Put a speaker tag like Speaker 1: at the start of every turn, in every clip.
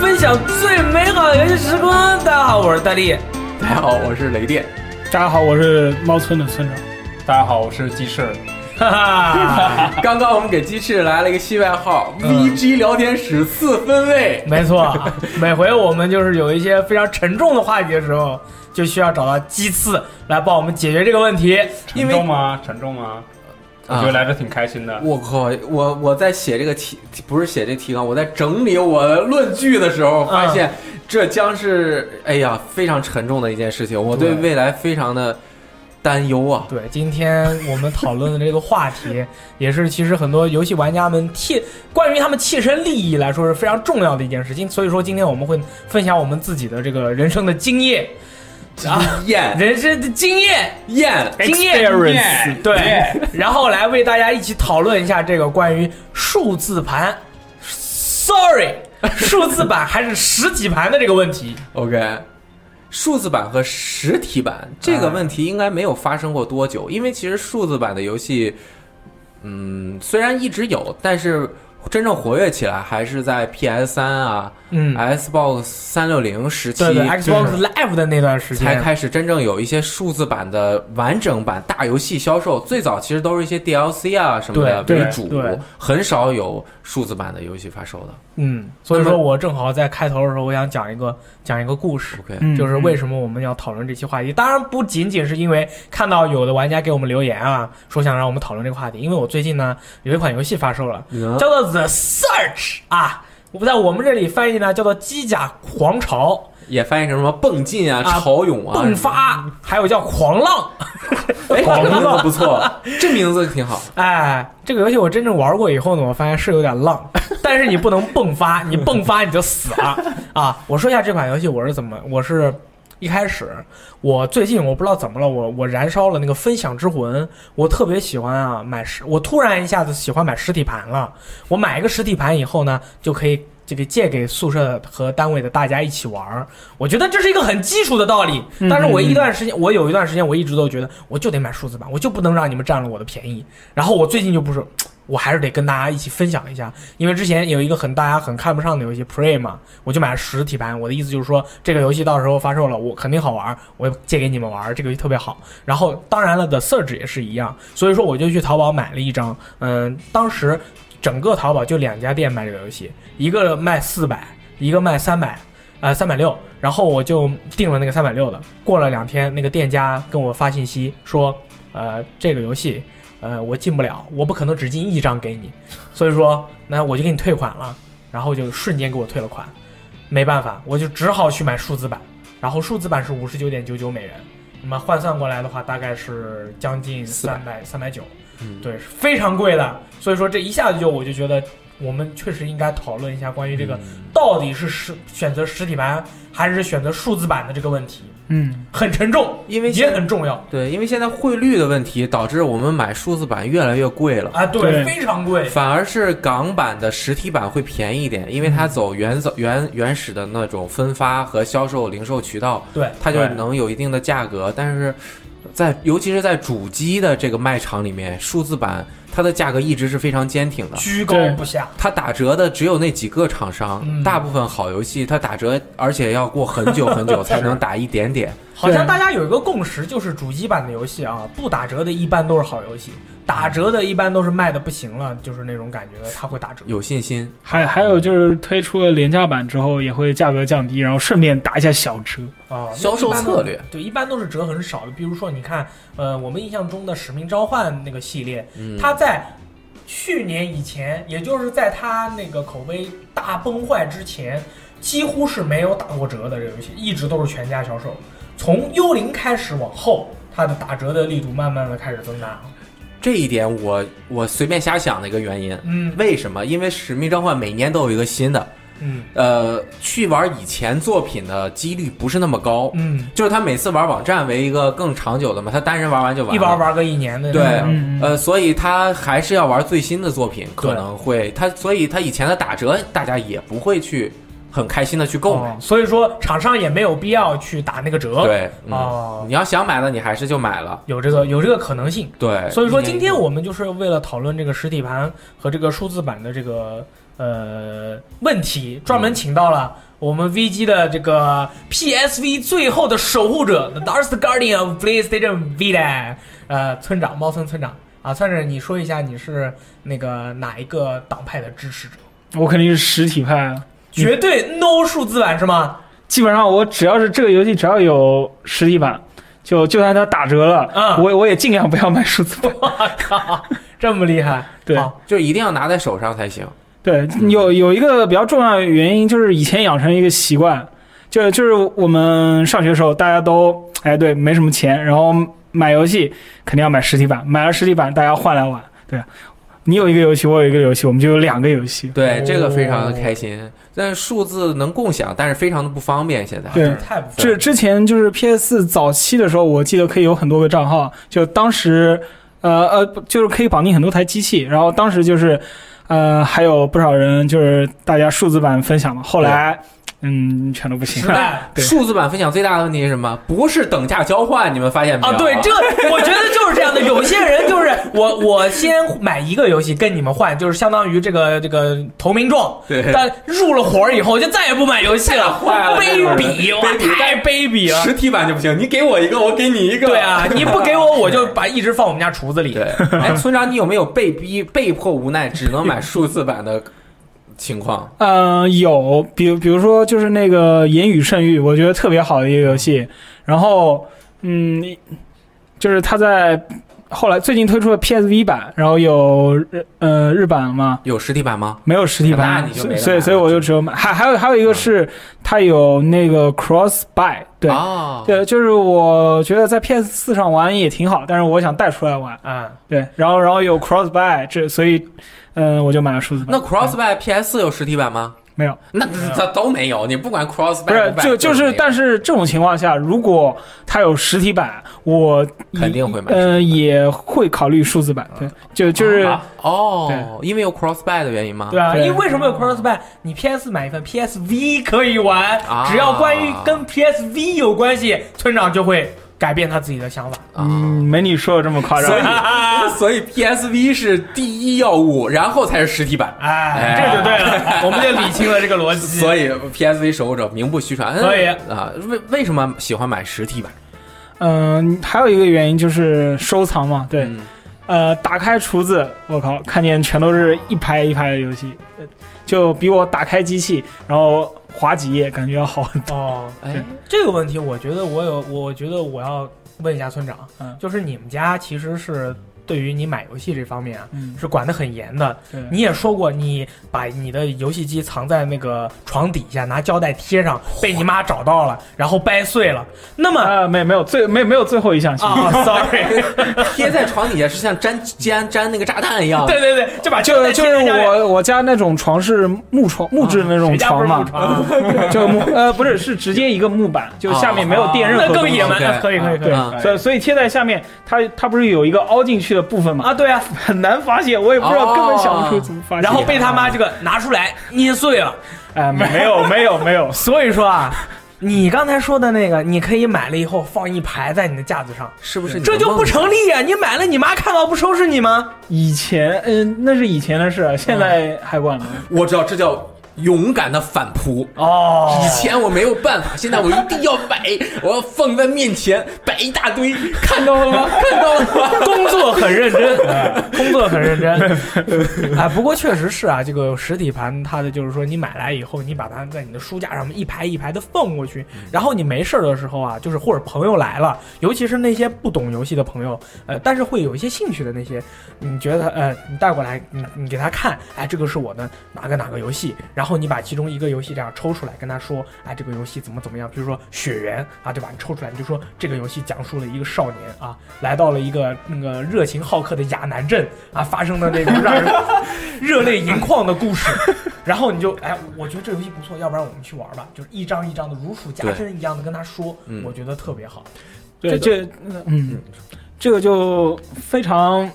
Speaker 1: 分享最美好的游戏时光。大家好，我是大 力。
Speaker 2: 大家好，我是雷电。
Speaker 3: 大家好，我是猫村的村长。
Speaker 4: 大家好，我是鸡翅。
Speaker 1: 哈哈，
Speaker 2: 刚刚我们给鸡翅来了一个新外号、v
Speaker 4: 嗯
Speaker 2: g 聊天室四分卫。
Speaker 5: 没错，每回我们就是有一些非常沉重的话题的时候，就需要找到鸡刺来帮我们解决这个问题。
Speaker 2: 因
Speaker 4: 沉
Speaker 2: 为
Speaker 4: 重吗？沉重吗？我觉得来这挺开心的。
Speaker 2: 我靠！我我在写这个提，不是写这提纲，我在整理我的论据的时候，发现
Speaker 4: 嗯
Speaker 2: 这将是哎呀非常沉重的一件事情，我对
Speaker 4: 对
Speaker 2: 未来非常的担忧啊。
Speaker 5: 对，今天我们讨论的这个话题，也是其实很多游戏玩家们切关于他们切身利益来说是非常重要的一件事情。所以说，今天我们会分享我们自己的这个人生的经 验，啊，
Speaker 2: 验
Speaker 5: 人生的经验，
Speaker 2: 验，
Speaker 5: 经验
Speaker 3: Experience，
Speaker 5: 对，然后来为大家一起讨论一下这个关于数字盘，sorry，数字版还是实体盘的这个问题。
Speaker 2: OK，数字版和实体版这个问题应该没有发生过多久，因为其实数字版的游戏，嗯，虽然一直有，但是真正活跃起来还是在 PS 三啊、
Speaker 5: 嗯，
Speaker 2: Xbox 三六零时期。
Speaker 5: 对对
Speaker 2: 就是
Speaker 5: ，Xbox Live 的那段时
Speaker 2: 才
Speaker 5: 间，
Speaker 2: 开始真正有一些数字版的完整版大游戏销售，最早其实都是一些 DLC 啊什么的
Speaker 3: 对
Speaker 2: 为
Speaker 3: 对
Speaker 2: 主
Speaker 3: 对，
Speaker 2: 很少有数字版的游戏发售的。
Speaker 5: 嗯，所以
Speaker 2: 那
Speaker 5: 说
Speaker 2: 么
Speaker 5: 我正好在开头的时候，我想讲一个讲一个故事。
Speaker 2: OK，
Speaker 3: 嗯
Speaker 5: 就是为什么我们要讨论这期话题？当然不仅仅是因为看到有的玩家给我们留言啊，说想让我们讨论这个话题。因为我最近呢有一款游戏发售了，
Speaker 2: 嗯
Speaker 5: 叫做 The Search 啊，我在我们这里翻译呢叫做《机甲狂潮》。
Speaker 2: 也翻译成什么蹦进啊、
Speaker 5: 啊
Speaker 2: 潮涌啊、
Speaker 5: 迸发，还有叫狂浪。
Speaker 2: 哎，这个名字不 错，这名字挺好。
Speaker 5: 哎，这个游戏我真正玩过以后呢，我发现是有点浪，但是你不能迸发，你迸发你就死了 啊！我说一下这款游戏我是怎么，我是一开始我最近我不知道怎么了，我我燃烧了那个分享之魂，我特别喜欢啊买实，我突然一下子喜欢买实体盘了。我买一个实体盘以后呢，就可以。这个借给宿舍和单位的大家一起玩儿，我觉得这是一个很基础的道理。但是我一段时间，我有一段时间，我一直都觉得我就得买数字版，我就不能让你们占了我的便宜。然后我最近就不是，我还是得跟大家一起分享一下，因为之前有一个很大家很看不上的游戏 Prey 嘛，我就买了实体盘。我的意思就是说，这个游戏到时候发售了，我肯定好玩，我借给你们玩，这个游戏特别好。然后当然了，The Surge 也是一样，所以说我就去淘宝买了一张，嗯，当时整个淘宝就两家店卖这个游戏，一个卖四百，一个卖三百。呃，三百六，然后我就订了那个三百六的。过了两天，那个店家跟我发信息说，呃，这个游戏呃，我进不了，我不可能只进一张给你，所以说那我就给你退款了，然后就瞬间给我退了款，没办法，我就只好去买数字版，然后数字版是五十九点九九美元，那么换算过来的话，大概是将近三百三百九，
Speaker 2: 嗯，
Speaker 5: 对，是非常贵的，所以说这一下子就我就觉得我们确实应该讨论一下关于这个
Speaker 2: 嗯
Speaker 5: 到底是实选择实体盘还是选择数字版的这个问题，
Speaker 3: 嗯，
Speaker 5: 很沉重，
Speaker 2: 因为现
Speaker 5: 也很重要
Speaker 2: 对，因为现在汇率的问题导致我们买数字版越来越贵了。
Speaker 5: 啊，对，
Speaker 3: 对
Speaker 5: 非常贵，
Speaker 2: 反而是港版的实体版会便宜一点，因为
Speaker 5: 嗯
Speaker 2: 它走原走原原始的那种分发和销售零售渠道，
Speaker 5: 对。
Speaker 2: 它就
Speaker 4: 对
Speaker 2: 能有一定的价格。但是在尤其是在主机的这个卖场里面，数字版它的价格一直是非常坚挺的。
Speaker 5: 居高
Speaker 3: 对
Speaker 5: 不下，
Speaker 2: 它打折的只有那几个厂商，
Speaker 5: 嗯
Speaker 2: 大部分好游戏它打折，而且要过很久很久才能打一 点点。
Speaker 5: 好像大家有一个共识，就是主机版的游戏啊，不打折的一般都是好游戏，打折的一般都是卖的不行了，就是那种感觉它会打折。
Speaker 2: 有信心，
Speaker 3: 还还有就是推出了廉价版之后，也会价格降低，然后顺便打一下小折。
Speaker 5: 啊，
Speaker 2: 销售策略
Speaker 5: 对，一般都是折很少的。比如说，你看，呃，我们印象中的《使命召唤》那个系列，
Speaker 2: 嗯，
Speaker 5: 它在去年以前，也就是在它那个口碑大崩坏之前，几乎是没有打过折的。这个游戏一直都是全家销售。从幽灵开始往后，它的打折的力度慢慢的开始增大。
Speaker 2: 这一点我我随便瞎想的一个原因。
Speaker 5: 嗯，
Speaker 2: 为什么？因为《使命召唤》每年都有一个新的，
Speaker 5: 嗯
Speaker 2: 呃，去玩以前作品的几率不是那么高。
Speaker 5: 嗯，
Speaker 2: 就是他每次玩网站为一个更长久的嘛，他单人玩完就完了。
Speaker 5: 一玩玩个一年的，
Speaker 2: 对
Speaker 3: 嗯，嗯
Speaker 2: 呃，所以他还是要玩最新的作品，可能会他，所以他以前的打折，大家也不会去很开心的去购买。
Speaker 5: 哦所以说厂商也没有必要去打那个折，
Speaker 2: 对，嗯
Speaker 5: 哦
Speaker 2: 你要想买了，你还是就买了。
Speaker 5: 有这个有这个可能性。
Speaker 2: 对，
Speaker 5: 所以说，今天
Speaker 2: 我
Speaker 5: 我们就是为了讨论这个实体盘和这个数字版的这个呃问题，专门请到了我们 VG 的这个 PSV 最后的守护者 The Last Guardian of PlayStation Vita，呃，村长猫村村长啊，算是你说一下你是那个哪一个党派的支持
Speaker 2: 嗯
Speaker 5: 者？
Speaker 3: 我肯定是实体派啊。
Speaker 5: 绝对 no 数字版是吗？
Speaker 3: 基本上我只要是这个游戏只要有实体版，就就算它打折了，
Speaker 5: 嗯
Speaker 3: 我我也尽量不要买数字版。
Speaker 5: 这么厉害，
Speaker 3: 对
Speaker 5: 好
Speaker 2: 就一定要拿在手上才行。
Speaker 3: 对，有有一个比较重要的原因就是以前养成一个习惯，就就是我们上学的时候大家都哎对没什么钱，然后买游戏肯定要买实体版，买了实体版大家换来玩，对。你有一个游戏，我有一个游戏，我们就有两个游戏。
Speaker 2: 对
Speaker 5: 哦，
Speaker 2: 这个非常的开心。但数字能共享，但是非常的不方便。现在
Speaker 3: 对
Speaker 5: 太不错
Speaker 3: 这
Speaker 5: 了。
Speaker 3: 之前就是 PS 早期的时候，我记得可以有很多个账号，就当时，呃呃，不就是可以绑定很多台机器，然后当时就是，呃，还有不少人就是大家数字版分享嘛，后来，嗯，全都不行
Speaker 5: 时
Speaker 3: 了。
Speaker 5: 代
Speaker 3: 对
Speaker 2: 数字版分享最大的问题是什么？不是等价交换，你们发现没有？
Speaker 5: 啊，对，这个我觉得就是这样的。有些人就是我，我先买一个游戏跟你们换，就是相当于这个这个投名状。
Speaker 2: 对
Speaker 5: 但入了伙儿以后就再也不买游戏了，
Speaker 2: 坏了
Speaker 5: 卑鄙，哇，太卑鄙了。
Speaker 2: 实体版就不行，你给我一个，我给你一个。
Speaker 5: 啊对啊，你不给我，我就把一直放我们家厨子里。
Speaker 2: 对，哎，村长，你有没有被逼、被迫、无奈只能买数字版的情况？
Speaker 3: 呃，有，比如比如说就是那个《言语圣域》，我觉得特别好的一个游戏。然后，嗯，就是它在后来最近推出了 PSV 版，然后有日呃日版嘛，
Speaker 2: 有实体版吗？
Speaker 3: 没有实体
Speaker 2: 那
Speaker 3: 版，
Speaker 2: 你就没得
Speaker 3: 所
Speaker 2: 买
Speaker 3: 以
Speaker 2: 了
Speaker 3: 所以我就只有买。还还有还有一个是
Speaker 2: 嗯
Speaker 3: 它有那个 cross buy，对、
Speaker 2: 哦，
Speaker 3: 对，就是我觉得在 PS 四上玩也挺好，但是我想带出来玩，
Speaker 5: 啊，
Speaker 3: 对，然后然后有 cross buy，这所以嗯、我就买了数字版。
Speaker 2: 那 Cross by PS 4有实体版吗？
Speaker 3: 没有，
Speaker 2: 那它都没有。你不管 Cross
Speaker 3: 不
Speaker 2: by
Speaker 3: 是就就是，但是这种情况下，如果它有实体版，我
Speaker 2: 肯定会买
Speaker 3: 嗯、也会考虑数字版，对，就就是、
Speaker 2: 啊哦，因为有 Cross by 的原因吗？
Speaker 5: 对啊，
Speaker 3: 对
Speaker 5: 因为为什么有 crossbuy？你 PS 买一份，PSV 可以玩，
Speaker 2: 啊
Speaker 5: 只要关于跟 PSV 有关系，村长就会改变他自己的想法。
Speaker 2: 啊。
Speaker 3: 嗯，没你说的这么夸张
Speaker 2: 所。以， 所以 PSV 是第一要务，然后才是实体版。
Speaker 5: 哎，
Speaker 2: 哎
Speaker 5: 这就对 了，我们就理清了这个逻辑。
Speaker 2: 所以 PSV 守护者名不虚传。
Speaker 5: 所以
Speaker 2: 啊，为为什么喜欢买实体版？
Speaker 3: 嗯、还有一个原因就是收藏嘛，对。
Speaker 2: 嗯
Speaker 3: 呃，打开厨子，我靠，看见全都是一排一排的游戏，呃就比我打开机器然后滑几页感觉要好。
Speaker 5: 哦，
Speaker 2: 哎，
Speaker 5: 这个问题，我觉得我有，我觉得我要问一下村长，
Speaker 3: 嗯
Speaker 5: 就是你们家其实是对于你买游戏这方面啊，
Speaker 3: 嗯，
Speaker 5: 是管得很严的。
Speaker 3: 对，
Speaker 5: 你也说过，你把你的游戏机藏在那个床底下，拿胶带贴上，被你妈找到了，然后掰碎了。那么
Speaker 3: 啊、没没有最没没有最后一项行为，
Speaker 5: 啊，sorry，
Speaker 2: 贴在床底下是像粘粘粘那个炸弹一样。
Speaker 5: 对对对， 就把胶
Speaker 3: 就
Speaker 5: 带贴
Speaker 3: 就是
Speaker 5: 在下面
Speaker 3: 我我家那种床是木床木质的那种
Speaker 5: 啊谁家不
Speaker 3: 床
Speaker 5: 是
Speaker 3: 嘛
Speaker 5: 木，床，啊
Speaker 3: 就木呃不是是直接一个木板，就下面没有垫任
Speaker 5: 啊那
Speaker 3: 何东
Speaker 5: 更
Speaker 3: 西
Speaker 5: 野蛮了，
Speaker 2: 对
Speaker 5: 可以可以可以
Speaker 2: 啊
Speaker 3: 所以所以贴在下面，它它不是有一个凹进去的部分嘛，
Speaker 5: 啊，对啊，
Speaker 3: 很难发现，我也不知道，
Speaker 2: 哦
Speaker 3: 根本想不出怎么发现。
Speaker 5: 然后被他妈这个拿出来捏碎了。
Speaker 3: 哎、
Speaker 5: 啊
Speaker 3: 没有没有没有，
Speaker 5: 所以说啊，你刚才说的那个，你可以买了以后放一排在你的架子上，
Speaker 2: 是不是你的
Speaker 5: 这就不
Speaker 2: 梦
Speaker 5: 成立啊！你买了，你妈看到不收拾你吗？
Speaker 3: 以前嗯、那是以前的事，现在还管吗？
Speaker 2: 我知道这叫勇敢的反扑。
Speaker 5: 哦
Speaker 2: 以前我没有办法，现在我一定要摆，我要放在面前摆一大堆，看到 了吗？看到了吗？
Speaker 5: 工作很认真， 工作很认真。 啊，哎不过确实是啊，这个实体盘它的就是说，你买来以后，你把它在你的书架上面一排一排的放过去，然后你没事儿的时候啊，就是或者朋友来了，尤其是那些不懂游戏的朋友，呃，但是会有一些兴趣的那嗯啊些，你觉得呃，你带过来，你你给他看，哎，这个是我的哪个哪个游戏，然后你把其中一个游戏这样抽出来，跟他说，哎，这个游戏怎么怎么样？比如说《雪原》啊，对吧？你抽出来，你就说这个游戏讲述了一个少年啊，来到了一个那个热情好客的亚南镇啊，发生的那种 让人热泪盈眶的故事。然后你就哎，我觉得这游戏不错，要不然我们去玩吧。就是一张一张的如数家珍一样的跟他说，
Speaker 2: 嗯
Speaker 5: 我觉得特别好。
Speaker 3: 对，这嗯，这个就非常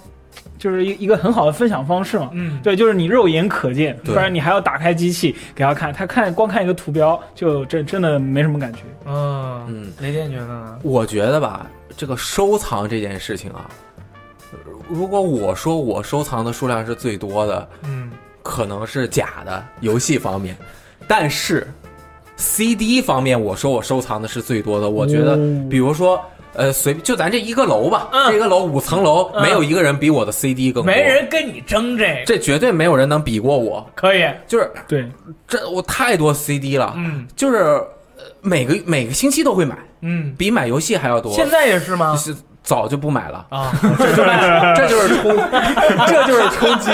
Speaker 3: 就是一一个很好的分享方式嘛。
Speaker 5: 嗯，
Speaker 3: 对，就是你肉眼可见，不
Speaker 2: 对
Speaker 3: 然你还要打开机器给他看，他看光看一个图标就真真的没什么感觉。
Speaker 5: 嗯，
Speaker 2: 嗯，
Speaker 5: 雷电觉得呢？
Speaker 2: 我觉得吧，这个收藏这件事情啊，如果我说我收藏的数量是最多的，
Speaker 5: 嗯，
Speaker 2: 可能是假的，游戏方面，但是 CD 方面，我说我收藏的是最多的。我觉得，比如说，呃，随就咱这一个楼吧，
Speaker 5: 嗯
Speaker 2: 这一个楼五层楼，
Speaker 5: 嗯
Speaker 2: 没有一个人比我的 CD 更多，
Speaker 5: 没，人跟你争这个，
Speaker 2: 这绝对没有人能比过我。
Speaker 5: 可以。
Speaker 2: 就是
Speaker 3: 对，
Speaker 2: 这我太多 CD 了，
Speaker 5: 嗯
Speaker 2: 就是呃每个每个星期都会买，
Speaker 5: 嗯，
Speaker 2: 比买游戏还要多。
Speaker 5: 现在也是吗？
Speaker 2: 是早就不买了。
Speaker 5: 啊，
Speaker 2: 这就是冲，这就是冲击，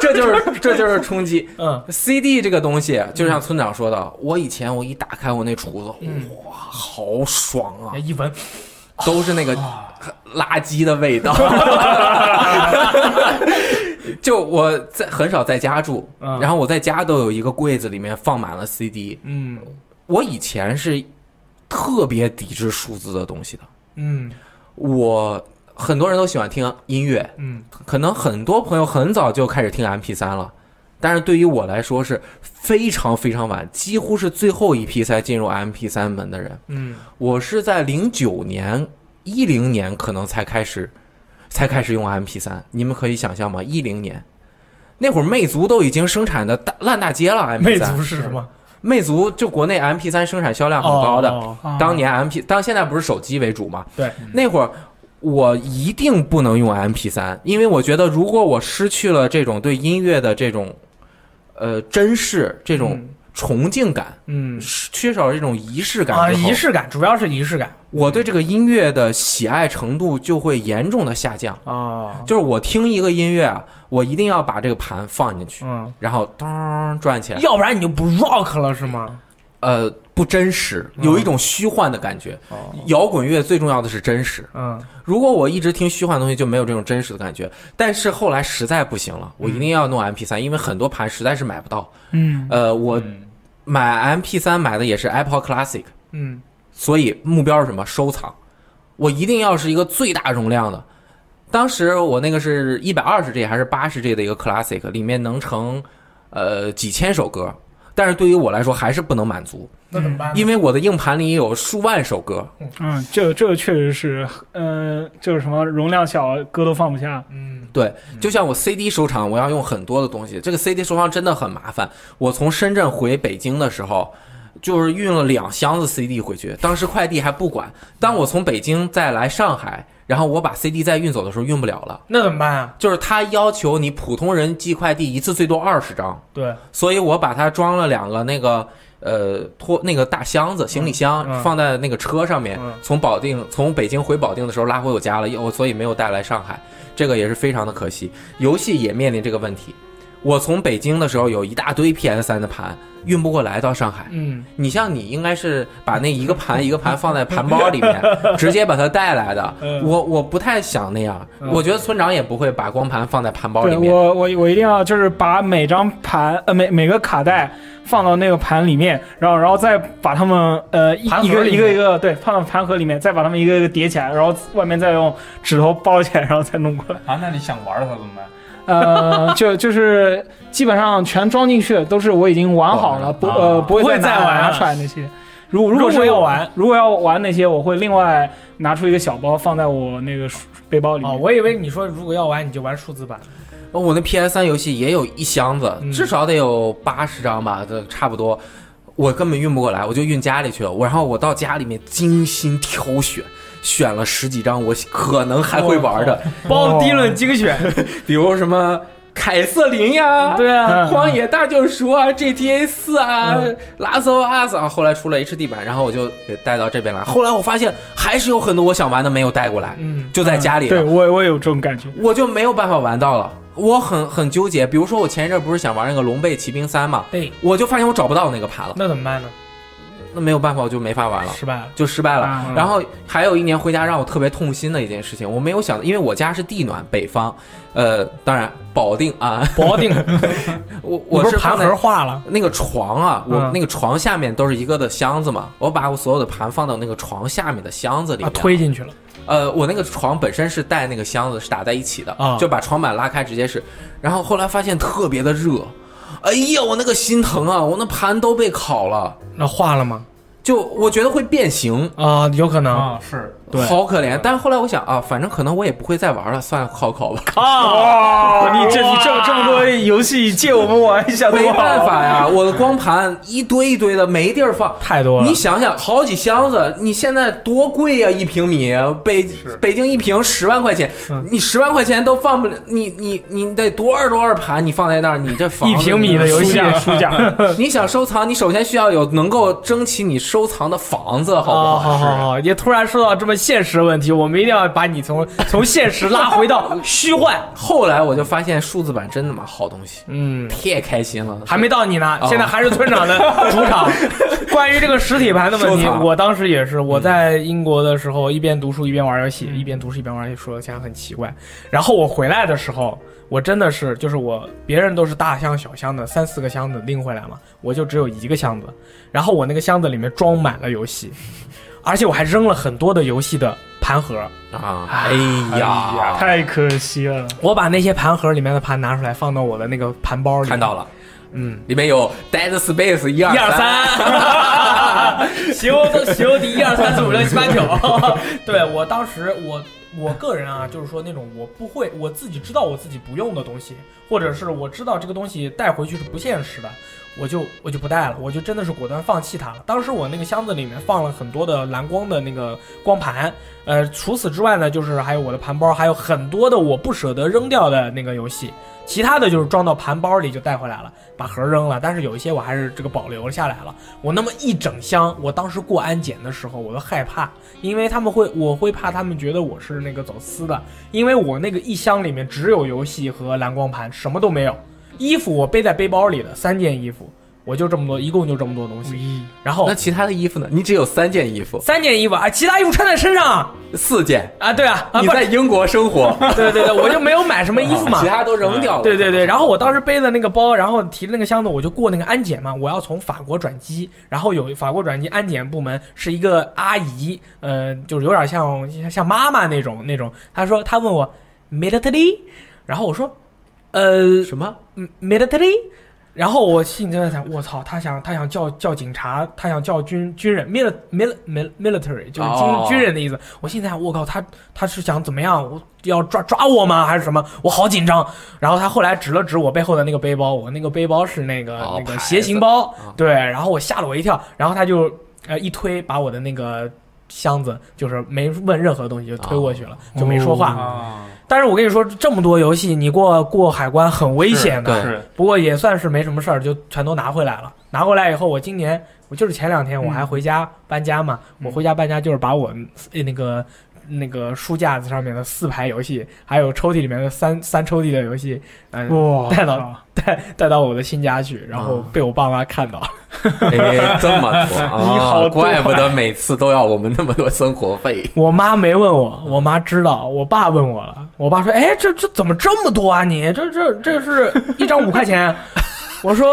Speaker 2: 这就是这就是冲击。
Speaker 5: 嗯
Speaker 2: CD 这个东西，就像村长说的，我以前我一打开我那橱子，
Speaker 5: 嗯
Speaker 2: 哇，好爽啊，
Speaker 5: 哎一闻，
Speaker 2: 都是那个垃圾的味道。 就我在很少在家住，
Speaker 5: 嗯
Speaker 2: 然后我在家都有一个柜子，里面放满了 CD。
Speaker 5: 嗯
Speaker 2: 我以前是特别抵制数字的东西的，
Speaker 5: 嗯
Speaker 2: 我很多人都喜欢听音乐，
Speaker 5: 嗯
Speaker 2: 可能很多朋友很早就开始听 MP 3了，但是对于我来说是非常非常晚，几乎是最后一批才进入 MP 3门的人。
Speaker 5: 嗯
Speaker 2: 我是在零九年、一零年可能才开始，才开始用 MP 3你们可以想象吗？一零年那会儿，魅族都已经生产的大烂大街了。MP
Speaker 5: 魅
Speaker 2: 3
Speaker 5: 族是啊什么？
Speaker 2: 魅族就国内 MP 3生产销量很高的，
Speaker 5: 哦
Speaker 3: 啊
Speaker 2: 当年 MP 当现在不是手机为主嘛？
Speaker 5: 对，
Speaker 2: 那会儿我一定不能用 MP 3因为我觉得如果我失去了这种对音乐的这种呃珍视、这种崇敬感，
Speaker 5: 嗯
Speaker 2: 是缺少了这种仪式感
Speaker 5: 啊，
Speaker 2: 之后
Speaker 5: 仪，式感主要是仪式感
Speaker 2: 我对这个音乐的喜爱程度就会严重的下降。
Speaker 5: 啊，
Speaker 2: 就是我听一个音乐啊，我一定要把这个盘放进去，
Speaker 5: 嗯，
Speaker 2: 然后咚转起来，
Speaker 5: 要不然你就不 rock 了是吗？
Speaker 2: 呃，不真实，有一种虚幻的感觉。摇滚乐最重要的是真实。
Speaker 5: 嗯
Speaker 2: 如果我一直听虚幻的东西，就没有这种真实的感觉。但是后来实在不行了，我一定要弄 MP 3因为很多盘实在是买不到。
Speaker 3: 嗯，
Speaker 2: 呃，我
Speaker 4: 嗯
Speaker 2: 买 MP 3买的也是 Apple Classic，
Speaker 5: 嗯
Speaker 2: 所以目标是什么？收藏。我一定要是一个最大容量的。当时我那个是一百二十 G 还是八十 G 的一个 Classic，里面能成呃几千首歌，但是对于我来说还是不能满足，
Speaker 5: 那怎么办呢？
Speaker 2: 因为我的硬盘里有数万首歌。
Speaker 3: 嗯，这个这个确实是，呃，就是什么容量小，歌都放不下。
Speaker 5: 嗯
Speaker 2: 对，就像我 CD 收藏，我要用很多的东西，这个 CD 收藏真的很麻烦。我从深圳回北京的时候，就是运了两箱子 CD 回去，当时快递还不管。当我从北京再来上海，然后我把 CD 再运走的时候，运不了了。
Speaker 5: 那怎么办啊？
Speaker 2: 就是他要求你普通人寄快递一次最多二十张，
Speaker 5: 对，
Speaker 2: 所以我把它装了两个那个呃拖那个大箱子行李箱、
Speaker 5: 嗯嗯
Speaker 2: 放在那个车上面，
Speaker 5: 嗯
Speaker 2: 从保定从北京回保定的时候拉回我家了，我所以没有带来上海，这个也是非常的可惜。游戏也面临这个问题，我从北京的时候有一大堆 PS 三的盘运不过来到上海。
Speaker 5: 嗯
Speaker 2: 你像你应该是把那一个盘一个盘放在盘包 里面，
Speaker 5: 嗯
Speaker 2: 直接把它带来的。我我不太想那样，
Speaker 5: 嗯
Speaker 2: 我觉得村长也不会把光盘放在盘包里
Speaker 3: 对
Speaker 2: 面。
Speaker 3: 我我我一定要就是把每张盘呃每每个卡带放到那个盘里面，然后然后再把它们呃一
Speaker 5: 盘盒
Speaker 3: 一个
Speaker 5: 里面
Speaker 3: 一个一个对放到盘盒里面，再把它们一个一个叠起来，然后外面再用纸头包起来，然后再弄过来。
Speaker 4: 啊，那你想玩它怎么办？
Speaker 3: 呃，就就是基本上全装进去都是我已经玩好了，不
Speaker 4: 玩了
Speaker 3: 呃
Speaker 4: 啊
Speaker 3: 不会
Speaker 5: 不会
Speaker 3: 再
Speaker 5: 再
Speaker 3: 拿
Speaker 5: 玩
Speaker 3: 拿
Speaker 5: 了
Speaker 3: 出来那些。如果如果
Speaker 5: 如
Speaker 3: 是
Speaker 5: 果要玩，
Speaker 3: 如果要玩那些，我会另外拿出一个小包放在我那个书背包里
Speaker 5: 哦，
Speaker 3: 面。
Speaker 5: 我以为你说如果要玩你就玩数字版，
Speaker 2: 哦我那 PS 三游戏也有一箱子，
Speaker 5: 嗯
Speaker 2: 至少得有八十张吧，这差不多。我根本运不过来，我就运家里去了。我然后我到家里面精心挑选，选了十几张我可能还会玩的，
Speaker 5: 哦
Speaker 2: 哦
Speaker 5: 包迪伦精选，
Speaker 2: 比如什么凯瑟琳呀，
Speaker 5: 对啊
Speaker 3: 嗯
Speaker 2: 荒野大救赎啊，GTA 四啊，Last
Speaker 5: 嗯
Speaker 2: of Us 啊，后来出了 HD 版，然后我就给带到这边来。后来我发现还是有很多我想玩的没有带过来，
Speaker 5: 嗯
Speaker 2: 就在家里了，
Speaker 3: 对我我也有这种感觉。
Speaker 2: 我就没有办法玩到了。我很很纠结。比如说，我前一阵不是想玩那个《龙背骑兵三》嘛，
Speaker 5: 对，
Speaker 2: 我就发现我找不到那个盘了，
Speaker 5: 那怎么办呢？
Speaker 2: 那没有办法，我就没法玩了。
Speaker 5: 失败了。
Speaker 2: 就失败了。
Speaker 3: 啊
Speaker 2: 然后还有一年回家让我特别痛心的一件事情，我没有想到，因为我家是地暖，北方，呃，当然保定啊，
Speaker 5: 保 定，
Speaker 2: 我
Speaker 5: 你
Speaker 2: 我
Speaker 5: 不是
Speaker 2: 放
Speaker 5: 盘
Speaker 2: 在
Speaker 5: 盒化了，
Speaker 2: 那个床啊，我
Speaker 5: 嗯
Speaker 2: 那个床下面都是一个的箱子嘛，我把我所有的盘放到那个床下面的箱子里
Speaker 5: 啊，
Speaker 2: 面，
Speaker 5: 推进去了。
Speaker 2: 呃，我那个床本身是带那个箱子是打在一起的，
Speaker 5: 啊
Speaker 2: 就把床板拉开直接是，然后后来发现特别的热，哎呀，我那个心疼啊，我那盘都被烤了，
Speaker 5: 那化了吗？
Speaker 2: 就我觉得会变形，
Speaker 5: 啊，有可能。
Speaker 4: 啊，是
Speaker 5: 对
Speaker 2: 好可怜。但是后来我想啊，反正可能我也不会再玩了，算了，考考吧。
Speaker 3: 哦，你这你这这么多游戏借我们玩一下，
Speaker 2: 没
Speaker 3: 多好
Speaker 2: 办法呀，我的光盘一堆一堆的，没地儿放。
Speaker 5: 太多了
Speaker 2: 你，想想，好几箱子，你现在多贵呀、一平米，北
Speaker 4: 是
Speaker 2: 北京一平十万块钱，你十万块钱都放不了，你你你得多少多少盘，你放在那儿，你这房
Speaker 5: 一
Speaker 2: 子
Speaker 5: 平米的游戏
Speaker 3: 书架书架，
Speaker 2: 你想收藏，你首先需要有能够争起你收藏的房子，好不
Speaker 5: 啊好好
Speaker 2: 好？
Speaker 5: 好好，也突然说到这么现实的问题，我们一定要把你从从现实拉回到虚幻。
Speaker 2: 后来我就发现数字版真他妈好东西，
Speaker 5: 嗯，
Speaker 2: 太开心了。
Speaker 5: 还没到你呢，
Speaker 2: 哦
Speaker 5: 现在还是村长的主场。关于这个实体盘的问题
Speaker 2: 收，藏
Speaker 5: 我当时也是，我在英国的时候一边读书一边玩游戏，一边读书一边玩游戏，说起来很奇怪。然后我回来的时候，我真的是就是我别人都是大箱小箱的三四个箱子拎回来嘛，我就只有一个箱子，然后我那个箱子里面装满了游戏，而且我还扔了很多的游戏的盘盒。
Speaker 2: 啊，哎呀，
Speaker 3: 太可惜了。
Speaker 5: 我把那些盘盒里面的盘拿出来，放到我的那个盘包里。
Speaker 2: 看到，了，
Speaker 5: 嗯，
Speaker 2: 里面有 Dead Space 一二
Speaker 5: 一二 三，西游西游第一二三四五六七八九。 对我当时我我个人啊，就是说那种我不会，我自己知道我自己不用的东西，或者是我知道这个东西带回去是不现实的，我就我就不带了，我就真的是果断放弃它了。当时我那个箱子里面放了很多的蓝光的那个光盘，呃，除此之外呢，就是还有我的盘包，还有很多的我不舍得扔掉的那个游戏，其他的就是装到盘包里就带回来了，把盒扔了，但是有一些我还是这个保留下来了。我那么一整箱，我当时过安检的时候我都害怕，因为他们会，我会怕他们觉得我是那个走私的，因为我那个一箱里面只有游戏和蓝光盘，什么都没有。衣服我背在背包里的三件衣服，我就这么多，一共就这么多东西。然后
Speaker 2: 嗯那其他的衣服呢？你只有三件衣服，
Speaker 5: 三件衣服啊，其他衣服穿在身上啊
Speaker 2: 四件。
Speaker 5: 啊，对啊，啊
Speaker 2: 你
Speaker 5: 不是
Speaker 2: 在英国生活，
Speaker 5: 对对对，我 就没有买什么衣服嘛
Speaker 2: 其。他都扔掉了。
Speaker 5: 对对对，然后我当时背的那个包，然后提着那个箱子，我就过那个安检嘛。我要从法国转机，然后有法国转机安检部门是一个阿姨，呃，就是有点像像妈妈那种那种。她说她问我 military，然后我说呃
Speaker 2: 什么？
Speaker 5: 嗯 military，然后我心里就在想，我操，他想他想叫叫警察，他想叫军军人 mil mil mil military 就是军、
Speaker 2: 哦
Speaker 5: 军人的意思。我心里在想，我靠，他他是想怎么样？我要抓抓我吗？还是什么？我好紧张。然后他后来指了指我背后的那个背包，我那个背包是那个、
Speaker 2: 哦
Speaker 5: 那
Speaker 2: 牌
Speaker 5: 个
Speaker 2: 子
Speaker 5: 斜行包，
Speaker 2: 啊
Speaker 5: 对，然后我吓了我一跳，然后他就呃一推把我的那个。箱子就是没问任何东西就推过去了，
Speaker 2: 哦
Speaker 5: 就没说话。
Speaker 4: 啊，
Speaker 5: 但是我跟你说，这么多游戏，你过过海关很危险的。
Speaker 2: 对
Speaker 4: 是
Speaker 5: 不过也算是没什么事儿，就全都拿回来了。拿回来以后，我今年我就是前两天我还回家搬家嘛，我回家搬家就是把我呃那个那个书架子上面的四排游戏，还有抽屉里面的三三抽屉的游戏，嗯、
Speaker 3: 哇，
Speaker 5: 带到带带到我的新家去，然后
Speaker 2: 啊
Speaker 5: 被我爸妈看到。
Speaker 2: 哎，这么 多
Speaker 3: 你好
Speaker 2: 啊！
Speaker 3: 多啊
Speaker 2: 怪不得每次都要我们那么多生活费。
Speaker 5: 我妈没问我，我妈知道，我爸问我了。我爸说：“哎，这这怎么这么多啊你？这这这是一张五块钱。” 我说：“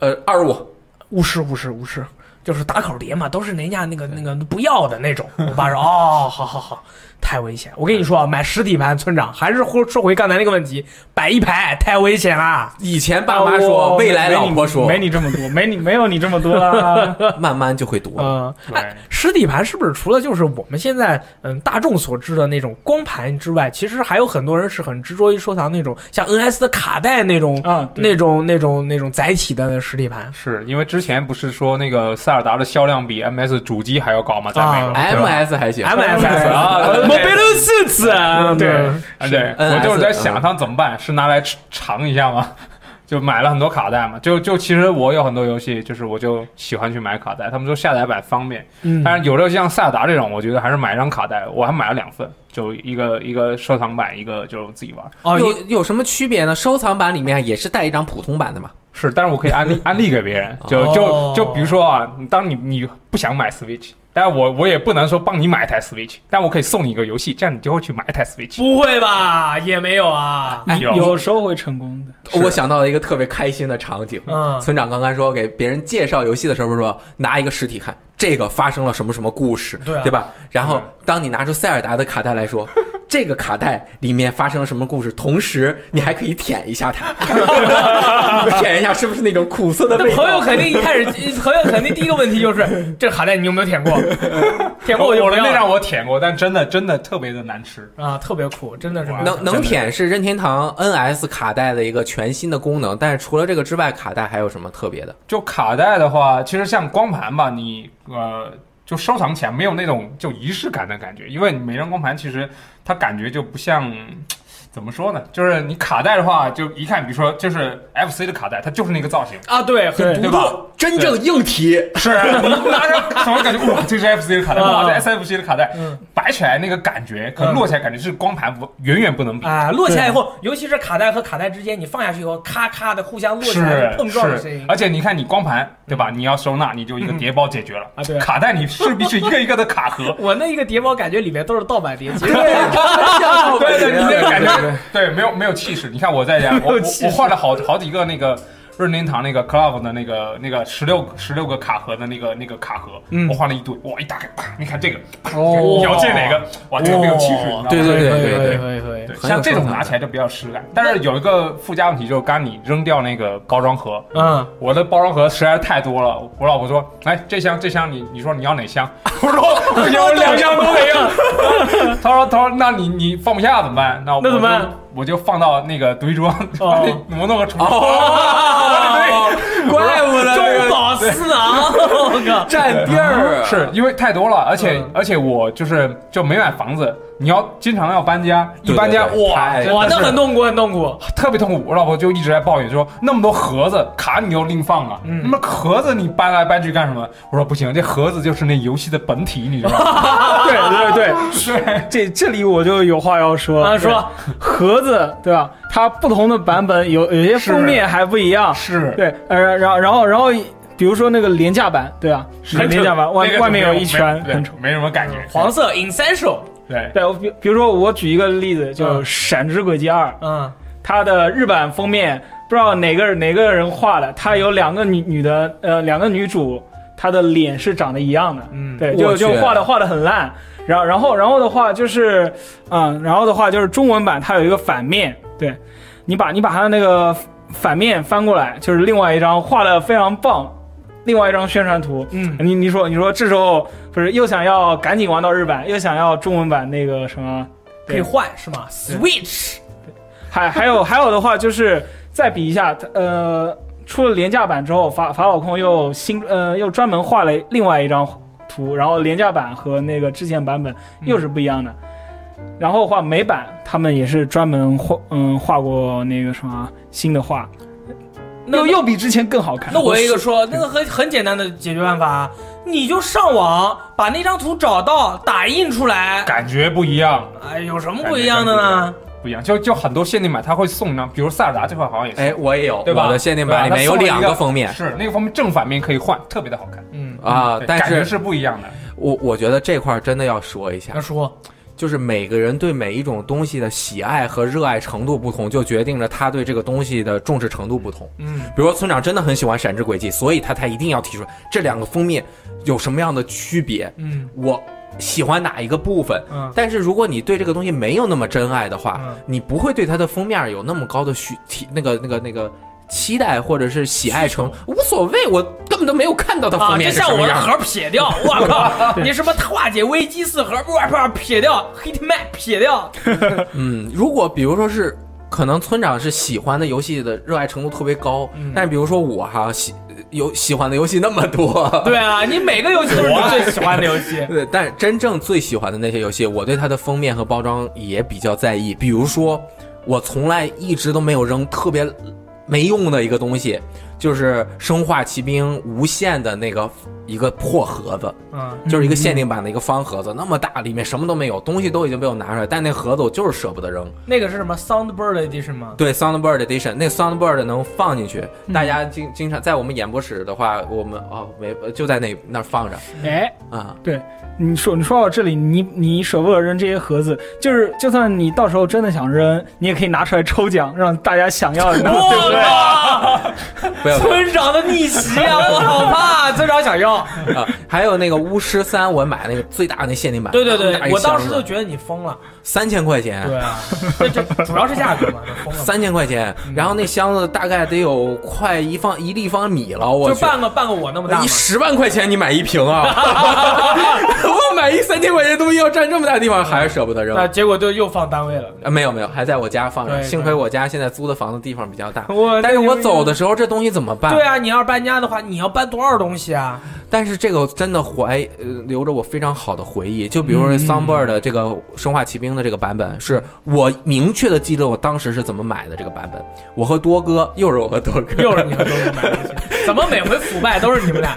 Speaker 2: 呃，二十五，
Speaker 5: 五十五十五十，就是打口碟嘛，都是人家那个那个不要的那种。我爸说，哦，好好好，太危险。我跟你说啊，买实体盘，村长还是说说回刚才那个问题，摆一排太危险啦。
Speaker 2: 以前爸妈说，未来老婆说
Speaker 3: 哦没，你这么多，没你没有你这么多啦。
Speaker 2: 慢慢就会读
Speaker 3: 哦
Speaker 2: 了。
Speaker 5: 嗯、
Speaker 4: 对
Speaker 5: 哎，实体盘是不是除了就是我们现在嗯大众所知的那种光盘之外，其实还有很多人是很执着于收藏那种像 NS 的卡带那种、
Speaker 3: 啊，对
Speaker 5: 那种那种那种载体的实体盘。
Speaker 4: 是因为之前不是说那个塞尔达的销量比 MS 主机还要高吗？在美国
Speaker 5: 啊
Speaker 4: 对吧
Speaker 2: MS 还行
Speaker 5: MSS
Speaker 4: 啊对对对
Speaker 5: Mobile Suits 啊，
Speaker 4: 对啊，对，
Speaker 2: NS
Speaker 5: 嗯
Speaker 4: 我就是在想他怎么办，是拿来尝一下吗？ 就买了很多卡带嘛。就就其实我有很多游戏，就是我就喜欢去买卡带，他们说下载版方便，
Speaker 5: 嗯
Speaker 4: 但是有的像塞尔达这种，我觉得还是买一张卡带，我还买了两份，就一个一个收藏版，一个就是自己玩。
Speaker 5: 哦，
Speaker 2: 有
Speaker 5: 你
Speaker 2: 有什么区别呢？收藏版里面也是带一张普通版的嘛。
Speaker 4: 是，但是我可以安利安利给别人，就
Speaker 5: 哦
Speaker 4: 就就比如说啊，当你你不想买 Switch，但是我我也不能说帮你买一台 Switch，但我可以送你一个游戏，这样你就会去买一台 Switch。
Speaker 5: 不会吧？也没有啊。
Speaker 2: 哎
Speaker 4: 有
Speaker 3: 有时候会成功的。
Speaker 2: 我想到了一个特别开心的场景。
Speaker 5: 嗯
Speaker 2: 村长刚刚说给别人介绍游戏的时候说，拿一个实体看这个发生了什么什么故事，
Speaker 5: 对啊
Speaker 2: 吧？然后
Speaker 4: 嗯
Speaker 2: 当你拿出塞尔达的卡带来说， 这个卡带里面发生了什么故事，同时你还可以舔一下它， 舔一下是不是那种苦 涩的
Speaker 5: 那
Speaker 2: 味
Speaker 5: 朋友
Speaker 2: 道？
Speaker 5: 肯定一开始，朋友肯定第一个问题就是 这卡带你有没有舔过？舔过
Speaker 4: 我
Speaker 5: 我就
Speaker 4: 有
Speaker 5: 不
Speaker 4: 的
Speaker 5: 要
Speaker 4: 那
Speaker 5: 了
Speaker 4: 让我舔过，但真的真的特别的难吃。
Speaker 5: 啊，特别苦，啊真的是
Speaker 4: 哇
Speaker 2: 能
Speaker 4: 真
Speaker 2: 能
Speaker 4: 的
Speaker 2: 舔是任天堂 NS 卡带的一个全新的功能，但是除了这个之外，卡带还有什么特别的？
Speaker 4: 就卡带的话，其实像光盘吧，你呃就收藏起来没有那种就仪式感的感觉，因为你每张光盘其实它感觉就不像。怎么说呢？就是你卡带的话，就一看，比如说就是 FC 的卡带，它就是那个造型，
Speaker 5: 啊，对，很
Speaker 4: 对
Speaker 5: 独
Speaker 4: 吧
Speaker 5: 特。
Speaker 2: 不，真正硬体
Speaker 4: 是你拿着怎么感觉哇，这是 FC 的卡带，哇，这 SFC 的卡带
Speaker 5: 啊嗯，
Speaker 4: 摆起来那个感觉，可能落起来感觉是光盘不远远不能比。
Speaker 5: 啊，落起来以后，尤其是卡带和卡带之间，你放下去以后，咔咔的互相落起来
Speaker 4: 是
Speaker 5: 碰撞的声
Speaker 4: 是
Speaker 5: 音，嗯
Speaker 4: 而且你看你光盘对吧？你要收纳，你就一个碟包解决了。
Speaker 5: 啊对
Speaker 4: 卡带你势必是一个一个的卡 盒，
Speaker 5: 我那一个碟包感觉里面都是盗版碟，其实
Speaker 4: 对对，你那个感觉，对，没有没有气势。你看我在家，我我我换了好好几个那个任天堂那个 Club 的那个那个十六十六个卡盒的那个那个卡盒，我换了一堆，哇，一打开，啪你看这个，你要进哪个，哇，这个没有气势，你知道吗？
Speaker 2: 对对对对对
Speaker 5: 对对
Speaker 4: 对，
Speaker 2: 很有
Speaker 4: 像这
Speaker 2: 收
Speaker 4: 种
Speaker 2: 藏
Speaker 4: 拿
Speaker 2: 感
Speaker 4: 起来就比较实感，但是有一个附加问题，就是刚你扔掉那个包装盒，
Speaker 5: 嗯，
Speaker 4: 我的包装盒实在是太多了。我老婆说：“哎，这箱这箱你你说你要哪箱？”我说：“不行，我两箱都没 有。”她说：“她说那你你放不下怎么办？那我
Speaker 5: 那怎么办
Speaker 4: 就？我就放到那个堆桌，把
Speaker 3: 哦
Speaker 4: 那挪弄个橱
Speaker 2: 哦
Speaker 4: 窗。，
Speaker 2: 怪不得这
Speaker 5: 中
Speaker 2: 个
Speaker 5: 饱私囊，我靠，
Speaker 2: 占地儿
Speaker 4: 啊是因为太多了，而且、
Speaker 5: 嗯
Speaker 4: 而且我就是就没买房子，你要经常要搬家，一
Speaker 2: 对
Speaker 4: 搬家
Speaker 2: 对对
Speaker 4: 哇
Speaker 2: 太
Speaker 4: 真的
Speaker 5: 哇，
Speaker 4: 是
Speaker 5: 啊那很痛苦，很痛 苦，
Speaker 4: 特别痛苦，我老婆就一直在抱怨说那么多盒子卡你又另放啊，
Speaker 3: 嗯
Speaker 4: 那么盒子你搬来搬去干什么？我说不行，这盒子就是那游戏的本体，你知道吗？
Speaker 3: 对对对，
Speaker 4: 对，
Speaker 3: 这这里我就有话要说
Speaker 5: 啊
Speaker 3: 了。
Speaker 5: 说
Speaker 3: 对盒子对吧？它不同的版本有有些封面还不一样。
Speaker 4: 是
Speaker 3: 对，呃，然后然后然后，比如说那个廉价版对吧？
Speaker 4: 是
Speaker 3: 廉价版外
Speaker 4: 那个
Speaker 3: 外面有
Speaker 4: 没
Speaker 3: 一圈
Speaker 4: 没
Speaker 3: 很丑。
Speaker 4: 没什么感觉。
Speaker 5: 黄色 essential，
Speaker 4: 对，
Speaker 3: 对，我比比如说我举一个例子，就
Speaker 5: 嗯
Speaker 3: 《闪之轨迹二》，
Speaker 5: 嗯，
Speaker 3: 它的日版封面不知道哪个哪个人画的，它有两个女女的，呃，两个女主，她的脸是长得一样的，
Speaker 5: 嗯
Speaker 3: 对，
Speaker 2: 我
Speaker 3: 就
Speaker 2: 去
Speaker 3: 就画的画的很烂。然后然后然后的话就是，嗯，然后的话就是中文版它有一个反面，对你把你把它的那个反面翻过来，就是另外一张画的非常棒，另外一张宣传图，
Speaker 5: 嗯
Speaker 3: 你你说你说这时候不是又想要赶紧玩到日版，又想要中文版那个什么，
Speaker 5: 可以换是吗？Switch，
Speaker 3: 还还有还有的话就是再比一下，它呃，出了廉价版之后，法法老控又新呃又专门画了另外一张图，然后廉价版和那个之前版本
Speaker 5: 嗯
Speaker 3: 又是不一样的。然后画美版，他们也是专门画嗯画过那个什么新的画，
Speaker 5: 那
Speaker 3: 又又比之前更好看。
Speaker 5: 那我有一个说，那个很很简单的解决办法，啊你就上网把那张图找到，打印出来，
Speaker 4: 感觉不一样，
Speaker 5: 哎，有什么不一样的呢？
Speaker 4: 不一样。就就很多限定版它会送一张，比如塞尔达这块好像也是，
Speaker 2: 哎，我也有，
Speaker 4: 对吧？
Speaker 2: 我的限定版里面有
Speaker 4: 对吧它送
Speaker 2: 两
Speaker 4: 了一个
Speaker 2: 个封面
Speaker 4: 是那个封面正反面可以换，特别的好看
Speaker 5: 嗯，
Speaker 2: 啊
Speaker 4: 对，
Speaker 2: 但
Speaker 4: 感觉
Speaker 2: 是
Speaker 4: 是不一样的。
Speaker 2: 我我觉得这块儿真的要说一
Speaker 5: 那
Speaker 2: 下，
Speaker 5: 说，
Speaker 2: 就是每个人对每一种东西的喜爱和热爱程度不同，就决定着他对这个东西的重视程度不同。
Speaker 5: 嗯，
Speaker 2: 比如说村长真的很喜欢《闪之轨迹》，所以他才一定要提出这两个封面有什么样的区别，
Speaker 5: 嗯
Speaker 2: 我喜欢哪一个部分。
Speaker 5: 嗯
Speaker 2: 但是如果你对这个东西没有那么真爱的话，
Speaker 5: 嗯
Speaker 2: 你不会对它的封面有那么高的需提那个那个那个期待或者是喜爱程，无所谓，我根本都没有看到它
Speaker 5: 啊，
Speaker 2: 封
Speaker 5: 这
Speaker 2: 面是
Speaker 5: 像
Speaker 2: 什
Speaker 5: 我
Speaker 2: 么
Speaker 5: 的
Speaker 2: 样。
Speaker 5: 盒撇掉， 我靠，你什么化解危机四盒，哇啪撇掉，Hitman 撇掉，
Speaker 2: 嗯，如果比如说是。可能村长是喜欢的游戏的热爱程度特别高，但是比如说我哈喜有喜欢的游戏那么多，，
Speaker 5: 对啊，你每个游戏都是你最喜欢的游戏
Speaker 2: 对，但是真正最喜欢的那些游戏，我对它的封面和包装也比较在意。比如说，我从来一直都没有扔特别没用的一个东西，就是《生化奇兵无限》的那个一个破盒子，
Speaker 5: 嗯，
Speaker 2: 就是一个限定版的一个方盒子，那么大，里面什么都没有，东西都已经被我拿出来，但那盒子我就是舍不得扔。
Speaker 5: 那个是什么 Soundbird Edition 吗？
Speaker 2: 对，Soundbird Edition，那 Soundbird 能放进去，
Speaker 5: 嗯
Speaker 2: 大家经经常在我们演播室的话，我们哦没就在那那儿放着
Speaker 3: 哎，
Speaker 2: 啊。
Speaker 3: 你说你说到这里，你你舍不得扔这些盒子，就是就算你到时候真的想扔，你也可以拿出来抽奖，让大家想要 的拿，对不对？
Speaker 2: 不要
Speaker 5: 村长的逆袭啊！我好怕，村长想要。
Speaker 2: 啊！还有那个巫师三，我买那个最大的那限定版，
Speaker 5: 对对
Speaker 2: 那么大
Speaker 5: 对，
Speaker 2: 一
Speaker 5: 我
Speaker 2: 箱
Speaker 5: 当
Speaker 2: 子
Speaker 5: 时就觉得你疯了。
Speaker 2: 三千块钱，
Speaker 5: 对啊，这这主要是价格嘛，疯了嘛。
Speaker 2: 三千块钱，
Speaker 5: 嗯
Speaker 2: 然后那箱子大概得有快一方一立方米了，我
Speaker 5: 就
Speaker 2: 去。
Speaker 5: 半个半个我那么大嘛
Speaker 2: 你。十万块钱你买一瓶 啊！我买一三千块钱东西要占这么大地方，还是舍不得扔
Speaker 5: 那结果就又放单位了。
Speaker 2: 啊？没有没有，还在我家放着。
Speaker 5: 对
Speaker 2: 幸亏我家现在租的房子地方比较大，
Speaker 3: 我
Speaker 2: 但是我走的时候这东西怎么办？
Speaker 5: 对啊，你要是搬家的话，你要搬多少东西啊？
Speaker 2: 但是这个真的怀呃留着我非常好的回忆，就比如
Speaker 5: 嗯
Speaker 2: 说 Songbird 的这个《生化奇兵》的这个版本，是我明确的记得我当时是怎么买的这个版本。我和多哥，又是我和多 哥，
Speaker 5: 又是你们都是买东西，怎么每回腐败都是你们俩？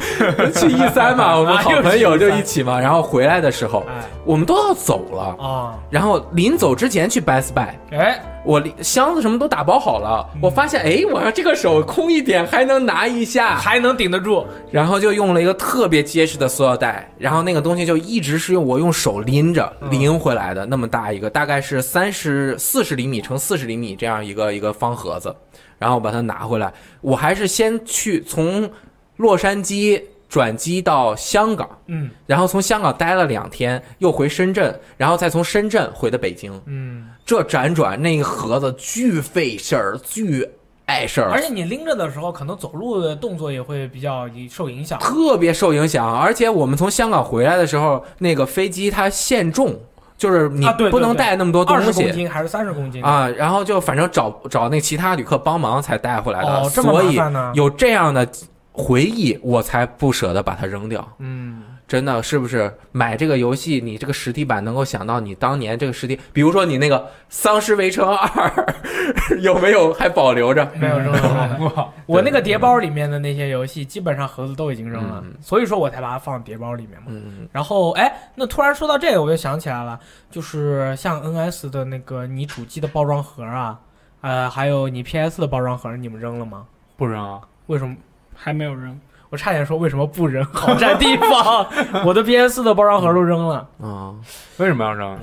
Speaker 2: 去一三嘛，我们
Speaker 5: 啊
Speaker 2: 好
Speaker 5: 又是
Speaker 2: 朋友就
Speaker 5: 13
Speaker 2: 一起嘛，然后回来的时候，
Speaker 5: 哎
Speaker 2: 我们都要走了，
Speaker 5: 啊，
Speaker 2: 然后临走之前去 Best Buy，
Speaker 5: 哎，嗯
Speaker 2: 我临箱子什么都打包好了，我发现哎，我要这个手空一点还能拿一下，
Speaker 5: 还能顶得住。
Speaker 2: 然后就用了一个特别结实的塑料袋，然后那个东西就一直是用我用手拎着
Speaker 5: 嗯
Speaker 2: 拎回来的，那么大一个，大概是三十四十厘米乘四十厘米这样一个一个方盒子，然后把它拿回来。我还是先去从洛杉矶转机到香港，
Speaker 5: 嗯
Speaker 2: 然后从香港待了两天，又回深圳，然后再从深圳回的北京。
Speaker 5: 嗯，
Speaker 2: 这辗转那个盒子巨费事儿，巨碍事儿，
Speaker 5: 而且你拎着的时候，可能走路的动作也会比较受影响。
Speaker 2: 特别受影响。而且我们从香港回来的时候，那个飞机它限重，就是你
Speaker 5: 啊对对
Speaker 2: 不能
Speaker 5: 对
Speaker 2: 带那么多东
Speaker 5: 二十
Speaker 2: 西。
Speaker 5: 公斤还是三十公斤？
Speaker 2: 啊，然后就反正找找那其他旅客帮忙才带回来的，
Speaker 5: 哦这么
Speaker 2: 所以
Speaker 5: 麻烦呢
Speaker 2: 有这样的回忆，我才不舍得把它扔掉。
Speaker 5: 嗯，
Speaker 2: 真的是不是买这个游戏，你这个实体版能够想到你当年这个实体，比如说你那个《丧尸围城二》 有没有还保留着？
Speaker 5: 没有扔了。
Speaker 4: 哇，
Speaker 5: 我那个碟包里面的那些游戏，基本上盒子都已经扔了，
Speaker 2: 嗯
Speaker 5: 所以说我才把它放碟包里面嘛。
Speaker 2: 嗯，
Speaker 5: 然后，哎，那突然说到这个，我就想起来了，就是像 NS 的那个你主机的包装盒啊，呃，还有你 PS 的包装盒，你们扔了吗？
Speaker 4: 不扔啊！
Speaker 5: 为什么？
Speaker 3: 还没有扔，
Speaker 5: 我差点说为什么 不扔，好占地方。我的 PS 的包装盒都扔了，
Speaker 2: 啊，
Speaker 4: 为什么要扔？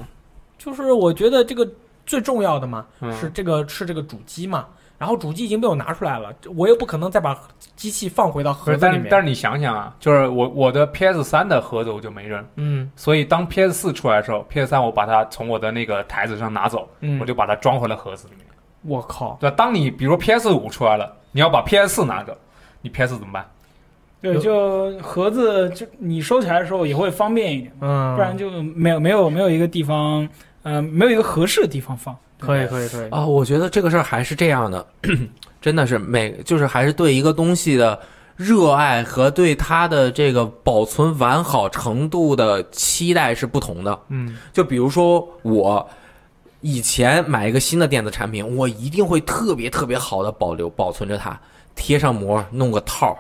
Speaker 5: 就是我觉得这个最重要的嘛，
Speaker 4: 嗯
Speaker 5: 是这个是这个主机嘛。然后主机已经被我拿出来了，我也不可能再把机器放回到
Speaker 4: 不
Speaker 5: 盒
Speaker 4: 是，
Speaker 5: 子
Speaker 4: 但
Speaker 5: 里
Speaker 4: 是
Speaker 5: 面。
Speaker 4: 但是你想想啊，就是我我的 PS 三的盒子我就没扔，
Speaker 5: 嗯
Speaker 4: 所以当 PS 四出来的时候，PS 三我把它从我的那个台子上拿走，
Speaker 5: 嗯，
Speaker 4: 我就把它装回了盒子里面。
Speaker 5: 我靠，
Speaker 4: 对吧，当你比如 PS 五出来了，你要把 PS 四拿走，你 PS 怎么办？
Speaker 3: 对，
Speaker 5: 有
Speaker 3: 就盒子就你收起来的时候也会方便一点，
Speaker 5: 嗯，
Speaker 3: 不然就没有没有没有一个地方，嗯、没有一个合适的地方放。
Speaker 5: 可以可以可以，
Speaker 2: 啊、我觉得这个事儿还是这样的， 真的是每就是还是对一个东西的热爱和对它的这个保存完好程度的期待是不同的。
Speaker 5: 嗯
Speaker 2: 就比如说我以前买一个新的电子产品，我一定会特别特别好的保留保存着它，贴上膜，弄个套儿，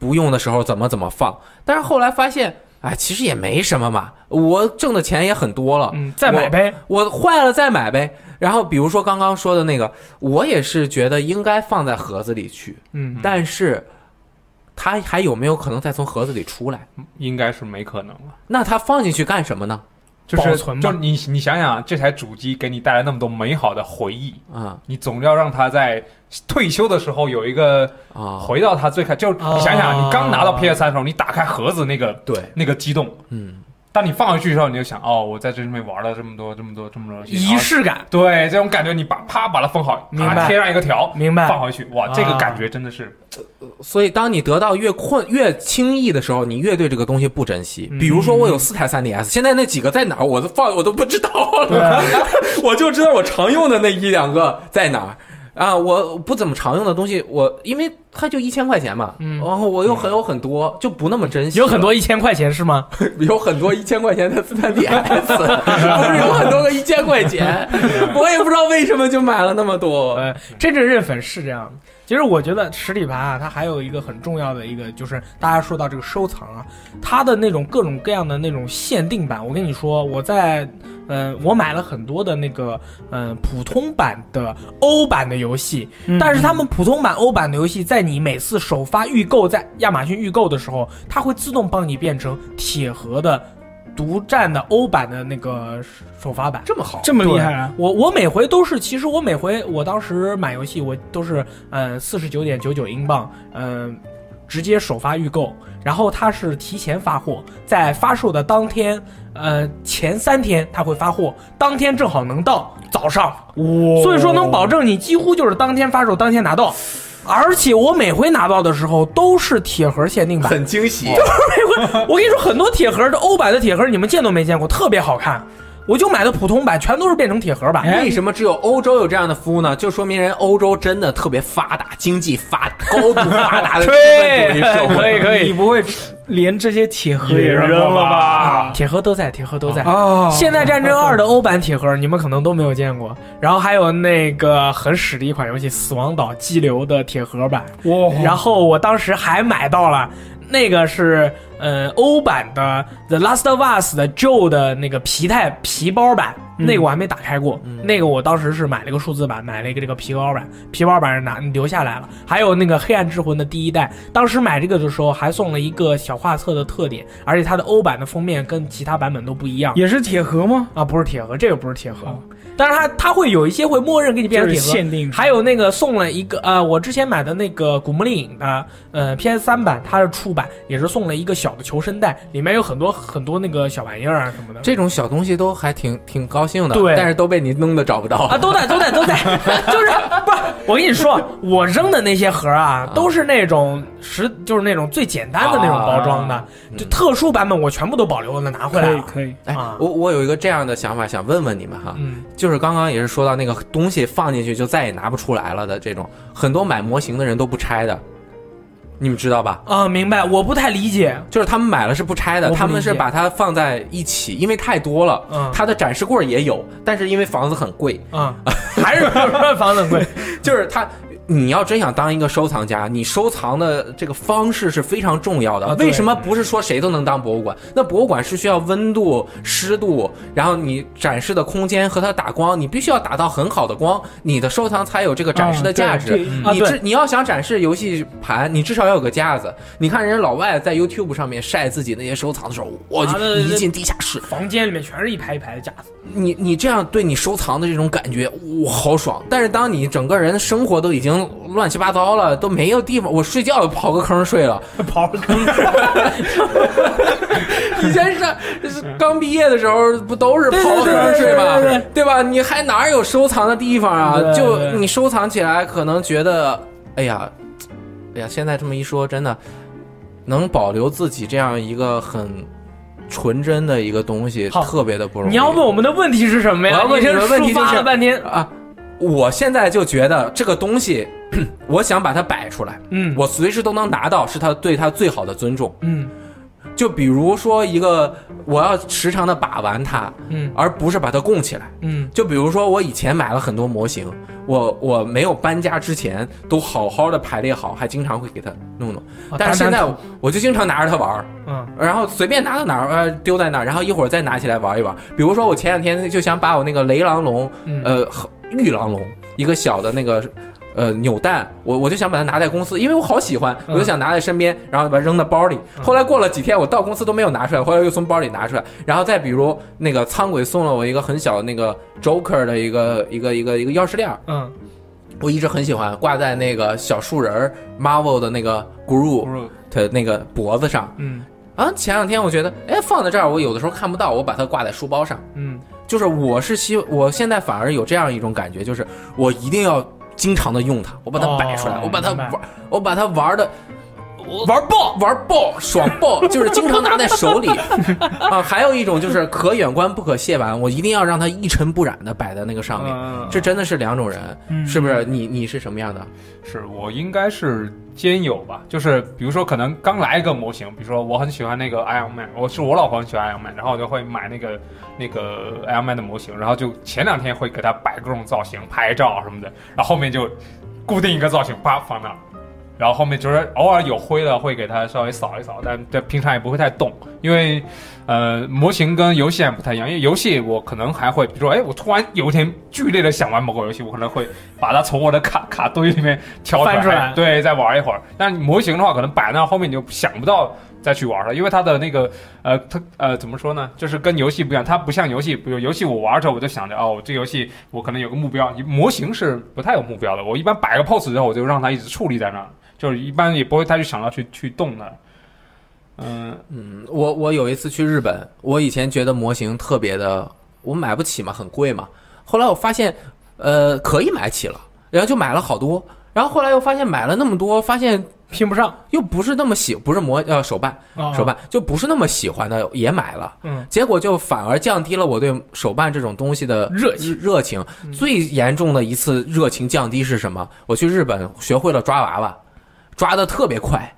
Speaker 2: 不用的时候怎么怎么放。但是后来发现，哎，其实也没什么嘛，我挣的钱也很多了，
Speaker 5: 嗯，再买呗，
Speaker 2: 我坏了再买呗。然后比如说刚刚说的那个，我也是觉得应该放在盒子里去，
Speaker 5: 嗯
Speaker 2: 但是它还有没有可能再从盒子里出来？
Speaker 4: 应该是没可能了。
Speaker 2: 那它放进去干什么呢？
Speaker 4: 就是
Speaker 5: 保存嘛
Speaker 4: 就是你你想想啊，这台主机给你带来那么多美好的回忆，
Speaker 2: 啊
Speaker 4: 你总要让它在退休的时候有一个
Speaker 2: 啊，
Speaker 4: 回到它最开，就是
Speaker 5: 哦
Speaker 4: 你想啊想，你刚拿到 PS 三的时候，你打开盒子那个
Speaker 2: 对，
Speaker 4: 那个激动，
Speaker 2: 嗯，
Speaker 4: 当你放回去之后，你就想哦，我在这里面玩了这么多这么多这么多东西
Speaker 5: 仪。式感，
Speaker 4: 啊对，这种感觉，你把啪把它封好，
Speaker 5: 明白
Speaker 4: 啊贴上一个条，
Speaker 5: 明白
Speaker 4: 放回去，哇，这个
Speaker 5: 啊
Speaker 4: 感觉真的是，
Speaker 2: 所以当你得到越困越轻易的时候，你越对这个东西不珍惜。比如
Speaker 5: 嗯
Speaker 2: 说，我有四台 3DS，现在那几个在哪儿，
Speaker 5: 啊
Speaker 2: 我都放我都不知道了，我就知道我常用的那一两个在哪儿。啊，我不怎么常用的东西，我因为它就一千块钱嘛，
Speaker 5: 嗯
Speaker 2: 然后我又很有很多，就不那么珍惜了。
Speaker 5: 有很多一千块钱是吗？
Speaker 2: 有很多一千块钱的斯 坦 DS，不是有很多个一千块钱，我也不知道为什么就买了那么多。
Speaker 5: 呃，真正认粉是这样的。其实我觉得实体盘啊，它还有一个很重要的一个，就是大家说到这个收藏啊，它的那种各种各样的那种限定版。我跟你说，我在，呃，我买了很多的那个，嗯、普通版的欧版的游戏，
Speaker 3: 嗯
Speaker 5: 但是他们普通版、欧版的游戏，在你每次首发预购在亚马逊预购的时候，它会自动帮你变成铁盒的独占的欧版的那个首发版。
Speaker 2: 这么好，
Speaker 3: 这么厉害啊！
Speaker 5: 我我每回都是，其实我每回我当时买游戏，我都是呃四十九点九九英镑，嗯、直接首发预购，然后它是提前发货，在发售的当天，呃前三天它会发货，当天正好能到早上，所以说能保证你几乎就是当天发售当天拿到，而且我每回拿到的时候都是铁盒限定版，
Speaker 2: 很惊喜。
Speaker 5: 我跟你说，很多铁盒的欧版的铁盒，你们见都没见过，特别好看。我就买的普通版，全都是变成铁盒版。
Speaker 2: 为什么只有欧洲有这样的服务呢？就说明人欧洲真的特别发达，经济发达高度发 达的资本 主义社会。
Speaker 5: 以哎可
Speaker 3: 你，不会连这些铁盒
Speaker 4: 也
Speaker 3: 扔
Speaker 4: 扔
Speaker 3: 了
Speaker 4: 了
Speaker 3: 吧
Speaker 4: 吧？
Speaker 5: 铁盒都在，铁盒都在。
Speaker 3: 哦，
Speaker 5: 现代战争二》的欧版铁盒，你们可能都没有见过。然后还有那个很屎的一款游戏《死亡岛激流》的铁盒版，
Speaker 3: 哇，
Speaker 5: 然后我当时还买到了那个是呃欧版的《The Last of Us》的 Joe 的那个皮带皮包版，
Speaker 3: 嗯
Speaker 5: 那个我还没打开过。那个我当时是买了一个数字版，买了一个这个皮包版，皮包版是拿留下来了。还有那个《黑暗之魂》的第一代，当时买这个的时候还送了一个小画册的特点，而且它的欧版的封面跟其他版本都不一样。
Speaker 3: 也是铁盒吗？
Speaker 5: 啊，不是铁盒，这个不是铁盒，但是它它会有一些会默认给你变成
Speaker 3: 就是
Speaker 5: 铁盒，
Speaker 3: 限定
Speaker 5: 还有那个送了一个呃，我之前买的那个《古墓丽影》的呃 PS 3版，它是初版，也是送了一个小的求生袋，里面有很多很多那个小玩意儿啊什么的。
Speaker 2: 这种小东西都还挺挺高兴的，
Speaker 5: 对
Speaker 2: 但是都被你弄得找不到
Speaker 5: 啊，都在，都在， 都在，就是不是？我跟你说，我扔的那些盒啊，都是那种十，就是那种最简单的那种包装的，就特殊版本我全部都保留了，拿回来
Speaker 3: 可以
Speaker 5: 了。
Speaker 3: 可以，
Speaker 2: 哎
Speaker 5: 啊，
Speaker 2: 我我有一个这样的想法，想问问你们哈，
Speaker 5: 嗯，
Speaker 2: 就是刚刚也是说到那个东西放进去就再也拿不出来了的这种，很多买模型的人都不拆的，你们知道吧？
Speaker 5: 啊，明白。我不太理解，
Speaker 2: 就是他们买了是不拆的，
Speaker 5: 我不理解
Speaker 2: 他们是把它放在一起，因为太多了。
Speaker 5: 嗯
Speaker 2: 它的展示柜也有，但是因为房子很贵，
Speaker 5: 啊，还是房子贵。
Speaker 2: 就是它。你要真想当一个收藏家，你收藏的这个方式是非常重要的。
Speaker 5: 啊对
Speaker 2: 为什么不是说谁都能当博物馆？那博物馆是需要温度、湿度，然后你展示的空间和它打光，你必须要打到很好的光，你的收藏才有这个展示
Speaker 3: 嗯
Speaker 2: 的价值。
Speaker 5: 啊
Speaker 2: 你
Speaker 5: 对
Speaker 2: 至你要想展示游戏盘，你至少要有个架子。你看人家老外在 YouTube 上面晒自己那些收藏的时候，我
Speaker 5: 啊对对
Speaker 2: 一
Speaker 5: 对
Speaker 2: 进地下室，
Speaker 5: 房间里面全是一排一排的架子。
Speaker 2: 你你这样对你收藏的这种感觉，哇，好爽！但是当你整个人生活都已经乱七八糟了，都没有地方，我睡觉刨个坑睡了。
Speaker 5: 刨坑，
Speaker 2: 以前上是刚毕业的时候，不都是刨个坑睡
Speaker 5: 对
Speaker 2: 吗？
Speaker 5: 对对对对
Speaker 2: 吧？你还哪有收藏的地方啊？
Speaker 5: 对
Speaker 2: 就
Speaker 5: 对
Speaker 2: 你收藏起来，可能觉得，哎呀，哎呀，现在这么一说，真的能保留自己这样一个很纯真的一个东西，
Speaker 5: 好
Speaker 2: 特别的不容易。
Speaker 5: 你要问我们的问题是什么呀？
Speaker 2: 我要问
Speaker 5: 你
Speaker 2: 你
Speaker 5: 这
Speaker 2: 的问题
Speaker 5: 抒发
Speaker 2: 就是
Speaker 5: 了半天，
Speaker 2: 啊，我现在就觉得这个东西， 我想把它摆出来，
Speaker 5: 嗯，
Speaker 2: 我随时都能拿到，是他对他最好的尊重。
Speaker 5: 嗯
Speaker 2: 就比如说一个，我要时常的把玩它，
Speaker 5: 嗯
Speaker 2: 而不是把它供起来。
Speaker 5: 嗯
Speaker 2: 就比如说，我以前买了很多模型，我我没有搬家之前都好好的排列好，还经常会给它弄弄。
Speaker 5: 啊
Speaker 2: 但是现
Speaker 5: 当然
Speaker 2: 在我就经常拿着它玩儿，
Speaker 5: 嗯
Speaker 2: 然后随便拿到哪儿呃丢在哪儿，然后一会儿再拿起来玩一玩。比如说我前两天就想把我那个雷狼龙
Speaker 5: 嗯
Speaker 2: 呃，和玉狼龙一个小的那个呃扭蛋，我我就想把它拿在公司，因为我好喜欢，
Speaker 5: 嗯
Speaker 2: 我就想拿在身边，然后把它扔到包里。后来过了几天，我到公司都没有拿出来，后来又从包里拿出来。然后再比如那个仓鬼送了我一个很小的那个 Joker 的一个一个一个一个钥匙链儿，
Speaker 5: 嗯
Speaker 2: 我一直很喜欢，挂在那个小树人儿 Marvel 的那个 Groot 的那个脖子上。
Speaker 5: 嗯
Speaker 2: 啊，前两天我觉得，哎，放在这儿我有的时候看不到，我把它挂在书包上。
Speaker 5: 嗯
Speaker 2: 就是我是希，我现在反而有这样一种感觉，就是我一定要经常的用它，我把它摆出来，
Speaker 5: 哦
Speaker 2: 我把它
Speaker 5: 明白
Speaker 2: 玩，我把它玩的，玩爆，玩爆，爽爆，就是经常拿在手里啊。还有一种就是可远观不可亵玩，我一定要让它一尘不染的摆在那个上面。
Speaker 4: 嗯，
Speaker 2: 这真的是两种人，
Speaker 3: 嗯
Speaker 2: 是不是？你你是什么样的？
Speaker 4: 是我应该是兼有吧，就是比如说可能刚来一个模型，比如说我很喜欢那个 Iron Man，我是我老婆很喜欢 Iron Man，然后我就会买那个那个 Iron Man 的模型，然后就前两天会给他摆各种造型、拍照什么的，然后后面就固定一个造型，啪放那儿，然后后面就是偶尔有灰的会给它稍微扫一扫，但这平常也不会太动，因为呃模型跟游戏还不太一样，因为游戏我可能还会，比如说哎我突然有一天剧烈的想玩某个游戏，我可能会把它从我的卡卡堆里面挑
Speaker 5: 翻出来
Speaker 4: 哎对，再玩一会儿。但模型的话，可能摆那儿后面你就想不到。再去玩了，因为它的那个呃，它呃怎么说呢？就是跟游戏不一样，它呃不像游戏，比如游戏我玩的时候，我就想着哦，我这游戏我可能有个目标，模型是不太有目标的。我一般摆个 pose 之后，我就让它一直矗立在那儿，就是一般也不会太去想到去去动的。嗯，
Speaker 2: 嗯，我我有一次去日本，我以前觉得模型特别的，我买不起嘛，很贵嘛。后来我发现，呃，可以买起了，然后就买了好多。然后后来又发现买了那么多，发现
Speaker 5: 拼不上，
Speaker 2: 又不是那么喜，不是模呃手办，
Speaker 5: 啊
Speaker 2: 手办就不是那么喜欢的，也买了。
Speaker 5: 嗯，
Speaker 2: 结果就反而降低了我对手办这种东西的
Speaker 5: 热情。嗯
Speaker 2: 热情。最严重的一次热情降低是什么？我去日本学会了抓娃娃，抓的特别快。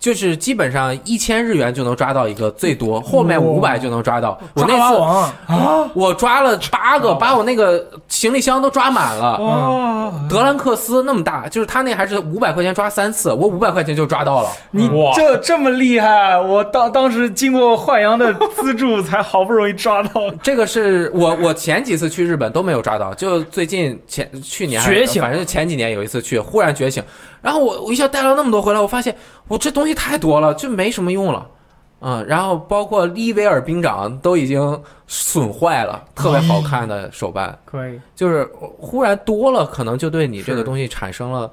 Speaker 2: 就是基本上一千日元就能抓到一个，最多后面五百就能抓到。我
Speaker 5: 抓娃
Speaker 2: 那次
Speaker 5: 王啊
Speaker 2: 我抓了八个，把我那个行李箱都抓满了。
Speaker 3: 哦
Speaker 5: 嗯
Speaker 4: 哇，
Speaker 2: 德兰克斯那么大，就是他那还是五百块钱抓三次，我五百块钱就抓到了。
Speaker 3: 你
Speaker 4: 哇
Speaker 3: 这这么厉害，啊我当当时经过幻阳的资助，才好不容易抓到。
Speaker 2: 这个是我我前几次去日本都没有抓到，就最近前去年还是
Speaker 5: 觉醒
Speaker 2: 反正就前几年有一次去，忽然觉醒，然后我我一下带了那么多回来，我发现我这东西太多了，就没什么用了。嗯，然后包括利维尔兵长都已经损坏了，特别好看的手办，
Speaker 5: 可以，
Speaker 2: 就是忽然多了，可能就对你这个东西产生了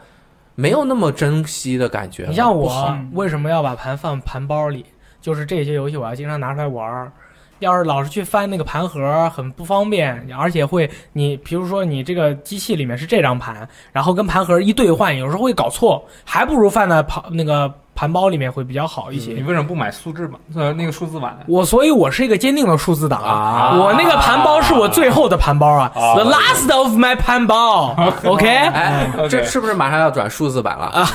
Speaker 2: 没有那么珍惜的感觉了。
Speaker 5: 你像
Speaker 2: 不
Speaker 5: 我
Speaker 2: 好
Speaker 5: 为什么要把盘放盘包里？就是这些游戏我要经常拿出来玩儿，要是老是去翻那个盘盒很不方便，而且会你比如说你这个机器里面是这张盘，然后跟盘盒一兑换，有时候会搞错，还不如放在盘那个盘包里面会比较好一些。
Speaker 2: 嗯
Speaker 4: 你为什么不买数字版？嗯呃，那个数字版呢？
Speaker 5: 我所以，我是一个坚定的数字党
Speaker 2: 啊
Speaker 5: 我那个盘包是我最后的盘包啊
Speaker 4: 啊
Speaker 5: ，the last of my 盘 包。OK，
Speaker 2: 哎，
Speaker 4: OK
Speaker 2: 这是不是马上要转数字版了？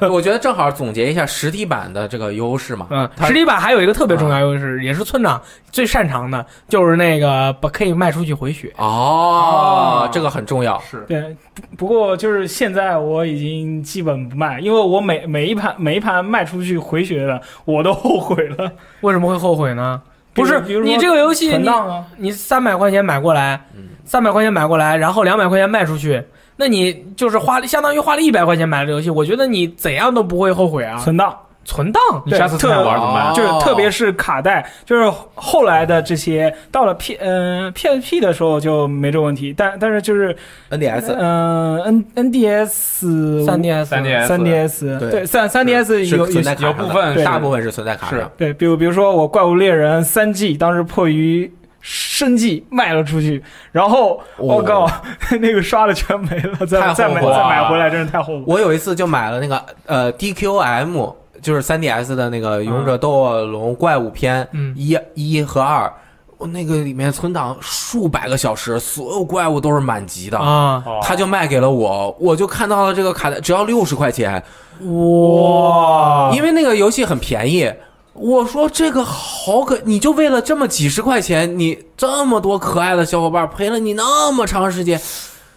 Speaker 2: 呃，我觉得正好总结一下实体版的这个优势嘛。
Speaker 4: 呃
Speaker 5: 嗯，实体版还有一个特别重要优势，也是村长最擅长的，就是那个把可以卖出去回血。
Speaker 2: 哦
Speaker 4: 哦，
Speaker 2: 这个很重要。
Speaker 4: 是
Speaker 3: 对，不不过就是现在我已经基本不卖，因为我每每一盘每一盘卖出去回血的，我都后悔 了。
Speaker 5: 为什么会后悔呢？
Speaker 3: 比
Speaker 5: 不
Speaker 3: 如
Speaker 5: 是
Speaker 3: 比如说
Speaker 5: 你这个游戏，
Speaker 3: 存
Speaker 5: 你
Speaker 3: 档啊，
Speaker 5: 你三百块钱买过来，三百块钱买过来，然后两百块钱卖出去，那你就是花了相当于花了一百块钱买了游戏，我觉得你怎样都不会后悔啊。
Speaker 3: 存档，
Speaker 5: 存档
Speaker 4: 你下次
Speaker 3: 对
Speaker 4: 再
Speaker 3: 特
Speaker 4: 玩怎么办？
Speaker 3: 就是
Speaker 2: 哦
Speaker 3: 特别是卡带，就是后来的这些到了 P 嗯、PSP 的时候就没这问题，但但是就是
Speaker 2: NDS
Speaker 3: 嗯、N NDS
Speaker 5: 三 DS
Speaker 4: 三 DS
Speaker 3: 三 DS
Speaker 2: 对
Speaker 3: 对三三 DS
Speaker 2: 是
Speaker 3: 有有
Speaker 2: 存在卡上的
Speaker 4: 有部分是
Speaker 2: 大部分是存在卡上
Speaker 4: 是。
Speaker 3: 对，比如比如说我怪物猎人三 G 当时迫于。生计卖了出去，然后我
Speaker 2: 哦
Speaker 3: 靠， 那个刷的全没了，
Speaker 2: 太
Speaker 3: 再
Speaker 2: 后
Speaker 3: 再买
Speaker 2: 悔了
Speaker 3: 再买回来真是太后悔了。
Speaker 2: 我有一次就买了那个呃 DQM，就是 3DS 的那个《勇者斗恶龙怪物篇》
Speaker 5: 嗯
Speaker 2: 一一和二，我那个里面存档数百个小时，所有怪物都是满级的。
Speaker 5: 啊，
Speaker 4: 哦
Speaker 2: 他就卖给了我，我就看到了这个卡带，只要六十块钱，
Speaker 3: 啊
Speaker 5: 哇！
Speaker 2: 因为那个游戏很便宜。我说这个好可，你就为了这么几十块钱，你这么多可爱的小伙伴陪了你那么长时间，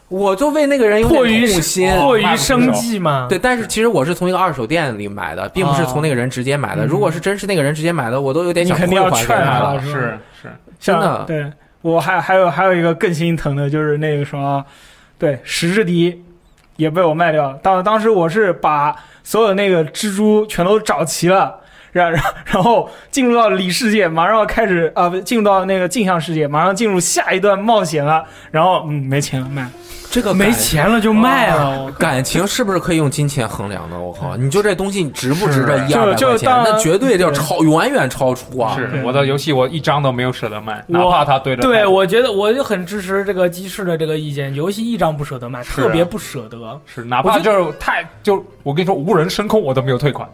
Speaker 2: 我就为那个人有
Speaker 5: 迫于
Speaker 2: 点痛心。
Speaker 3: 哦
Speaker 5: 迫于生计嘛，
Speaker 2: 对，但是其实我是从一个二手店里买的，并不是从那个人直接买的。如果是真是那个人直接买的，我都有点
Speaker 3: 哦嗯你
Speaker 2: 想
Speaker 3: 肯
Speaker 2: 退
Speaker 3: 定要
Speaker 2: 还给
Speaker 3: 劝
Speaker 2: 他
Speaker 3: 他
Speaker 2: 了。
Speaker 3: 是
Speaker 4: 是是，
Speaker 2: 真的
Speaker 3: 像对我还还有还有一个更心疼的就是那个什么，对十只敌也被我卖掉了。当当时我是把所有那个蜘蛛全都找齐了。然然然后进入到里世界，马上要开始啊，不、进入到那个镜像世界，马上进入下一段冒险了。然后嗯，没钱了，卖了。哦
Speaker 2: 这个
Speaker 5: 没
Speaker 2: 感
Speaker 5: 钱了就卖了，
Speaker 2: 感情是不是可以用金钱衡量的？我靠，你就这东西值不值这一
Speaker 3: 就
Speaker 2: 二百块
Speaker 3: 就
Speaker 2: 钱？
Speaker 3: 当
Speaker 2: 那绝对要超远远超出啊！
Speaker 4: 是我的游戏，我一张都没有舍得卖，哪
Speaker 5: 我
Speaker 4: 怕它对着
Speaker 5: 对，
Speaker 4: 卖
Speaker 5: 我觉得我就很支持这个鸡翅的这个意见，游戏一张不舍得卖，
Speaker 4: 是啊
Speaker 5: 特别不舍得。
Speaker 4: 是哪怕就是太就我跟你说无人升空，我都没有退款，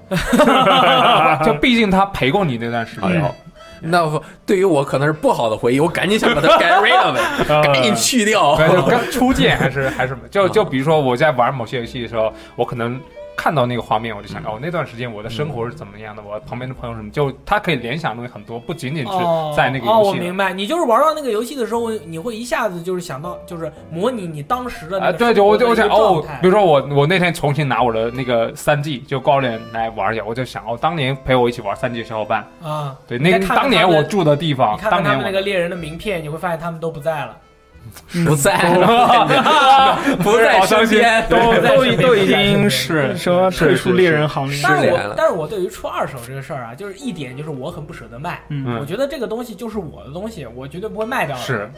Speaker 4: 就毕竟他陪过你那段时
Speaker 2: 哎
Speaker 4: 间
Speaker 2: 呦。，那对于我可能是不好的回忆，我赶紧想把它 get rid of it，
Speaker 4: 呃
Speaker 2: 赶紧去掉。
Speaker 4: 对，就跟初见还是还是什么，就就比如说我在玩某些游戏的时候，我可能看到那个画面，我就想，哦，那段时间我的生活是怎么样的，我旁边的朋友什么，就他可以联想的东西很多，不仅仅是
Speaker 5: 哦，
Speaker 4: 在那个
Speaker 5: 哦，
Speaker 4: 游
Speaker 5: 我
Speaker 4: 戏
Speaker 5: 明白，你就是玩到那个游戏的时候，你会一下子就是想到，就是模拟你当时的
Speaker 4: 啊，
Speaker 5: 那个
Speaker 4: 对，就我就我
Speaker 5: 生
Speaker 4: 想
Speaker 5: 活
Speaker 4: 哦
Speaker 5: 的一个状态，
Speaker 4: 比如说我我那天重新拿我的那个三 G 就高联来玩一下，我就想哦，当年陪我一起玩三 G 的小伙伴，
Speaker 5: 啊，
Speaker 4: 对，
Speaker 5: 你
Speaker 4: 那
Speaker 5: 再看看
Speaker 4: 当年
Speaker 5: 他们
Speaker 4: 我住的地方
Speaker 5: 你，看看
Speaker 4: 当
Speaker 5: 他
Speaker 4: 年
Speaker 5: 们那
Speaker 4: 我
Speaker 5: 个猎人的名片，你会发现他们都不在了。
Speaker 2: 不在了， 不在身边，
Speaker 4: 都
Speaker 5: 在
Speaker 3: 都已
Speaker 5: 身边
Speaker 3: 都已
Speaker 5: 不在身边
Speaker 3: 经
Speaker 4: 是
Speaker 3: 什么
Speaker 4: 是
Speaker 3: 退出
Speaker 4: 是
Speaker 3: 猎
Speaker 4: 是
Speaker 3: 人行列？
Speaker 5: 但
Speaker 2: 失
Speaker 5: 是
Speaker 2: 联
Speaker 5: 我
Speaker 2: 了
Speaker 5: 但是我对于出二手这个事儿啊，就是一点就是我很不舍得卖，
Speaker 4: 嗯
Speaker 5: 我觉得这个东西就是我的东西，我绝对不会卖掉的，
Speaker 4: 是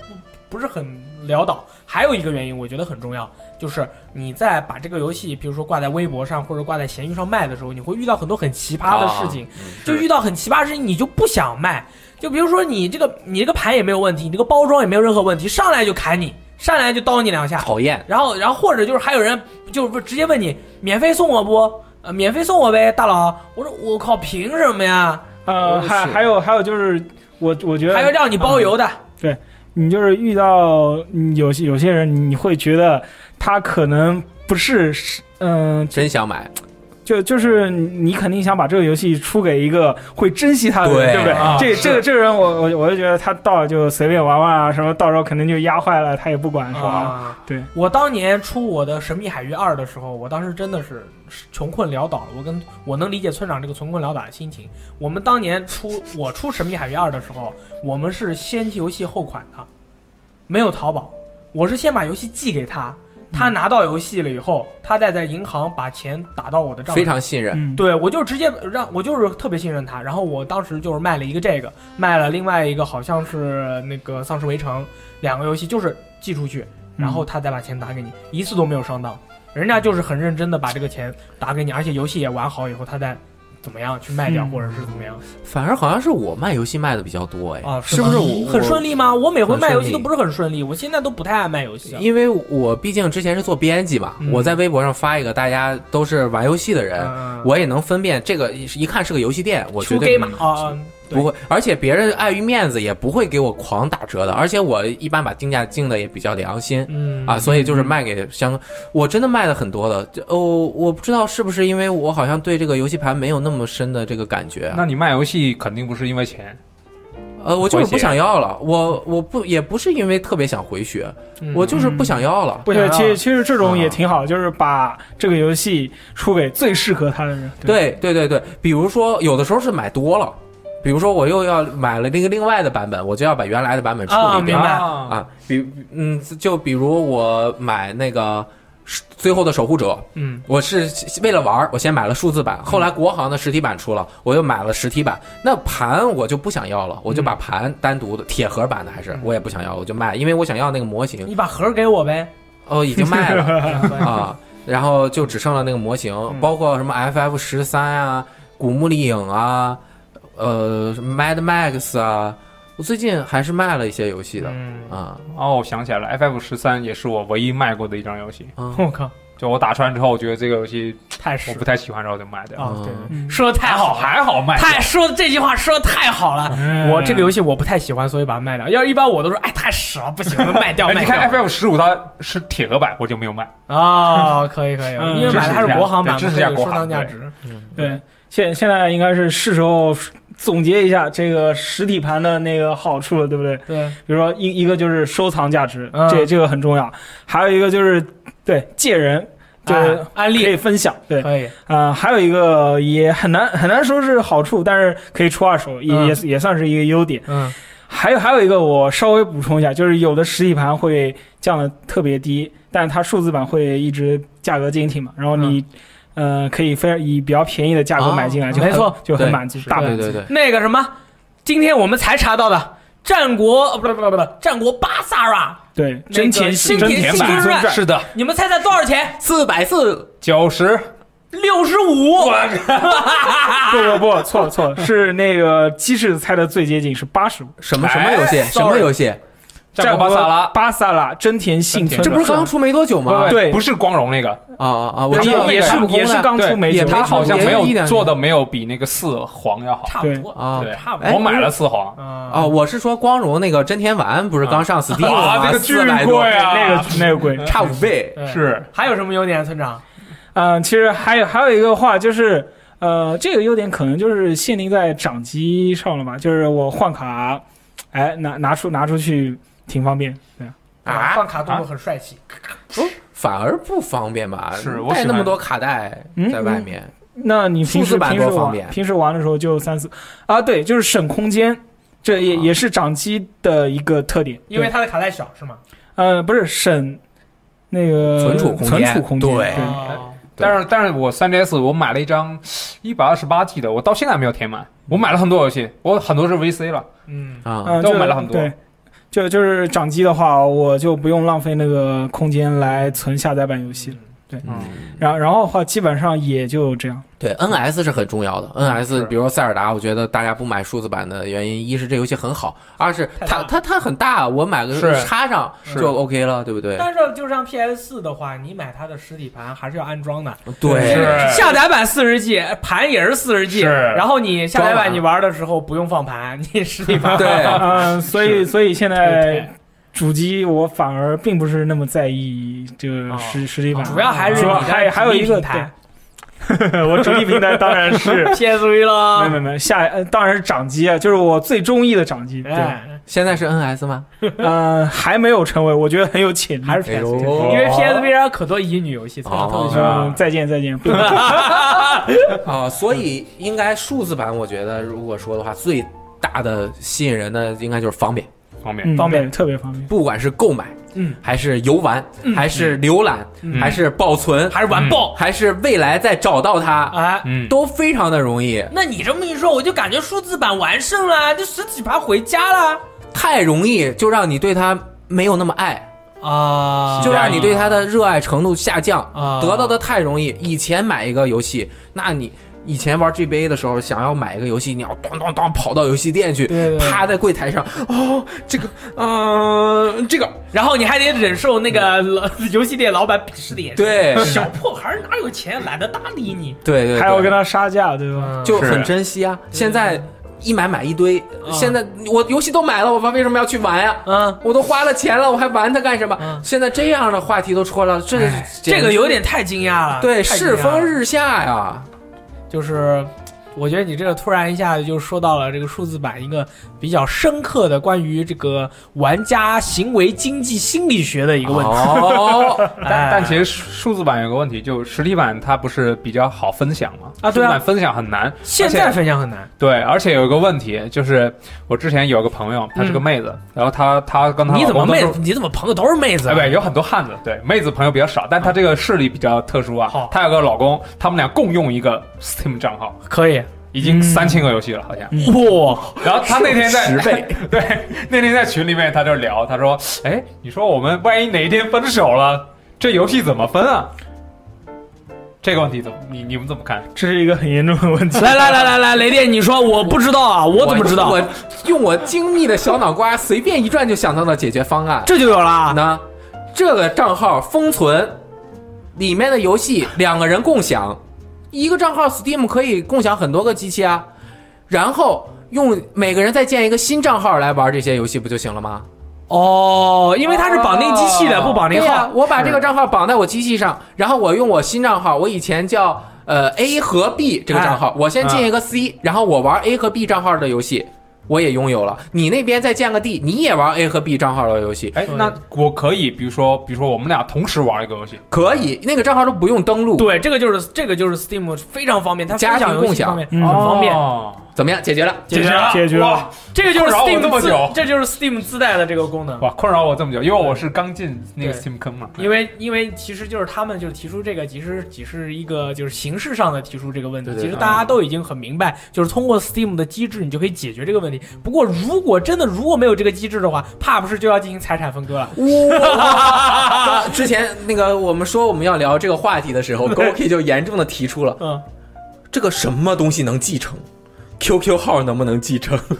Speaker 5: 不是很潦倒。还有一个原因，我觉得很重要，就是你在把这个游戏，比如说挂在微博上或者挂在闲鱼上卖的时候，你会遇到很多很奇葩的事
Speaker 2: 啊
Speaker 5: 情，
Speaker 2: 嗯
Speaker 5: 就遇到很奇葩的事情，你就不想卖。就比如说你这个你这个盘也没有问题，你这个包装也没有任何问题，上来就砍你，上来就刀你两下，
Speaker 2: 讨厌。
Speaker 5: 然后，然后或者就是还有人就是直接问你免费送我不？呃，免费送我呗，大佬。我说我靠，凭什么呀？
Speaker 3: 呃，
Speaker 2: 是
Speaker 3: 还还有还有就是，我我觉得
Speaker 5: 还要让你包邮的，
Speaker 3: 你就是遇到嗯有些有些人，你会觉得他可能不是是嗯、
Speaker 2: 真想买，
Speaker 3: 就就是你肯定想把这个游戏出给一个会珍惜他的
Speaker 2: 对
Speaker 3: 人，对不对？
Speaker 5: 啊
Speaker 3: 这
Speaker 5: 是
Speaker 3: 这个这个人我，我我就觉得他到了就随便玩玩啊，什么到时候肯定就压坏了，他也不管，是吧？
Speaker 5: 啊，
Speaker 3: 嗯对。
Speaker 5: 我当年出我的《神秘海域二》的时候，我当时真的是穷困潦倒了。我跟我能理解村长这个穷困潦倒的心情。我们当年出我出《神秘海域二》的时候，我们是先游戏后款的，没有淘宝，我是先把游戏寄给他，他拿到游戏了以后，他再在银行把钱打到我的账
Speaker 2: 非
Speaker 5: 上。
Speaker 2: 常信任。
Speaker 3: 嗯，
Speaker 5: 对，我就直接让我就是特别信任他，然后我当时就是卖了一个这个，卖了另外一个好像是那个《丧尸围城》，两个游戏就是寄出去，然
Speaker 2: 嗯
Speaker 5: 后他再把钱打给你，一次都没有上当，人家就是很认真的把这个钱打给你，而且游戏也玩好以后，他再怎么样去卖掉，
Speaker 3: 嗯
Speaker 5: 或者是怎么样
Speaker 2: 反而好像是我卖游戏卖的比较多哎，
Speaker 5: 啊？
Speaker 2: 是
Speaker 5: 吗
Speaker 2: 不是我
Speaker 5: 很顺
Speaker 2: 利？
Speaker 5: 利吗？我每回
Speaker 2: 很
Speaker 5: 卖游
Speaker 2: 顺
Speaker 5: 戏
Speaker 2: 利
Speaker 5: 都不是很顺利，我现在都不太爱卖游戏了。
Speaker 2: 因为我毕竟之前是做编辑嘛，
Speaker 5: 啊嗯
Speaker 2: 我在微博上发一个大家都是玩游戏的人，
Speaker 5: 嗯
Speaker 2: 我也能分辨这个一看是个游戏店，我绝
Speaker 5: 出
Speaker 2: 对
Speaker 5: game 嘛啊，
Speaker 2: 不会，而且别人碍于面子也不会给我狂打折的，而且我一般把定价定的也比较良心。
Speaker 5: 嗯
Speaker 2: 啊，所以就是卖给相，我真的卖的很多的，这哦，我不知道是不是因为我好像对这个游戏盘没有那么深的这个感觉，啊
Speaker 4: 那你卖游戏肯定不是因为钱，
Speaker 2: 呃，我就是
Speaker 4: 回
Speaker 2: 不
Speaker 4: 血
Speaker 2: 想要了，我我不也不是因为特别想回血，
Speaker 5: 嗯
Speaker 2: 我就是不想要了。
Speaker 5: 不想
Speaker 3: 对，
Speaker 5: 要啊
Speaker 3: 其实其实这种也挺好，就是把这个游戏出给最适合他的人。
Speaker 5: 嗯
Speaker 2: 对对对对，比如说有的时候是买多了，比如说我又要买了那个另外的版本，我就要把原来的版本处
Speaker 5: 啊
Speaker 2: 理掉
Speaker 5: 明白
Speaker 4: 啊，
Speaker 2: 啊。比嗯，就比如我买那个《最后的守护者》，
Speaker 5: 嗯
Speaker 2: 我是为了玩儿，我先买了数字版，后来国行的实体版出了，我又买了实体版。那盘我就不想要了，我就
Speaker 5: 嗯
Speaker 2: 把盘单独的铁盒版的还是我也不想要，我就卖，因为我想要那个模型
Speaker 5: 你把盒儿给我呗
Speaker 2: 哦，已经卖了。
Speaker 5: 啊
Speaker 2: 啊，然后就只剩了那个模型，
Speaker 5: 嗯
Speaker 2: 包括什么 FF 十三啊、古墓丽影啊、呃什么 Mad Max 啊，我最近还是卖了一些游戏的
Speaker 5: 嗯，
Speaker 2: 啊。
Speaker 4: 哦，我想起来了，FF 十三也是我唯一卖过的一张游戏。
Speaker 2: 啊
Speaker 5: 我靠，
Speaker 4: 就我打穿之后，我觉得这个游戏
Speaker 5: 太实
Speaker 4: 我不太喜欢，然后就卖掉。
Speaker 5: 啊，对
Speaker 2: 嗯
Speaker 5: 对，说的太好了，
Speaker 4: 还好卖掉。嗯
Speaker 5: 太说的这句话说的太好了。我这个游戏我不太喜欢，所以把它卖掉。要是一般我都说，哎，太屎了，不行，卖掉，
Speaker 4: 哎，
Speaker 5: 卖
Speaker 4: 你
Speaker 5: 掉。
Speaker 4: 看 FF 十五它是铁盒版，我就没有卖。
Speaker 5: 啊，可以可以，
Speaker 3: 嗯
Speaker 5: 因为买的还是国行版，
Speaker 4: 支持一下
Speaker 5: 可以
Speaker 4: 国
Speaker 5: 收
Speaker 4: 行
Speaker 5: 藏价
Speaker 4: 对
Speaker 5: 值。
Speaker 3: 对，现现在应该是是时候总结一下这个实体盘的那个好处了，对不对？
Speaker 5: 对，
Speaker 3: 比如说一一个就是收藏价值，
Speaker 5: 嗯
Speaker 3: 这这个很重要，还有一个就是对借人，就是
Speaker 5: 哎安
Speaker 3: 可
Speaker 5: 利
Speaker 3: 以分享，对，
Speaker 5: 可以，
Speaker 3: 啊，还有一个也很难很难说是好处，但是可以出二手，也
Speaker 5: 嗯
Speaker 3: 也也算是一个优点。
Speaker 5: 嗯
Speaker 3: 还有还有一个我稍微补充一下，就是有的实体盘会降的特别低，但是它数字版会一直价格坚挺嘛，然后你。呃，可以非常以比较便宜的价格买进来，
Speaker 5: 啊
Speaker 3: 就很
Speaker 5: 没错
Speaker 3: 就很
Speaker 2: 对
Speaker 3: 满足，
Speaker 5: 是
Speaker 3: 大
Speaker 5: 的
Speaker 2: 对
Speaker 3: 满足。
Speaker 2: 对对，
Speaker 5: 那个什么，今天我们才查到的。
Speaker 1: 战国呃不不不不不战国巴萨拉，
Speaker 5: 啊
Speaker 3: 对，
Speaker 1: 那
Speaker 3: 真
Speaker 1: 个
Speaker 3: 田
Speaker 1: 新
Speaker 3: 真
Speaker 1: 田
Speaker 3: 田
Speaker 1: 信
Speaker 3: 信
Speaker 1: 尊传
Speaker 4: 是的，
Speaker 1: 你们猜猜多少钱？
Speaker 2: 四百四，
Speaker 4: 九十
Speaker 1: 六十五。
Speaker 3: 不不不，错错， 是那个鸡翅猜的最接近，是八十五。
Speaker 2: 什么什么游戏？什么游戏？
Speaker 4: 战国巴萨拉，
Speaker 3: 巴萨拉，真田幸村，
Speaker 2: 这不是刚出没多久吗？
Speaker 3: 对
Speaker 4: 不是光荣那个，
Speaker 2: 啊啊啊！我
Speaker 3: 也
Speaker 2: 知道
Speaker 3: 也是
Speaker 2: 那个
Speaker 3: 也是刚出没
Speaker 2: 也
Speaker 3: 久，
Speaker 4: 他好像没
Speaker 2: 没一两
Speaker 4: 有
Speaker 2: 年
Speaker 4: 做的没有比那个四皇要好。
Speaker 1: 差不多
Speaker 2: 啊
Speaker 4: 对哦
Speaker 1: 差不
Speaker 2: 哎
Speaker 1: 多。
Speaker 4: 我买了四皇，
Speaker 5: 嗯
Speaker 2: 啊，我是说光荣那个真田丸不是刚上 Steam
Speaker 4: 啊
Speaker 2: 吗？
Speaker 4: 这个巨
Speaker 2: 四百多
Speaker 4: 贵，啊
Speaker 3: 那个那个贵。
Speaker 2: 差五倍。
Speaker 5: 对
Speaker 4: 是
Speaker 5: 还有什么优点，村长？
Speaker 3: 嗯，其实还有还有一个话就是，呃，这个优点可能就是限定在掌机上了吧，就是我换卡，哎，拿拿出拿出去挺方便，对啊，
Speaker 2: 啊
Speaker 5: 换卡动作很帅气。
Speaker 2: 反而不方便吧？
Speaker 4: 是我
Speaker 2: 带
Speaker 4: 喜欢
Speaker 2: 那么多卡带
Speaker 3: 嗯
Speaker 2: 在外面，
Speaker 3: 那你
Speaker 2: 数
Speaker 3: 平
Speaker 2: 字
Speaker 3: 时
Speaker 2: 版
Speaker 3: 平时
Speaker 2: 多方
Speaker 3: 玩
Speaker 2: 便
Speaker 3: 平时玩的时候就三四啊，对，就是省空间，这也、
Speaker 2: 啊
Speaker 3: 也是掌机的一个特点，
Speaker 5: 因为
Speaker 3: 对
Speaker 5: 它的卡带小是吗？
Speaker 3: 呃不是省那个
Speaker 2: 存储空
Speaker 3: 存
Speaker 2: 间
Speaker 3: 储空间，
Speaker 2: 对啊
Speaker 5: 哦
Speaker 2: 对
Speaker 4: 但是但是我 3DS 我买了一张一百二十八 G 的，我到现在没有填满。我买了很多游戏，我很多是 VC 了，
Speaker 5: 嗯，
Speaker 2: 啊，
Speaker 3: 嗯，
Speaker 4: 但
Speaker 3: 就
Speaker 4: 我买了很多
Speaker 3: 对，就就是掌机的话，我就不用浪费那个空间来存下载版游戏了。
Speaker 2: 嗯，
Speaker 3: 然后然后的话，基本上也就这样。
Speaker 2: 对，NS 是很重要的。NS
Speaker 4: 是
Speaker 2: 比如说塞尔达，我觉得大家不买数字版的原因，一是这游戏很好，二是
Speaker 5: 太大
Speaker 2: 它
Speaker 5: 了
Speaker 2: 它它很大，我买个
Speaker 4: 是
Speaker 2: 插上
Speaker 4: 是
Speaker 2: 就 OK 了，对不对？
Speaker 5: 但是就像 PS 四的话，你买它的实体盘还是要安装的，
Speaker 2: 对，
Speaker 4: 是
Speaker 5: 下载版四十 G，盘也是四十 G，
Speaker 4: 是
Speaker 5: 然后你下载
Speaker 2: 装完
Speaker 5: 版你玩的时候不用放盘，你实体盘
Speaker 2: 对，
Speaker 3: 嗯，所以所以现
Speaker 5: 对
Speaker 3: 在主机我反而并不是那么在意这个实实体版，
Speaker 5: 哦主要还是
Speaker 3: 主
Speaker 5: 你
Speaker 3: 要
Speaker 5: 的
Speaker 3: 还还有一个
Speaker 5: 台
Speaker 3: 对 我主力 平台当然是
Speaker 5: PSV
Speaker 3: 没有没
Speaker 5: 了，
Speaker 3: 有没有下呃当然是掌机啊，就是我最中意的掌机。对，
Speaker 5: 哎，
Speaker 2: 现在是 NS 吗？
Speaker 3: 嗯，还没有成为，我觉得很有潜力。
Speaker 5: 还是
Speaker 2: 哎呦哦
Speaker 5: PSV，因为 PSV 上可多乙女游戏，特别特别喜欢
Speaker 3: 嗯，再见再见，不能
Speaker 2: 啊，所以应该数字版，我觉得如果说的话，最大的吸引人的应该就是方便，
Speaker 4: 方便。
Speaker 3: 嗯
Speaker 5: 方便
Speaker 3: 对特别方便。
Speaker 2: 不管是购买，
Speaker 5: 嗯，
Speaker 2: 还是游玩，还是浏览，
Speaker 4: 嗯
Speaker 2: 还是保存，
Speaker 5: 还是完爆
Speaker 2: 还是未来再找到它，
Speaker 5: 哎。
Speaker 4: 嗯，
Speaker 2: 都非常的容易，
Speaker 1: 那你这么一说，我就感觉数字版完胜了，就实体盘回家了。
Speaker 2: 太容易就让你对它没有那么爱，
Speaker 5: 啊，
Speaker 2: 就让你对它的热爱程度下降，
Speaker 5: 啊
Speaker 2: 得到的太容易。以前买一个游戏，那你。以前玩 GBA 的时候，想要买一个游戏，你要咚咚咚跑到游戏店去，
Speaker 5: 对对对
Speaker 2: 趴在柜台上，哦，这个，嗯、这个，
Speaker 1: 然后你还得忍受那个 老游戏店老板鄙视的眼神。
Speaker 2: 对
Speaker 1: 小破孩儿哪有钱，懒得搭理你。
Speaker 2: 对对对，
Speaker 3: 还要跟他杀价，对
Speaker 5: 嗯
Speaker 3: 吧？
Speaker 2: 就很
Speaker 4: 是
Speaker 2: 珍惜啊。现在一买买一堆，
Speaker 1: 啊
Speaker 2: 现在我游戏都买了，我为什么要去玩呀、
Speaker 1: 嗯，
Speaker 2: 我都花了钱了，我还玩它干什么？
Speaker 1: 嗯
Speaker 2: 现在这样的话题都出来了，这
Speaker 1: 这个有点太惊讶了。
Speaker 2: 对
Speaker 5: 太
Speaker 2: 世
Speaker 5: 惊讶
Speaker 2: 风
Speaker 5: 了
Speaker 2: 日下呀。
Speaker 5: 就是，我觉得你这个突然一下就说到了这个数字版一个比较深刻的关于这个玩家行为经济心理学的一个问题。
Speaker 2: 哦，
Speaker 5: 哎
Speaker 4: 但但其实数字版有个问题，就实体版它不是比较好分享吗？
Speaker 5: 啊对啊
Speaker 4: 数字版分享很难。
Speaker 5: 现在分享很难，
Speaker 4: 对，而且有一个问题，就是我之前有个朋友，她是个妹子，然后她她
Speaker 2: 哦
Speaker 4: 跟
Speaker 5: 嗯
Speaker 4: 她
Speaker 5: 你怎么
Speaker 4: 老公都
Speaker 5: 妹
Speaker 4: 是？
Speaker 5: 你怎么朋友都是妹子啊
Speaker 4: 哎，？对，有很多汉子，对妹子朋友比较少，但她这个势力比较特殊啊
Speaker 5: 好。
Speaker 4: 她有个老公，他们俩共用一个 Steam 账号，
Speaker 5: 可以，
Speaker 4: 已
Speaker 5: 嗯
Speaker 4: 经三千个游戏了，好像。
Speaker 2: 嗯
Speaker 5: 哇，
Speaker 4: 然后他那天在
Speaker 2: 十倍，
Speaker 4: 对，那天在群里面他就聊，他说：“哎，你说我们万一哪一天分手了，这游戏怎么分啊？”这个问题怎么你你们怎么看？
Speaker 3: 这是一个很严重的问题。
Speaker 5: 来来来来来，雷电，你说我不知道啊，我怎么知道
Speaker 2: 我？用我精密的小脑瓜随便一转就想到了解决方案。
Speaker 5: 这就有了啊，
Speaker 2: 呢，这个账号封存里面的游戏两个人共享，一个账号 Steam 可以共享很多个机器啊，然后用每个人再建一个新账号来玩这些游戏不就行了吗？
Speaker 5: 哦，因为它是绑定机器的，
Speaker 4: 哦
Speaker 5: 不绑
Speaker 2: 对
Speaker 5: 定
Speaker 2: 呀、
Speaker 5: 号。
Speaker 2: 我把这个账号绑在我机器上，然后我用我新账号，我以前叫呃 A 和 B 这个账号，我先进一个 C，、然后我玩 A 和 B 账号的游戏。我也拥有了，你那边再建个 D，你也玩 A 和 B 账号的游戏，
Speaker 4: 哎，那我可以，比如说，比如说我们俩同时玩一个游戏，
Speaker 2: 可以，那个账号都不用登录，
Speaker 5: 对，这个就是这个就是 Steam 非常方便，它分
Speaker 2: 家庭
Speaker 5: 享游
Speaker 2: 共
Speaker 5: 戏
Speaker 2: 享
Speaker 5: 方面很
Speaker 3: 嗯
Speaker 5: 方便。
Speaker 4: 哦
Speaker 2: 怎么样？解决了？
Speaker 5: 解决了
Speaker 3: 解决了
Speaker 4: 哇
Speaker 5: 这个就是
Speaker 4: 困扰我这
Speaker 5: Steam
Speaker 4: 么久
Speaker 5: 自，这就是 Steam 自带的这个功能。
Speaker 4: 哇，困扰我这么久，因为我是刚进那个
Speaker 5: 对
Speaker 4: Steam 坑嘛。
Speaker 5: 因为因为其实就是他们就是提出这个，其实只是一个就是形式上的提出这个问题。
Speaker 2: 对对
Speaker 5: 其实大家都已经很明白，就是通过 Steam 的机制，你就可以解决这个问题。不过如果真的如果没有这个机制的话，怕不是就要进行财产分割了。
Speaker 2: 哇！ 之前那个我们说我们要聊这个话题的时候，Goki 就严重的提出了
Speaker 5: 嗯，
Speaker 2: 这个什么东西能继承，QQ 号能不能继承？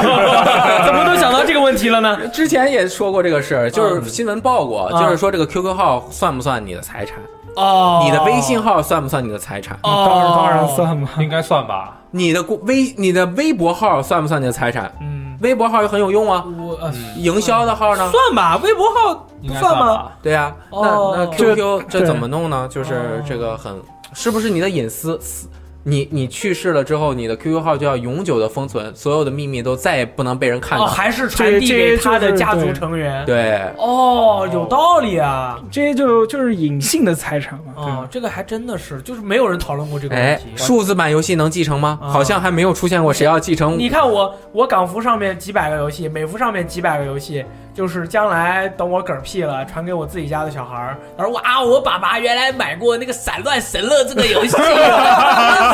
Speaker 5: 怎么都想到这个问题了呢？
Speaker 2: 之前也说过这个事儿，就是新闻报过，
Speaker 5: 嗯
Speaker 2: 就是说这个 QQ 号算不算你的财产？
Speaker 5: 哦，
Speaker 2: 你的微信号算不算你的财产？
Speaker 5: 哦，
Speaker 3: 当然当然算嘛，
Speaker 4: 应该算吧，
Speaker 2: 你的公微你的微博号算不算你的财产？
Speaker 5: 嗯，
Speaker 2: 微博号也很有用啊，
Speaker 5: 我呃
Speaker 2: 营销的号呢？
Speaker 5: 算吧，微博号
Speaker 4: 应
Speaker 5: 不
Speaker 4: 该
Speaker 5: 吗？
Speaker 4: 吧。
Speaker 2: 对呀、
Speaker 5: 哦
Speaker 2: 那那 QQ 这
Speaker 3: 对
Speaker 2: 怎么弄呢？就
Speaker 5: 哦
Speaker 2: 是这个很，是不是你的隐私？私你你去世了之后，你的 QQ 号就要永久的封存，所有的秘密都再也不能被人看
Speaker 5: 哦，
Speaker 2: 到。
Speaker 5: 还是传递给他的家族成员。
Speaker 2: 对，
Speaker 5: 哦，有道理啊。
Speaker 3: 这就就是隐性的财产嘛，对吧
Speaker 5: 哦，这个还真的是，就是没有人讨论过这个问
Speaker 2: 哎
Speaker 5: 题，。
Speaker 2: 数字版游戏能继承吗？
Speaker 5: 啊
Speaker 2: 好像还没有出现过谁要继承。
Speaker 5: 你看我，我港服上面几百个游戏，美服上面几百个游戏，就是将来等我嗝屁了，传给我自己家的小孩儿，他说哇，我爸爸原来买过那个《散乱神乐》这个游戏，真是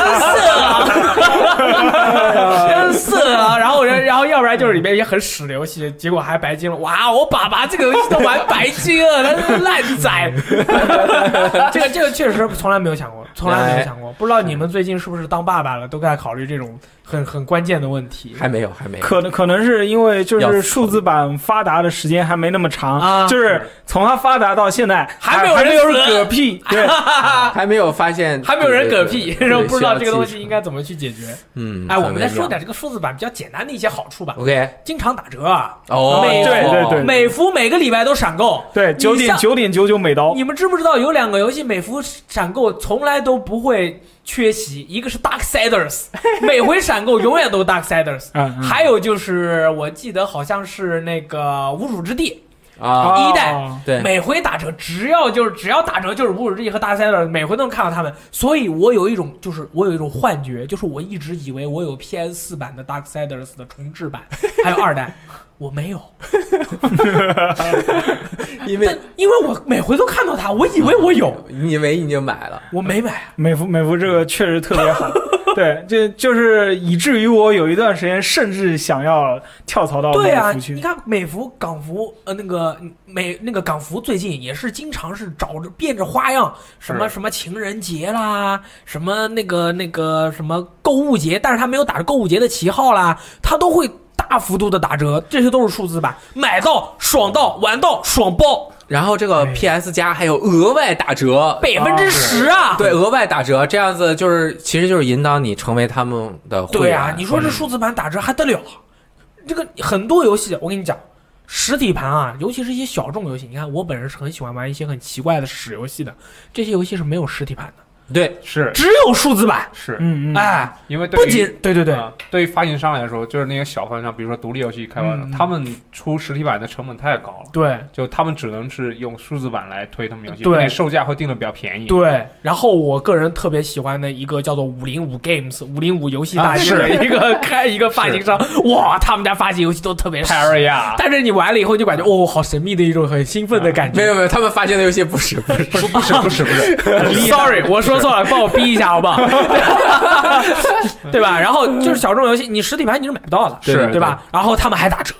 Speaker 5: 啊，真是啊。然后人，然后要不然就是里面也很屎的游戏，结果还白金了。哇，我爸爸这个游戏都玩白金了，他是烂仔。 这个这个确实从来没有想过，从来没有想过，不知道你们最近是不是当爸爸了，都在考虑这种很很关键的问题。
Speaker 2: 还没有，
Speaker 5: 哎
Speaker 2: 还没有。
Speaker 3: 可能可能是因为就
Speaker 2: 要
Speaker 3: 是数字版发达的时间还没那么长，
Speaker 5: 啊
Speaker 3: 就是从它发达到现在
Speaker 5: 还没有
Speaker 3: 还
Speaker 5: 人
Speaker 3: 没有人
Speaker 5: 死
Speaker 3: 嗝屁，对，
Speaker 2: 还没有发现，
Speaker 5: 还没有人嗝屁，
Speaker 2: 对
Speaker 5: 然后不知道这个东。
Speaker 2: 对对对需
Speaker 5: 西
Speaker 2: 要记
Speaker 5: 应该怎么去解决。
Speaker 2: 嗯，
Speaker 5: 哎，我们
Speaker 2: 很
Speaker 5: 再
Speaker 2: 微妙
Speaker 5: 说点这个数字版比较简单的一些好处吧。
Speaker 2: OK，
Speaker 5: 经常打折啊，
Speaker 2: 哦，
Speaker 5: 美服
Speaker 3: 对对对
Speaker 5: 美服每个礼拜都闪购。
Speaker 3: 对，
Speaker 5: 你
Speaker 3: 九点
Speaker 5: 像
Speaker 3: 九点九九美刀，
Speaker 5: 你们知不知道有两个游戏美服闪购从来都不会缺席？一个是 Darksiders，每回闪购永远都是 Darksiders。
Speaker 3: 嗯，嗯
Speaker 5: 还有就是，我记得好像是那个无主之地，
Speaker 2: 啊，
Speaker 5: 一代
Speaker 3: 哦
Speaker 2: 对，
Speaker 5: 每回打折，只要就是只要打折就是无主之地和大赛的，每回都能看到他们。所以我有一种就是我有一种幻觉，就是我一直以为我有 PS 四版的 Darksiders 的重置版，还有二代，我没有，
Speaker 2: 因
Speaker 5: 但
Speaker 2: 为
Speaker 5: 因为我每回都看到它，我以为我
Speaker 2: 嗯
Speaker 5: 有，
Speaker 2: 以为你就买了，
Speaker 5: 我没买。
Speaker 3: 美服美服这个确实特别 好，对，这就是以至于我有一段时间甚至想要跳槽到
Speaker 5: 对
Speaker 3: 美
Speaker 5: 啊，
Speaker 3: 服去
Speaker 5: 你，看美服、港服，呃，那个美那个港服最近也是经常是找着变着花样，什么
Speaker 4: 是
Speaker 5: 什么情人节啦，什么那个那个什么购物节，但是他没有打着购物节的旗号啦，他都会大幅度的打折，这些都是数字版，买到爽到玩到爽爆，
Speaker 2: 然后这个
Speaker 5: 哎
Speaker 2: PS 加还有额外打折，
Speaker 5: 百分之十啊！
Speaker 2: 对，额外打折，这样子就是其实就是引导你成为他们的会员。
Speaker 5: 对啊，你说这数字版打折还得了？这个很多游戏，我跟你讲，实体盘啊，尤其是一些小众游戏，你看我本人是很喜欢玩一些很奇怪的屎游戏的，这些游戏是没有实体盘的，
Speaker 2: 对，
Speaker 4: 是
Speaker 5: 只有数字版。
Speaker 4: 是，
Speaker 3: 嗯嗯，
Speaker 5: 哎，
Speaker 4: 因为对
Speaker 5: 不
Speaker 4: 于
Speaker 5: 仅对对对，
Speaker 4: 啊对于发行商来说，就是那些小发行商，比如说独立游戏开发商，他们出实体版的成本太高了，
Speaker 5: 对
Speaker 4: 就他们只能是用数字版来推他们游戏，
Speaker 5: 对
Speaker 4: 而且售价会定的比较便宜。
Speaker 5: 对。然后我个人特别喜欢的一个叫做五零五 Games 五零五游戏大师
Speaker 4: 啊
Speaker 5: 的一个开一个发行商，哇，他们家发行游戏都特别屎
Speaker 4: 泰尔亚，
Speaker 5: 但是你玩了以后，你就感觉哦，好神秘的一种很兴奋的感觉
Speaker 2: 没。有没有，他们发行的游戏不是不是
Speaker 4: 不是不是不 是不是，
Speaker 5: Sorry，我说错了，帮我逼一下好不好？对吧？然后就是小众游戏，你实体 盘你是买不到的，
Speaker 4: 是
Speaker 5: 对吧？然后他们还打折，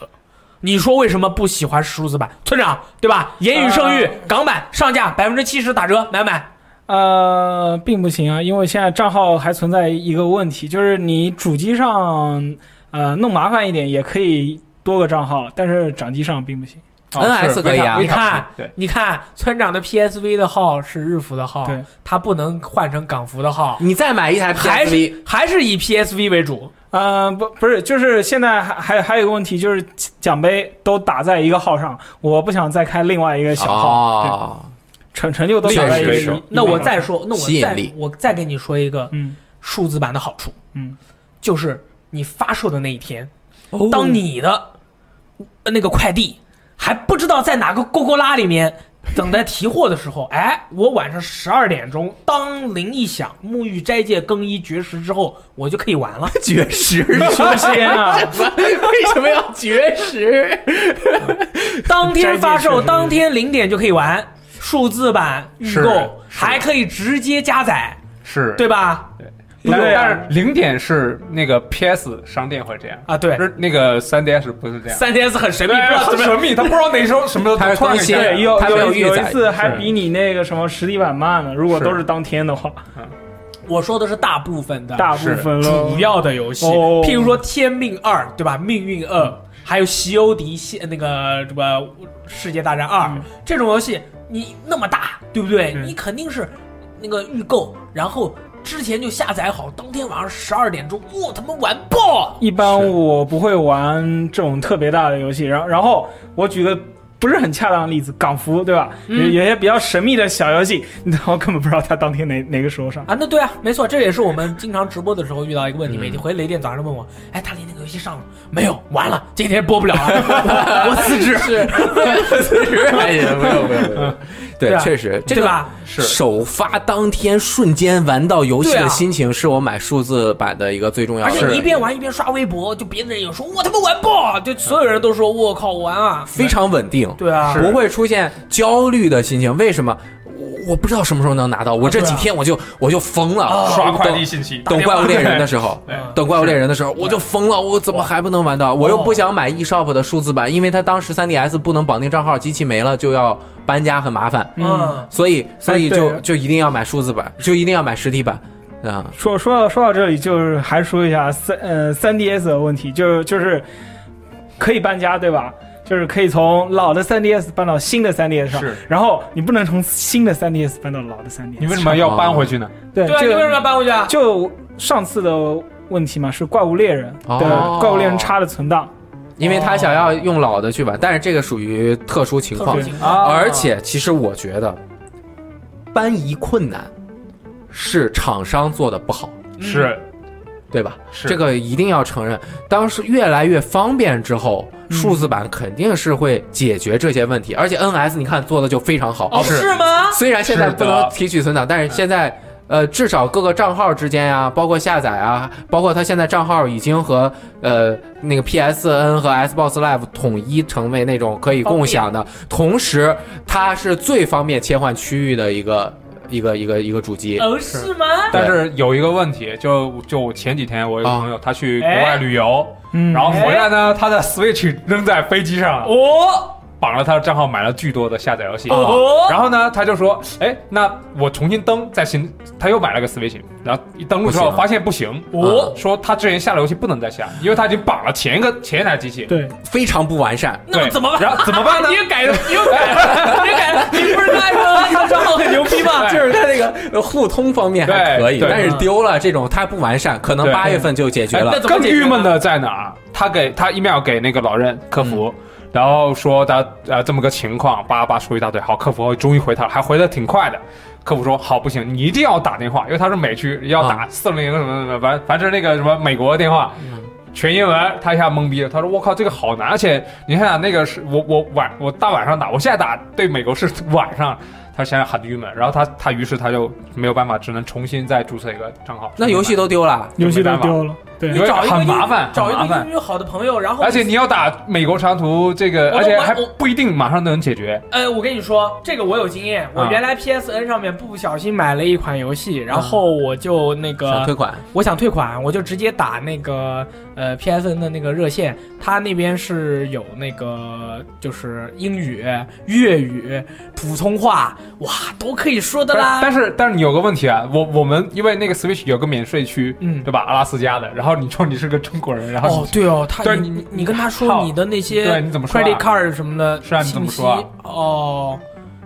Speaker 5: 你说为什么不喜欢数字版？村长，对吧？言语圣域港版上架百分之七十打折，买买。
Speaker 3: 呃，并不行啊，因为现在账号还存在一个问题，就是你主机上呃弄麻烦一点也可以多个账号，但是掌机上并不行。
Speaker 4: 哦是
Speaker 2: NS 可以啊
Speaker 5: 你看
Speaker 4: 对，
Speaker 5: 你看村长的 PSV 的号是日服的号
Speaker 3: 对，
Speaker 5: 他不能换成港服的号，
Speaker 2: 你再买一台
Speaker 5: 还
Speaker 2: PSV，
Speaker 5: 是还是以 PSV 为主。
Speaker 3: 呃，不，不是，就是现在还还还有一个问题，就是奖杯都打在一个号上，我不想再开另外一个小号，对
Speaker 2: 哦，
Speaker 3: 成成就都打在一个
Speaker 2: 确实嗯是。
Speaker 5: 那我再
Speaker 3: 一个号
Speaker 5: 说，那
Speaker 2: 吸
Speaker 5: 我
Speaker 2: 引
Speaker 5: 再
Speaker 2: 力
Speaker 5: 我再跟你说一个
Speaker 3: 嗯
Speaker 5: 数字版的好处，
Speaker 3: 嗯，哦
Speaker 5: 就是你发售的那一天，当你的呃那个快递还不知道在哪个勾勾拉里面等待提货的时候， 哎，我晚上十二点钟，当铃一响，沐浴、斋戒、更衣、绝食之后，我就可以玩 了。
Speaker 2: 绝食，
Speaker 3: 修 仙啊，
Speaker 2: 为什么要绝食？
Speaker 5: 当天发
Speaker 3: 斋戒
Speaker 5: 售，
Speaker 3: 是不是
Speaker 5: 当天零点就可以玩，数字版预
Speaker 4: 是
Speaker 5: 购
Speaker 4: 是
Speaker 5: 还可以直接加载，
Speaker 4: 是
Speaker 5: 对吧？
Speaker 4: 但
Speaker 3: 对
Speaker 4: 是
Speaker 3: 啊
Speaker 4: 但是零点是那个 PS 商店会这样，
Speaker 5: 啊，对
Speaker 4: 不，是那个 3DS 不是这
Speaker 3: 啊
Speaker 4: 样。
Speaker 5: 三 DS 很神秘，不知道
Speaker 4: 很神秘，他不知道哪时候什么时候
Speaker 2: 它是
Speaker 4: 突然给
Speaker 2: 更新
Speaker 4: 下来
Speaker 3: 对，有
Speaker 2: 它没
Speaker 3: 有
Speaker 2: 有
Speaker 3: 有
Speaker 2: 预
Speaker 3: 一
Speaker 2: 载
Speaker 3: 次还比你那个什么实体版慢呢。如果都是当天的话，
Speaker 5: 我说的是大部分的
Speaker 3: 大部分喽
Speaker 5: 主。要的游戏，
Speaker 3: 哦嗯
Speaker 5: 譬如说《天命二》，对吧？《命运二》，还有《西欧迪西》那个什么《世界大战二》这种游戏，你那么大，对不对？
Speaker 3: 嗯
Speaker 5: 你肯定是那个预购，然后之前就下载好，当天晚上十二点钟，我他妈完爆了！
Speaker 3: 一般我不会玩这种特别大的游戏，然后然后我举个不是很恰当的例子，港服对吧？有有些比较神秘的小游戏， 你然后根本不知道它当天哪哪个时候上。
Speaker 5: 啊，那对啊，没错，这也是我们经常直播的时候遇到一个问
Speaker 3: 嗯
Speaker 5: 题。每天回雷电早上就问我，哎，大林那个游戏上了没有？完了，今天播不了了， 我我辞职，
Speaker 2: 绝食，哎呀，没有没有没有，对，
Speaker 5: 啊
Speaker 2: 确实这
Speaker 5: 对
Speaker 2: 个。
Speaker 5: 吧？
Speaker 4: 是
Speaker 2: 首发当天瞬间玩到游戏
Speaker 5: 对啊
Speaker 2: 的心情，是我买数字版的一个最重要
Speaker 5: 而
Speaker 2: 的。
Speaker 5: 且你一边玩一边刷微博，就别的人有说我他妈玩爆啊，就所有人都说我靠玩 啊，
Speaker 2: 非常稳定，
Speaker 5: 对啊
Speaker 4: 是
Speaker 2: 不会出现焦虑的心情。为什么？我我不知道什么时候能拿到，我这
Speaker 5: 对啊
Speaker 2: 几天我就我就疯了。
Speaker 4: 刷啊快递信息，
Speaker 2: 等
Speaker 5: 电话
Speaker 2: 怪物猎人的时候
Speaker 4: 对，
Speaker 2: 等怪物猎人的时候，我就疯了，我怎么还不能玩到？我又不想买 eShop 的数字版，因为它当时 3DS 不能绑定账号，机器没了就要搬家，很麻烦，
Speaker 5: 嗯，
Speaker 2: 所以所以
Speaker 3: 哎对
Speaker 2: 就就一定要买数字版，就一定要买实体版啊。
Speaker 3: 说说到说到这里，就是还说一下三呃三 DS 的问题，就是就是可以搬家对吧？就是可以从老的 3DS 搬到新的 3DS 上
Speaker 4: 是，
Speaker 3: 然后你不能从新的 3DS 搬到老的 3DS。
Speaker 4: 你为什么要搬回去呢？
Speaker 3: 对
Speaker 5: 对啊，
Speaker 3: 这
Speaker 5: 你
Speaker 3: 个
Speaker 5: 为什么要搬回去啊？
Speaker 3: 就上次的问题嘛，是怪物猎人的、
Speaker 2: 哦
Speaker 3: 怪物猎人叉的存档，
Speaker 2: 因为他想要用老的去玩，但是这个属于特殊情
Speaker 5: 特
Speaker 2: 况
Speaker 5: 殊
Speaker 3: 对，
Speaker 5: 情况，
Speaker 2: 而且其实我觉得搬移困难是厂商做的不好，
Speaker 5: 嗯
Speaker 4: 是
Speaker 2: 对吧？
Speaker 4: 是
Speaker 2: 这个一定要承认。当时越来越方便之后，数字版肯定是会解决这些问题，而且 NS 你看做的就非常好，
Speaker 5: 哦是吗？
Speaker 2: 虽然现在不
Speaker 4: 是
Speaker 2: 能
Speaker 4: 的
Speaker 2: 提取存档，但是现在。呃，至少各个账号之间呀、包括下载啊，包括它现在账号已经和呃那个 PSN 和 Xbox Live 统一成为那种可以共享的，同时它是最方便切换区域的一个一个一个一个主机。
Speaker 5: 哦是吗？
Speaker 4: 但是有一个问题，就就我前几天我有
Speaker 2: 啊
Speaker 4: 个朋友他去国外旅游，
Speaker 3: 嗯，
Speaker 4: 然后回来呢，他的 Switch 扔在飞机上了，
Speaker 5: 哦
Speaker 4: 绑了他的账号买了巨多的下载游戏。
Speaker 5: 哦
Speaker 4: 然后呢，他就说，哎，那我重新登再新，他又买了个 Switch，然后一登录之
Speaker 2: 不
Speaker 4: 后
Speaker 2: 行
Speaker 4: 发现不行，
Speaker 2: 哦
Speaker 4: 说他之前下的游戏不能再下，因为他已经绑了前一个前一台机器。
Speaker 3: 对，
Speaker 2: 非常不完善。
Speaker 5: 那么
Speaker 4: 对
Speaker 5: 怎么办？
Speaker 4: 然后怎么办呢
Speaker 5: 你？也改 了，你又改了，你又改了，你不是爱上他账号很牛逼吗？
Speaker 2: 就是它那个呃互通方面还可以，
Speaker 4: 对对
Speaker 2: 但是丢了这种它不完善，可能
Speaker 4: 对
Speaker 2: 八月份就解决
Speaker 4: 哎
Speaker 2: 了
Speaker 5: 那。怎么
Speaker 4: 更
Speaker 5: 解决呢
Speaker 4: 郁闷的在哪儿？他给他 email 给那个老任客服，然后说他呃这么个情况，叭叭说一大堆。好，客服终于回他了，还回的挺快的。客服说好，不行，你一定要打电话，因为他是美区，要
Speaker 2: 嗯
Speaker 4: 打四零零什么什么，反正反正那个什么美国电话。全英文，他一下懵逼了。他说：“我靠，这个好难！而且你看啊那个是我我晚我大晚上打，我现在打对美国是晚上。”他现在很郁闷，然后他他于是他就没有办法，只能重新再注册一个账号。
Speaker 2: 那游戏都丢了，
Speaker 3: 游戏都丢了，对
Speaker 4: 有，
Speaker 5: 找一个
Speaker 4: 很麻烦
Speaker 5: 找一
Speaker 4: 很麻
Speaker 5: 个
Speaker 4: 烦
Speaker 5: 英语好的朋友，然后
Speaker 4: 而且你要打美国长途，这个
Speaker 5: 我
Speaker 4: 而且
Speaker 5: 我
Speaker 4: 还
Speaker 5: 我
Speaker 4: 不一定马上能解决。
Speaker 5: 呃，我跟你说，这个我有经验。我
Speaker 4: 啊
Speaker 5: 原来 PSN 上面不小心买了一款游戏，然后
Speaker 4: 啊
Speaker 5: 我就那
Speaker 2: 想
Speaker 5: 个
Speaker 2: 退款。
Speaker 5: 我想退款，我就直接打那个呃 PSN 的那个热线，他那边是有那个就是英语、粤语、普通话，哇，都可以说的
Speaker 4: 但
Speaker 5: 啦。
Speaker 4: 但是但是你有个问题啊，我我们因为那个 Switch 有个免税区，
Speaker 5: 嗯
Speaker 4: 对吧？阿拉斯加的，然后你说你是个中国人，然后
Speaker 5: 哦
Speaker 4: 你，
Speaker 5: 对哦，他
Speaker 4: 对
Speaker 5: 你
Speaker 4: 你
Speaker 5: 你跟他说
Speaker 4: 靠
Speaker 5: 你的那些
Speaker 4: 对你怎么说啊
Speaker 5: credit card 什么的
Speaker 4: 是啊你怎么说啊
Speaker 5: 信息哦，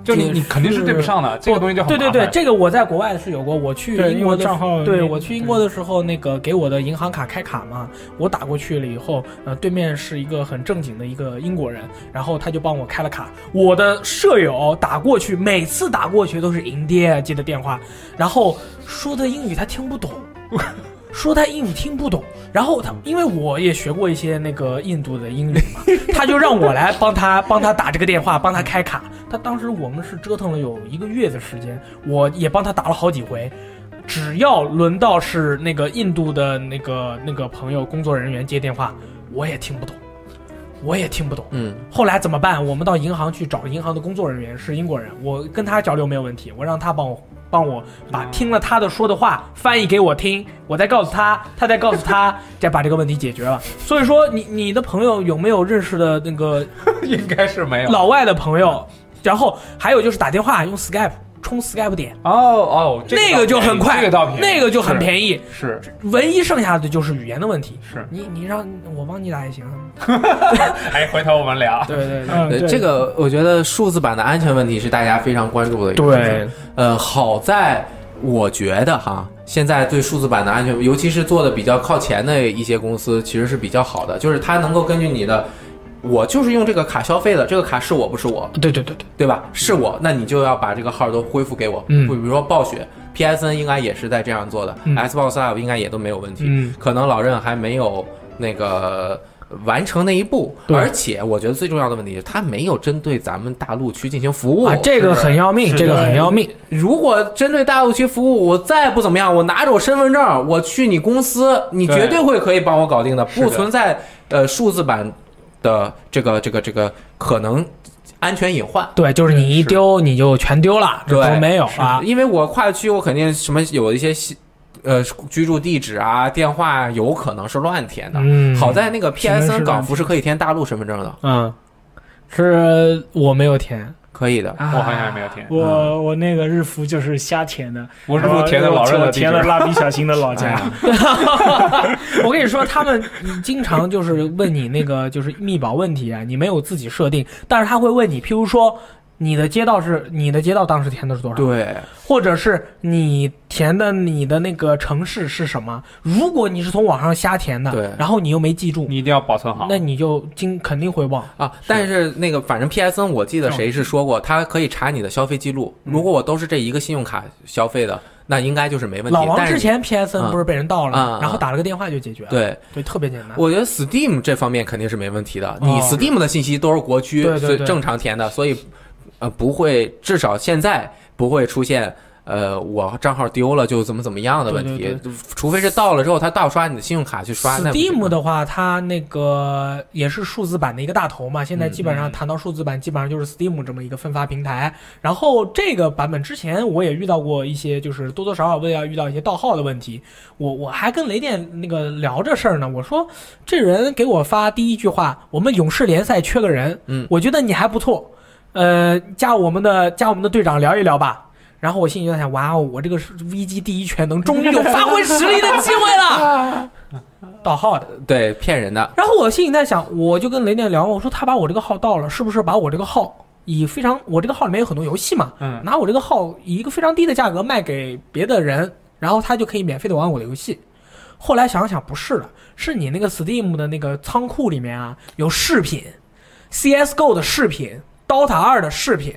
Speaker 4: 就你你肯定是对不上的，这个东西就很
Speaker 5: 对对对
Speaker 4: 麻，烦
Speaker 5: 这个我在国外是有过。我去
Speaker 3: 对
Speaker 5: 英国的
Speaker 3: 因为账号
Speaker 5: 对
Speaker 3: 那
Speaker 5: 我去英国的时候，那个给我的银行卡开卡嘛，我打过去了以后，呃，对面是一个很正经的一个英国人，然后他就帮我开了卡。我的舍友打过去，每次打过去都是银爹接的电话，然后说的英语他听不懂。说他英语听不懂，然后他因为我也学过一些那个印度的英语嘛，他就让我来帮他帮他打这个电话，帮他开卡，他当时我们是折腾了有一个月的时间，我也帮他打了好几回。只要轮到是那个印度的那个那个朋友工作人员接电话，我也听不懂，我也听不懂。
Speaker 2: 嗯，
Speaker 5: 后来怎么办？我们到银行去找银行的工作人员，是英国人，我跟他交流没有问题，我让他帮我帮我把听了他的说的话翻译给我听，我再告诉他， 他再告诉他，再把这个问题解决了。所以说，你你的朋友有没有认识的那个
Speaker 4: 应该是没有。
Speaker 5: 老外的朋友？然后还有就是打电话用 Skype 充 Skype 点，
Speaker 4: 哦哦，这
Speaker 5: 那个就很快，
Speaker 4: 这个倒便宜，
Speaker 5: 那个就很
Speaker 4: 宜。
Speaker 5: 便宜。
Speaker 4: 是
Speaker 5: 唯一剩下的就是语言的问题。
Speaker 4: 是，
Speaker 5: 你你让我帮你打也行。
Speaker 4: 哎，回头我们 聊。
Speaker 5: 对对对，
Speaker 2: 呃，
Speaker 3: 嗯，对
Speaker 2: 这个我觉得数字版的安全问题是大家非常关注的一个事情。
Speaker 3: 对，
Speaker 2: 呃，好在我觉得哈，现在对数字版的安全，尤其是做的比较靠前的一些公司，其实是比较好的，就是它能够根据你的，我就是用这个卡消费的，这个卡是我不是我，
Speaker 5: 对对对对，
Speaker 2: 对吧？是我，那你就要把这个号都恢复给我。
Speaker 5: 嗯
Speaker 2: 比如说暴雪，PSN 应该也是在这样做的、
Speaker 5: 嗯
Speaker 2: s b o x Live 应该也都没有问题。
Speaker 5: 嗯
Speaker 2: 可能老任还没有那个完成那一步，
Speaker 5: 对
Speaker 2: 而且我觉得最重要的问题是，他没有针对咱们大陆区进行服务。
Speaker 5: 啊，这个很要命，
Speaker 4: 是
Speaker 5: 这个很要命。
Speaker 2: 如果针对大陆区服务，我再不怎么样，我拿着我身份证，我去你公司，你
Speaker 4: 对
Speaker 2: 绝对会可以帮我搞定的，
Speaker 4: 是的
Speaker 2: 不存在呃数字版的这个这个这个可能安全隐患。
Speaker 5: 对，就是你一
Speaker 4: 是
Speaker 5: 丢你就全丢了，这
Speaker 2: 对
Speaker 5: 都没有
Speaker 2: 是
Speaker 5: 啊。
Speaker 2: 因为我跨区，我肯定什么有一些西呃居住地址啊、电话有可能是乱填的。
Speaker 5: 嗯
Speaker 2: 好在那个 PSN
Speaker 3: 是
Speaker 2: 港服是可以填大陆身份证的，
Speaker 4: 啊
Speaker 5: 嗯，是我没有 填，
Speaker 2: 可以
Speaker 5: 啊
Speaker 2: 的。
Speaker 4: 我好像还没有填，
Speaker 3: 我我那个日服就是瞎填的，
Speaker 4: 啊我是不是填的老任
Speaker 3: 我
Speaker 4: 的地址
Speaker 3: 填了蜡笔小新的老
Speaker 2: 哎
Speaker 3: 家
Speaker 2: 呀。
Speaker 5: 我跟你说，他们经常就是问你那个就是密保问题啊，你没有自己设定，但是他会问你，譬如说你的街道是你的街道当时填的是多少，
Speaker 2: 对，
Speaker 5: 或者是你填的你的那个城市是什么？如果你是从网上瞎填的，
Speaker 2: 对
Speaker 5: 然后你又没记住，
Speaker 4: 你一定要保存好。
Speaker 5: 那你就经肯定会忘。
Speaker 2: 啊，但是那个反正 PSN 我记得
Speaker 5: 哦
Speaker 2: 谁是说过，它可以查你的消费记录。
Speaker 5: 嗯
Speaker 2: 如果我都是这一个信用卡消费的，那应该就是没问题。
Speaker 5: 老王
Speaker 2: 但是
Speaker 5: 之前 PSN
Speaker 2: 嗯
Speaker 5: 不是被人盗了吗，
Speaker 2: 嗯嗯
Speaker 5: 然后打了个电话就解决了，
Speaker 2: 对，
Speaker 5: 对，特别简单。
Speaker 2: 我觉得 Steam 这方面肯定是没问题的。你 Steam 的信息都是国区，
Speaker 5: 哦对对
Speaker 2: 所以
Speaker 5: 对
Speaker 2: 正常填的，所以呃不会，至少现在不会出现。呃，我账号丢了就怎么怎么样的问题，
Speaker 5: 对
Speaker 2: 除非是盗了之后他盗刷你的信用卡去刷。那不行
Speaker 5: Steam 的话，它那个也是数字版的一个大头嘛。现在
Speaker 2: 嗯
Speaker 5: 基本上谈到数字版，基本上就是 Steam 这么一个分发平台。然后这个版本之前我也遇到过一些，就是多多少少为了遇到一些盗号的问题。我我还跟雷电那个聊这事儿呢，我说这人给我发第一句话，我们勇士联赛缺个人，
Speaker 2: 嗯
Speaker 5: 我觉得你还不错，呃，加我们的加我们的队长聊一聊吧。然后我心里就在想，哇哦，我这个是 VG 第一全能终于有发挥实力的机会了，盗号的。
Speaker 2: 对骗人的，
Speaker 5: 然后我心里在想，我就跟雷电聊，我说他把我这个号盗了，是不是把我这个号以非常我这个号里面有很多游戏嘛，
Speaker 4: 嗯，
Speaker 5: 拿我这个号以一个非常低的价格卖给别的人，然后他就可以免费的玩我的游戏。后来想想不是的，是你那个 Steam 的那个仓库里面啊有饰品，CSGO 的饰品，Dota 二的饰品，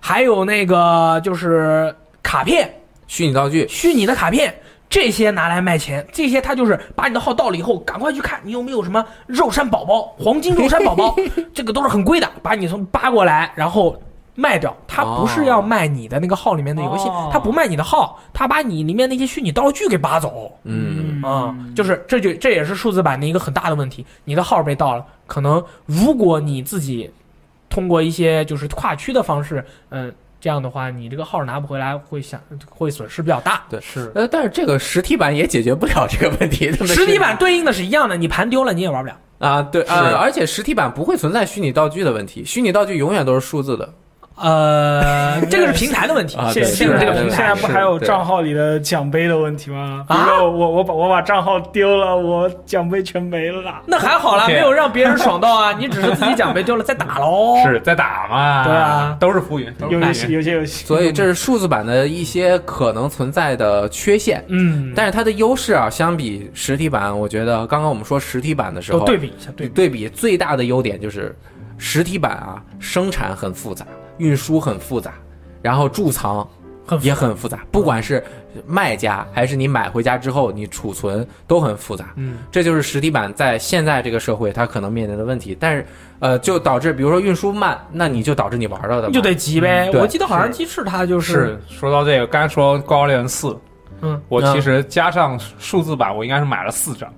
Speaker 5: 还有那个就是卡片，
Speaker 2: 虚拟道具
Speaker 5: 虚拟的卡片，这些拿来卖钱，这些他就是把你的号盗了以后，赶快去看你有没有什么肉山宝宝、黄金肉山宝宝，这个都是很贵的，把你从扒过来，然后。卖掉，他不是要卖你的那个号里面的游戏，
Speaker 4: 哦
Speaker 5: 他不卖你的号，他把你里面那些虚拟道具给扒走。
Speaker 2: 嗯
Speaker 5: 啊、就是这就这也是数字版的一个很大的问题。你的号被盗了，可能如果你自己通过一些就是跨区的方式，嗯、这样的话，你这个号拿不回来，会想会损失比较大。
Speaker 2: 对
Speaker 4: 是
Speaker 2: 呃，但是这个实体版也解决不了这个问题。 他们
Speaker 5: 实体
Speaker 2: 是
Speaker 5: 版对应的是一样的，你盘丢了你也玩不了。
Speaker 2: 啊，对
Speaker 4: 是
Speaker 2: 啊，而且实体版不会存在虚拟道具的问题，虚拟道具永远都是数字的。
Speaker 5: 呃，这个是平台的问题，
Speaker 2: 啊
Speaker 5: 是
Speaker 3: 现
Speaker 5: 这
Speaker 2: 对
Speaker 5: 个是这
Speaker 2: 是
Speaker 3: 现在
Speaker 5: 个
Speaker 2: 对
Speaker 5: 平
Speaker 3: 现
Speaker 2: 对
Speaker 5: 台
Speaker 3: 在
Speaker 2: 是
Speaker 3: 不还有
Speaker 2: 对
Speaker 3: 账号里的奖杯的问题吗？比如
Speaker 5: 啊
Speaker 3: 说我我把我把账号丢了，我奖杯全没了。
Speaker 5: 那还好啦，
Speaker 4: OK
Speaker 5: 没有让别人爽到啊，你只是自己奖杯丢了再打喽。
Speaker 4: 是在打嘛？
Speaker 5: 对啊
Speaker 4: 都是浮云，
Speaker 2: 哎
Speaker 4: 都
Speaker 3: 有一
Speaker 4: 是浮
Speaker 3: 些
Speaker 4: 云。
Speaker 3: 有些游戏，
Speaker 2: 所
Speaker 5: 嗯
Speaker 2: 以这是数字版的一些可能存在的缺陷，
Speaker 5: 嗯，
Speaker 2: 但是它的优势啊，相比实体版，我觉得刚刚我们说实体版的时候，
Speaker 5: 哦对比一下，对比。
Speaker 2: 对比最大的优点就是实体版啊，生产很复杂，运输很复杂，然后贮藏
Speaker 5: 很
Speaker 2: 也很复杂，不管是卖家还是你买回家之后你储存都很复杂。
Speaker 5: 嗯，
Speaker 2: 这就是实体版在现在这个社会它可能面临的问题，但是呃，就导致比如说运输慢，那你就导致你玩到的
Speaker 5: 你就得急呗。
Speaker 2: 嗯对
Speaker 5: 我记得好像鸡翅它就是
Speaker 4: 说到这个，刚才说《怪物猎人四》，
Speaker 5: 嗯，
Speaker 4: 我其实加上数字版，我应该是买了四张。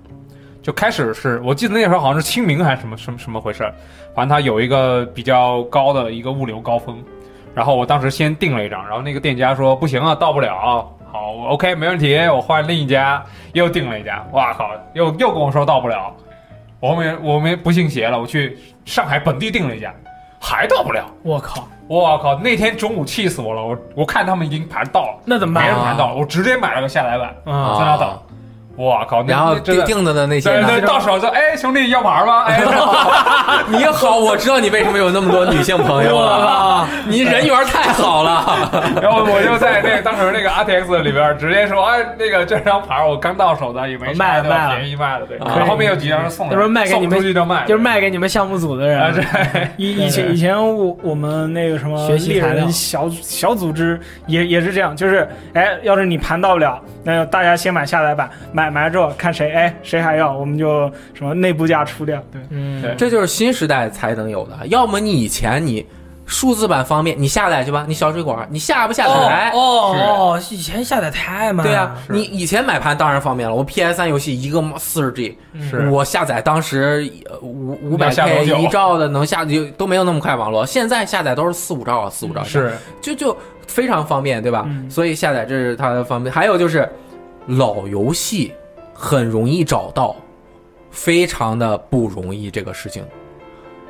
Speaker 4: 就开始是我记得那时候好像是清明还是什么什么什么回事儿，反正它有一个比较高的一个物流高峰，然后我当时先订了一张，然后那个店家说不行啊，到不了。好我，OK，没问题，我换另一家，又订了一家。哇靠，又又跟我说到不了，我后面我们不信邪了，我去上海本地订了一家，还到不了。
Speaker 5: 我靠，
Speaker 4: 我靠！那天中午气死我了，我我看他们已经盘到了，
Speaker 5: 那怎么
Speaker 4: 别
Speaker 5: 办
Speaker 4: 人盘到了，我直接买了个下载版，
Speaker 5: 啊？
Speaker 4: 在那等。我靠！那
Speaker 2: 然后
Speaker 4: 那真
Speaker 2: 定
Speaker 4: 的
Speaker 2: 定的的那些
Speaker 4: 对
Speaker 2: 呢
Speaker 4: 对，到手说，哎，兄弟要玩吗？哎，
Speaker 2: 你好，我知道你为什么有那么多女性朋友了，你人缘太好了。
Speaker 4: 然后我就在那当时那个 RTX 里边直接说，哎，那个这张牌我刚到手的，也没啥
Speaker 5: 卖了
Speaker 4: 对
Speaker 5: 卖了
Speaker 4: 便宜卖了，对。
Speaker 2: 啊
Speaker 4: 然后后面有几张送
Speaker 5: 要不然卖
Speaker 4: 了，
Speaker 5: 给你
Speaker 4: 送
Speaker 5: 们
Speaker 4: 出去就卖，
Speaker 5: 就是卖给你们项目组的
Speaker 4: 对。啊，
Speaker 5: 人，
Speaker 4: 这
Speaker 3: 以以前以前我我们那个什么
Speaker 5: 学习
Speaker 3: 猎
Speaker 5: 材料
Speaker 3: 人小小组织也也是这样，就是哎，要是你盘到不了，那大家先买下载版，买买了之后看谁哎谁还要，我们就什么内部价出掉。对，
Speaker 5: 嗯
Speaker 4: 对，
Speaker 2: 这就是新时代才能有的，要么你以前你数字版方便，你下载去吧，你小水管，你下不下得来？
Speaker 5: 哦哦，以前下载太慢，
Speaker 2: 对啊，
Speaker 4: 嗯是
Speaker 2: 你以前买盘当然方便了，我 PS 三游戏一个四十 G，
Speaker 4: 是
Speaker 2: 我下载当时呃五五百
Speaker 4: 能下多
Speaker 2: K
Speaker 4: 久
Speaker 2: 一兆的能下就都没有那么快网络，现在下载都是四五兆啊，四五兆
Speaker 4: 是
Speaker 2: 就就非常方便，对吧？
Speaker 3: 嗯
Speaker 2: 所以下载这是它的方便。还有就是老游戏很容易找到，非常的不容易这个事情。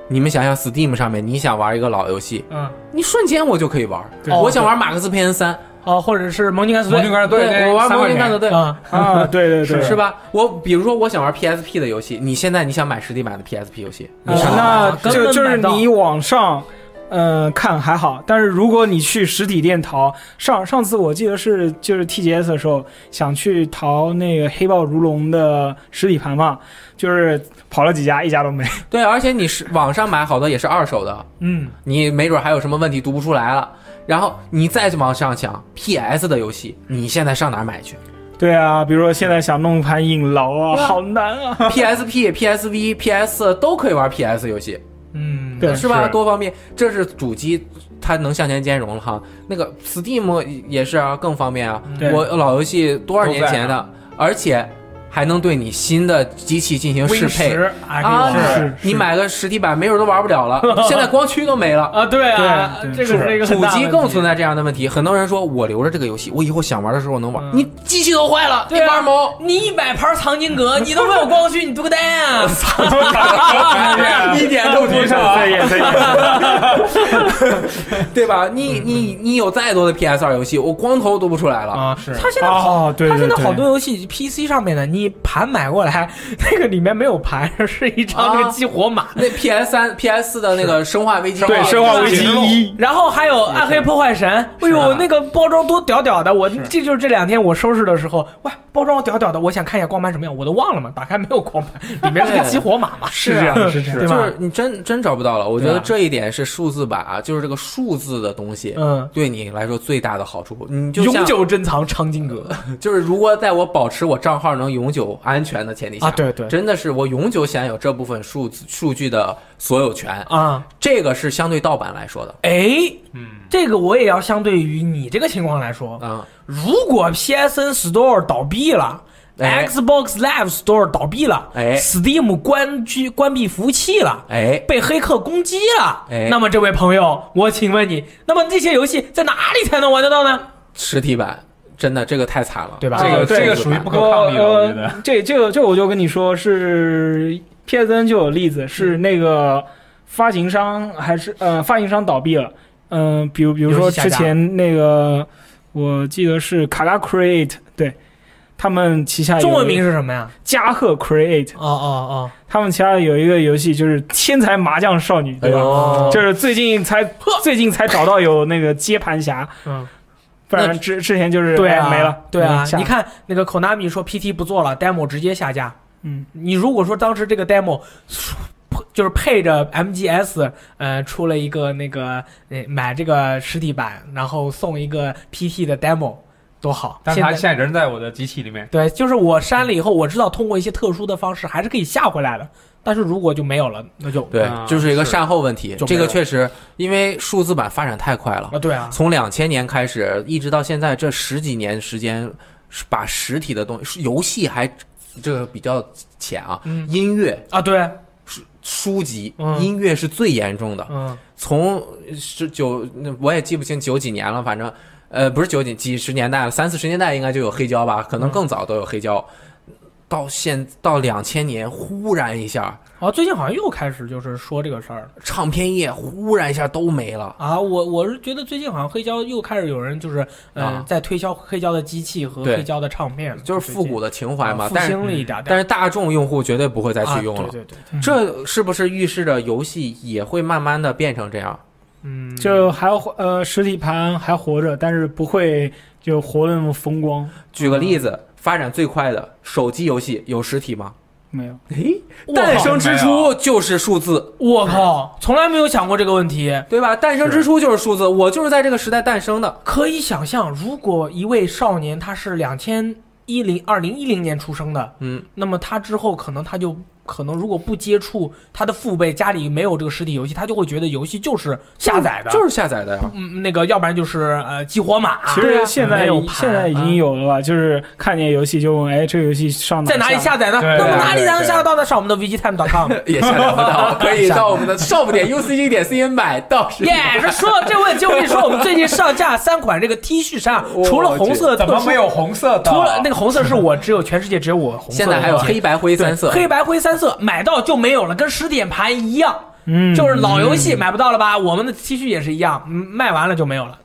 Speaker 2: 你们想想，Steam 上面你想玩一个老游戏，
Speaker 5: 嗯，
Speaker 2: 你瞬间我就可以玩。
Speaker 5: 对
Speaker 2: 我想玩马克思佩恩三，
Speaker 5: 哦，或者是蒙金敢死
Speaker 4: 魔镜
Speaker 5: 队
Speaker 4: 干对
Speaker 2: 我玩
Speaker 4: 三
Speaker 2: 魔
Speaker 4: 块
Speaker 2: 镜干
Speaker 4: 钱
Speaker 2: 的队。
Speaker 5: 啊，
Speaker 3: 啊，对对对，
Speaker 2: 是？吧？我比如说，我想玩 PSP 的游戏，你现在你想买实体版的 PSP 游戏，
Speaker 5: 哦
Speaker 2: 你上哪
Speaker 3: 那
Speaker 5: 啊根
Speaker 3: 就
Speaker 5: 本
Speaker 3: 就是
Speaker 5: 买到
Speaker 3: 你往上，呃，看还好，但是如果你去实体店淘，上上次我记得是就是 TGS 的时候，想去淘那个黑豹如龙的实体盘嘛，就是跑了几家，一家都没。
Speaker 2: 对，而且你是网上买好多也是二手的，
Speaker 5: 嗯，
Speaker 2: 你没准还有什么问题读不出来了。然后你再往上想，PS 的游戏，你现在上哪儿买 去
Speaker 3: 对啊，比如说现在想弄盘影楼啊，好难啊。
Speaker 2: ？PSP、PSV、PS 都可以玩 PS 游戏，
Speaker 5: 嗯，
Speaker 3: 对
Speaker 2: 是吧？
Speaker 4: 是
Speaker 2: 多方便，这是主机它能向前兼容了哈。那个 Steam 也是啊，更方便啊。
Speaker 5: 对
Speaker 2: 我老游戏多少年前
Speaker 4: 都在啊
Speaker 2: 的，而且还能对你新的机器进行适
Speaker 5: Win
Speaker 2: 配。
Speaker 5: 十
Speaker 2: 啊，
Speaker 5: 是
Speaker 4: 是
Speaker 2: 你买个实体版，没准都玩不了了。现在光驱都没了，
Speaker 5: 啊，对啊，
Speaker 3: 对
Speaker 5: 这个是一个很
Speaker 2: 主
Speaker 5: 大
Speaker 2: 机
Speaker 5: 问
Speaker 2: 更
Speaker 5: 题
Speaker 2: 存在这样的问题。很多人说我留着这个游戏，我以后想玩的时候我能玩。
Speaker 5: 嗯
Speaker 2: 你机器都坏了，你
Speaker 5: 对啊
Speaker 2: 玩毛？
Speaker 5: 你一百盘藏经阁，你都没有光驱，你多个蛋啊！
Speaker 2: 一点都不上，
Speaker 3: 再演再演，
Speaker 2: 对吧？你你你有再多的 PS 二游戏，我光头都不出来了。
Speaker 5: 啊，
Speaker 4: 是
Speaker 5: 他现在好，
Speaker 3: 哦，对
Speaker 5: 他
Speaker 3: 对
Speaker 5: 现在
Speaker 3: 对，
Speaker 5: 好多游戏 PC 上面的，你盘买过来，那个里面没有盘，是一张那
Speaker 2: 啊
Speaker 5: 个激活码，
Speaker 2: 那 PS 三、PS 四的那个《生化危机》，
Speaker 3: 对《生化危机
Speaker 4: 解冻
Speaker 3: 一》
Speaker 5: 然后还有暗黑破坏神，哎呦，那个包装多屌屌的！我这就是这两天我收拾的时候，哇，包装屌屌的，我想看一下光盘什么样，我都忘了嘛，打开没有光盘，里面是个激活码嘛，
Speaker 3: 是这样是这样
Speaker 5: 对
Speaker 2: 就
Speaker 5: 吧
Speaker 2: 是？你真真找不到了。我觉
Speaker 5: 对
Speaker 2: 得
Speaker 5: 啊
Speaker 2: 这一点是数字版啊，就是这个数字的东西，
Speaker 5: 嗯，
Speaker 2: 对你来说最大的好处。你就像
Speaker 5: 永久珍藏长金阁
Speaker 2: 就是如果在我保持我账号能永久安全的前提下，
Speaker 5: 啊，对对
Speaker 2: 真的是我永久享有这部分数字数据的所有权，
Speaker 5: 啊，
Speaker 2: 这个是相对盗版来说的
Speaker 5: 哎，
Speaker 4: 嗯，
Speaker 5: 这个我也要相对于你这个情况来说，
Speaker 2: 啊、
Speaker 5: 如果 PSN Store 倒闭了。
Speaker 2: 哎
Speaker 5: Xbox Live Store 倒闭了、
Speaker 2: 哎
Speaker 5: s t e a m 关机关闭服务器了，
Speaker 2: 哎，
Speaker 5: 被黑客攻击了。
Speaker 2: 哎
Speaker 5: 那么这位朋友，我请问你，那么这些游戏在哪里才能玩得到呢？
Speaker 2: 实体版真的这个太惨了，
Speaker 5: 对吧
Speaker 4: 这个
Speaker 3: 啊对
Speaker 4: 这个属于不可
Speaker 3: 我
Speaker 4: 抗力了，我觉
Speaker 3: 呃
Speaker 4: 得。，
Speaker 3: 这这个这我就跟你说是 PSN 就有例子，是那个发行商还是呃发行商倒闭了，嗯、比如比如
Speaker 5: 游
Speaker 3: 说
Speaker 5: 戏下
Speaker 3: 之
Speaker 5: 架
Speaker 3: 前那个我记得是卡拉 Create 对。他们旗下有
Speaker 5: 中文名是什么呀？
Speaker 3: 嘉贺 Create，
Speaker 5: 哦哦
Speaker 3: 他们旗下有一个游戏就是《天才麻将少女》，对吧？
Speaker 5: 嗯
Speaker 2: 哎呦
Speaker 3: 哎就是最近才最近才找到有那个接 盘侠，
Speaker 5: 哦，嗯，
Speaker 3: 不
Speaker 5: 那
Speaker 3: 然之之前就是
Speaker 5: 对啊，
Speaker 3: 哎没了。
Speaker 5: 对啊
Speaker 3: 嗯，下
Speaker 5: 你看那个 Konami 说 PT 不做了，demo 直接下架。
Speaker 3: 嗯，
Speaker 5: 你如果说当时这个 demo 就是配着 MGS，呃，出了一个那个呃买这个实体版，然后送一个 PT 的 demo，多好！
Speaker 4: 但是
Speaker 5: 现
Speaker 4: 他
Speaker 5: 在
Speaker 4: 现在人在我的机器里面，
Speaker 5: 对，就是我删了以后，我知道通过一些特殊的方式还是可以下回来的，但是如果就没有了，那就
Speaker 2: 对
Speaker 4: 啊，
Speaker 2: 就是一个
Speaker 4: 是
Speaker 2: 善后问题。
Speaker 5: 就没
Speaker 2: 这
Speaker 5: 有
Speaker 2: 个确实，因为数字版发展太快了
Speaker 5: 啊，，对啊，
Speaker 2: 从两千年开始一直到现在这十几年时间，是把实体的东西，游戏还这个比较浅啊，
Speaker 5: 嗯
Speaker 2: 音乐、
Speaker 5: 啊，对，
Speaker 2: 书籍、
Speaker 5: 嗯
Speaker 2: 音乐是最严重的。
Speaker 5: 嗯，
Speaker 2: 从十九，那我也记不清九几年了，反正呃不是九几几十年代了，三四十年代应该就有黑胶吧，可能更早都有黑胶。到现到两千年，忽然一下，
Speaker 5: 哦，最近好像又开始就是说这个事儿了
Speaker 2: 唱片业忽然一下都没了。
Speaker 5: 啊，我我是觉得最近好像黑胶又开始有人就是呃、
Speaker 2: 啊
Speaker 5: 在推销黑胶的机器和
Speaker 2: 对
Speaker 5: 黑胶的唱片了，
Speaker 2: 就是复古的情怀嘛，
Speaker 5: 啊复
Speaker 2: 但是嗯
Speaker 5: 兴了一点，
Speaker 2: 但
Speaker 5: 是
Speaker 2: 是大众用户绝对不会再去用了。
Speaker 5: 啊、对对对，
Speaker 2: 这是不是预示着游戏也会慢慢的变成这样？
Speaker 5: 嗯，
Speaker 3: 就还活呃实体盘还活着，但是不会就活的那么风光，
Speaker 2: 举个例子，发展最快的手机游戏有实体吗？
Speaker 3: 没有。
Speaker 2: 诶，
Speaker 5: 我靠
Speaker 2: 诞生之初就是数字，
Speaker 5: 我靠，从来没有想过这个问题。
Speaker 2: 对吧？诞生之初就是数字，我就是在这个时代诞生的。
Speaker 5: 可以想象，如果一位少年他是两千一零二零一零年出生的，
Speaker 2: 嗯，
Speaker 5: 那么他之后可能他就可能如果不接触他的父辈，家里没有这个实体游戏，他就会觉得游戏就是下载的，
Speaker 2: 就是下载的呀。
Speaker 5: 嗯那个，要不然就是呃激活码。
Speaker 3: 其
Speaker 5: 对
Speaker 3: 实
Speaker 5: 啊
Speaker 3: 现
Speaker 5: 没
Speaker 3: 在
Speaker 5: 有
Speaker 3: 已
Speaker 5: 盘嗯
Speaker 3: 现在已经有了吧，就是看见游戏就问，哎，这个游戏上
Speaker 5: 在哪里
Speaker 3: 下？
Speaker 5: 下载呢？
Speaker 4: 对
Speaker 5: 那么哪里
Speaker 4: 对对
Speaker 5: 才能
Speaker 4: 对
Speaker 5: 下得到呢？上我们的 VGTime.com。
Speaker 2: 也下载不 到，可以到我们的 shop 点 ucg 点 cn 买到实体
Speaker 5: 耶，是说到这问题，我跟你说，我们最近上架三款这个 T 恤衫，啊除了红色的
Speaker 4: 怎
Speaker 5: 特
Speaker 4: 么
Speaker 5: 殊
Speaker 4: 没？有红色的？
Speaker 5: 除了那个红色是我只有全世界只有我红色的。
Speaker 2: 啊现在还有黑白灰三色，
Speaker 5: 黑白灰三色，买到就没有了，跟十点盘一样，
Speaker 3: 嗯，
Speaker 5: 就是老游戏买不到了吧？我们的 T 恤也是一样，嗯卖完了就没有了